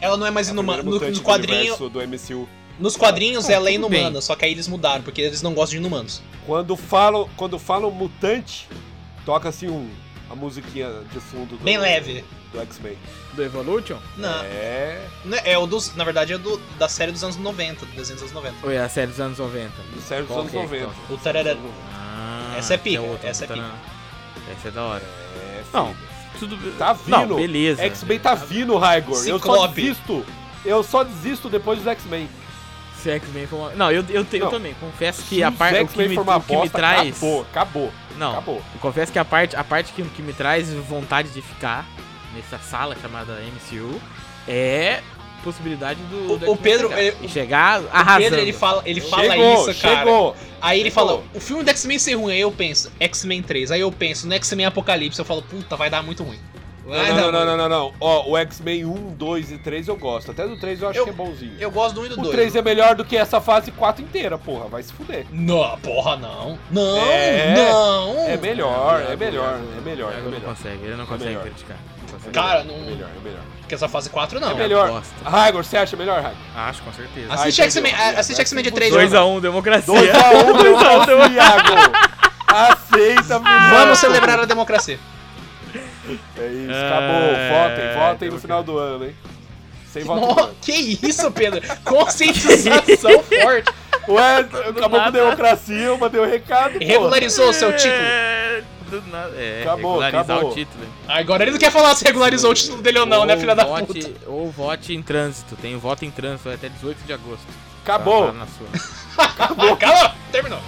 [SPEAKER 3] Ela não é mais
[SPEAKER 2] É a
[SPEAKER 3] inumana.
[SPEAKER 2] primeira
[SPEAKER 3] No,
[SPEAKER 2] mutante
[SPEAKER 3] no
[SPEAKER 2] do
[SPEAKER 3] quadrinho,
[SPEAKER 2] universo do MCU.
[SPEAKER 3] nos quadrinhos
[SPEAKER 1] Não,
[SPEAKER 3] ela é
[SPEAKER 1] tudo bem.
[SPEAKER 3] inumana, só que aí eles mudaram, porque eles não gostam de inumanos.
[SPEAKER 2] Quando falam, quando falam mutante, toca assim um a musiquinha de fundo do,
[SPEAKER 3] Bem leve.
[SPEAKER 2] do X-Men.
[SPEAKER 1] Do Evolution?
[SPEAKER 3] Não,
[SPEAKER 2] É,
[SPEAKER 3] não é, é o dos. Na verdade é do, da série dos anos 90, do desenho dos anos 90.
[SPEAKER 1] Ou é a série dos anos 90?
[SPEAKER 2] do série dos
[SPEAKER 1] Qual
[SPEAKER 2] anos
[SPEAKER 1] que é?
[SPEAKER 2] 90.
[SPEAKER 1] Qual
[SPEAKER 3] O tarara-
[SPEAKER 1] Ah,
[SPEAKER 3] Essa é
[SPEAKER 1] tem
[SPEAKER 3] pica, essa é
[SPEAKER 1] tá
[SPEAKER 3] pica.
[SPEAKER 1] na- Essa é da hora.
[SPEAKER 2] É, filho.
[SPEAKER 1] Não, tudo bem.
[SPEAKER 2] Tá vindo.
[SPEAKER 1] Não, beleza.
[SPEAKER 2] X-Men tá vindo, Raigor. Eu só
[SPEAKER 3] Ciclope.
[SPEAKER 2] desisto. Eu só desisto depois dos X-Men.
[SPEAKER 1] Se é X-Men for uma... Não, eu, eu, te- eu
[SPEAKER 2] Não.
[SPEAKER 1] também. Confesso que
[SPEAKER 2] Se
[SPEAKER 1] a
[SPEAKER 2] os
[SPEAKER 1] parte que
[SPEAKER 2] X-Men
[SPEAKER 1] me,
[SPEAKER 2] for uma
[SPEAKER 1] o que me
[SPEAKER 2] bosta,
[SPEAKER 1] traz...
[SPEAKER 2] Acabou, acabou,
[SPEAKER 1] Não,
[SPEAKER 2] acabou.
[SPEAKER 1] eu confesso que a parte, a parte que, que me traz vontade de ficar nessa sala chamada MCU é possibilidade do...
[SPEAKER 3] O-
[SPEAKER 1] do
[SPEAKER 3] o
[SPEAKER 1] X-Men
[SPEAKER 3] Pedro,
[SPEAKER 1] chegar,
[SPEAKER 3] ele-
[SPEAKER 1] e chegar arrasando.
[SPEAKER 3] Pedro, ele fala, ele fala
[SPEAKER 2] chegou,
[SPEAKER 3] isso, cara.
[SPEAKER 2] chegou.
[SPEAKER 3] Aí ele
[SPEAKER 2] Chegou.
[SPEAKER 3] fala, o filme do X-Men ser ruim, aí eu penso, X-Men 3, aí eu penso no X-Men Apocalipse, eu falo, puta, vai dar muito ruim.
[SPEAKER 2] Não,
[SPEAKER 3] Vai
[SPEAKER 2] não,
[SPEAKER 3] dar
[SPEAKER 2] não,
[SPEAKER 3] ruim.
[SPEAKER 2] não, não, não. Ó, o X-Men 1, 2 e 3 eu gosto. Até do 3 eu acho
[SPEAKER 3] Eu-
[SPEAKER 2] que é bonzinho.
[SPEAKER 3] Eu gosto do 1 e do né?
[SPEAKER 2] O
[SPEAKER 3] 2.
[SPEAKER 2] 3 é melhor do que essa fase 4 inteira, porra. Vai se fuder.
[SPEAKER 3] Não, porra, não. Não,
[SPEAKER 2] É.
[SPEAKER 3] não.
[SPEAKER 2] É melhor,
[SPEAKER 1] Iago,
[SPEAKER 2] é melhor,
[SPEAKER 1] Iago,
[SPEAKER 2] é melhor, é
[SPEAKER 1] Iago não
[SPEAKER 2] melhor.
[SPEAKER 1] consegue, ele não consegue
[SPEAKER 2] melhor.
[SPEAKER 1] criticar. Não consegue.
[SPEAKER 3] né? Cara,
[SPEAKER 2] É
[SPEAKER 3] não-
[SPEAKER 2] melhor, é melhor.
[SPEAKER 3] Porque essa fase 4
[SPEAKER 2] É
[SPEAKER 3] não.
[SPEAKER 2] melhor.
[SPEAKER 1] bosta.
[SPEAKER 2] Raigor, você acha melhor, Raigor?
[SPEAKER 1] Acho, com certeza.
[SPEAKER 2] Ah,
[SPEAKER 3] Assiste
[SPEAKER 2] Ai,
[SPEAKER 3] X-Men
[SPEAKER 2] entendeu.
[SPEAKER 3] Assim, a- um, assiste X-Men de 3 anos.
[SPEAKER 1] 2x1, democracia.
[SPEAKER 2] 2x1,
[SPEAKER 1] 2 a 1,
[SPEAKER 2] um, Iago. Aceita, filho.
[SPEAKER 3] Vamos celebrar a um. democracia.
[SPEAKER 2] É isso,
[SPEAKER 1] É,
[SPEAKER 2] acabou. Votem, votem no
[SPEAKER 1] democracia.
[SPEAKER 2] final do ano, hein? Sem voto
[SPEAKER 3] Mo-
[SPEAKER 2] branco.
[SPEAKER 3] que isso, Pedro? Conscientização forte.
[SPEAKER 2] Ué, acabou com
[SPEAKER 1] nada.
[SPEAKER 2] democracia, eu mandei o recado. pô.
[SPEAKER 3] [LAUGHS] Regularizou o seu tipo? título.
[SPEAKER 1] É, do nada. É,
[SPEAKER 2] Acabou,
[SPEAKER 1] regularizar
[SPEAKER 2] acabou.
[SPEAKER 1] o título.
[SPEAKER 3] Agora ele não quer falar se regularizou o título dele ou não, né, filha da
[SPEAKER 1] vote,
[SPEAKER 3] puta?
[SPEAKER 1] Ou vote em trânsito. Tem o voto em trânsito até 18 de agosto. Tá
[SPEAKER 2] Acabou.
[SPEAKER 1] lá na sua.
[SPEAKER 3] Ah, Cala, terminou.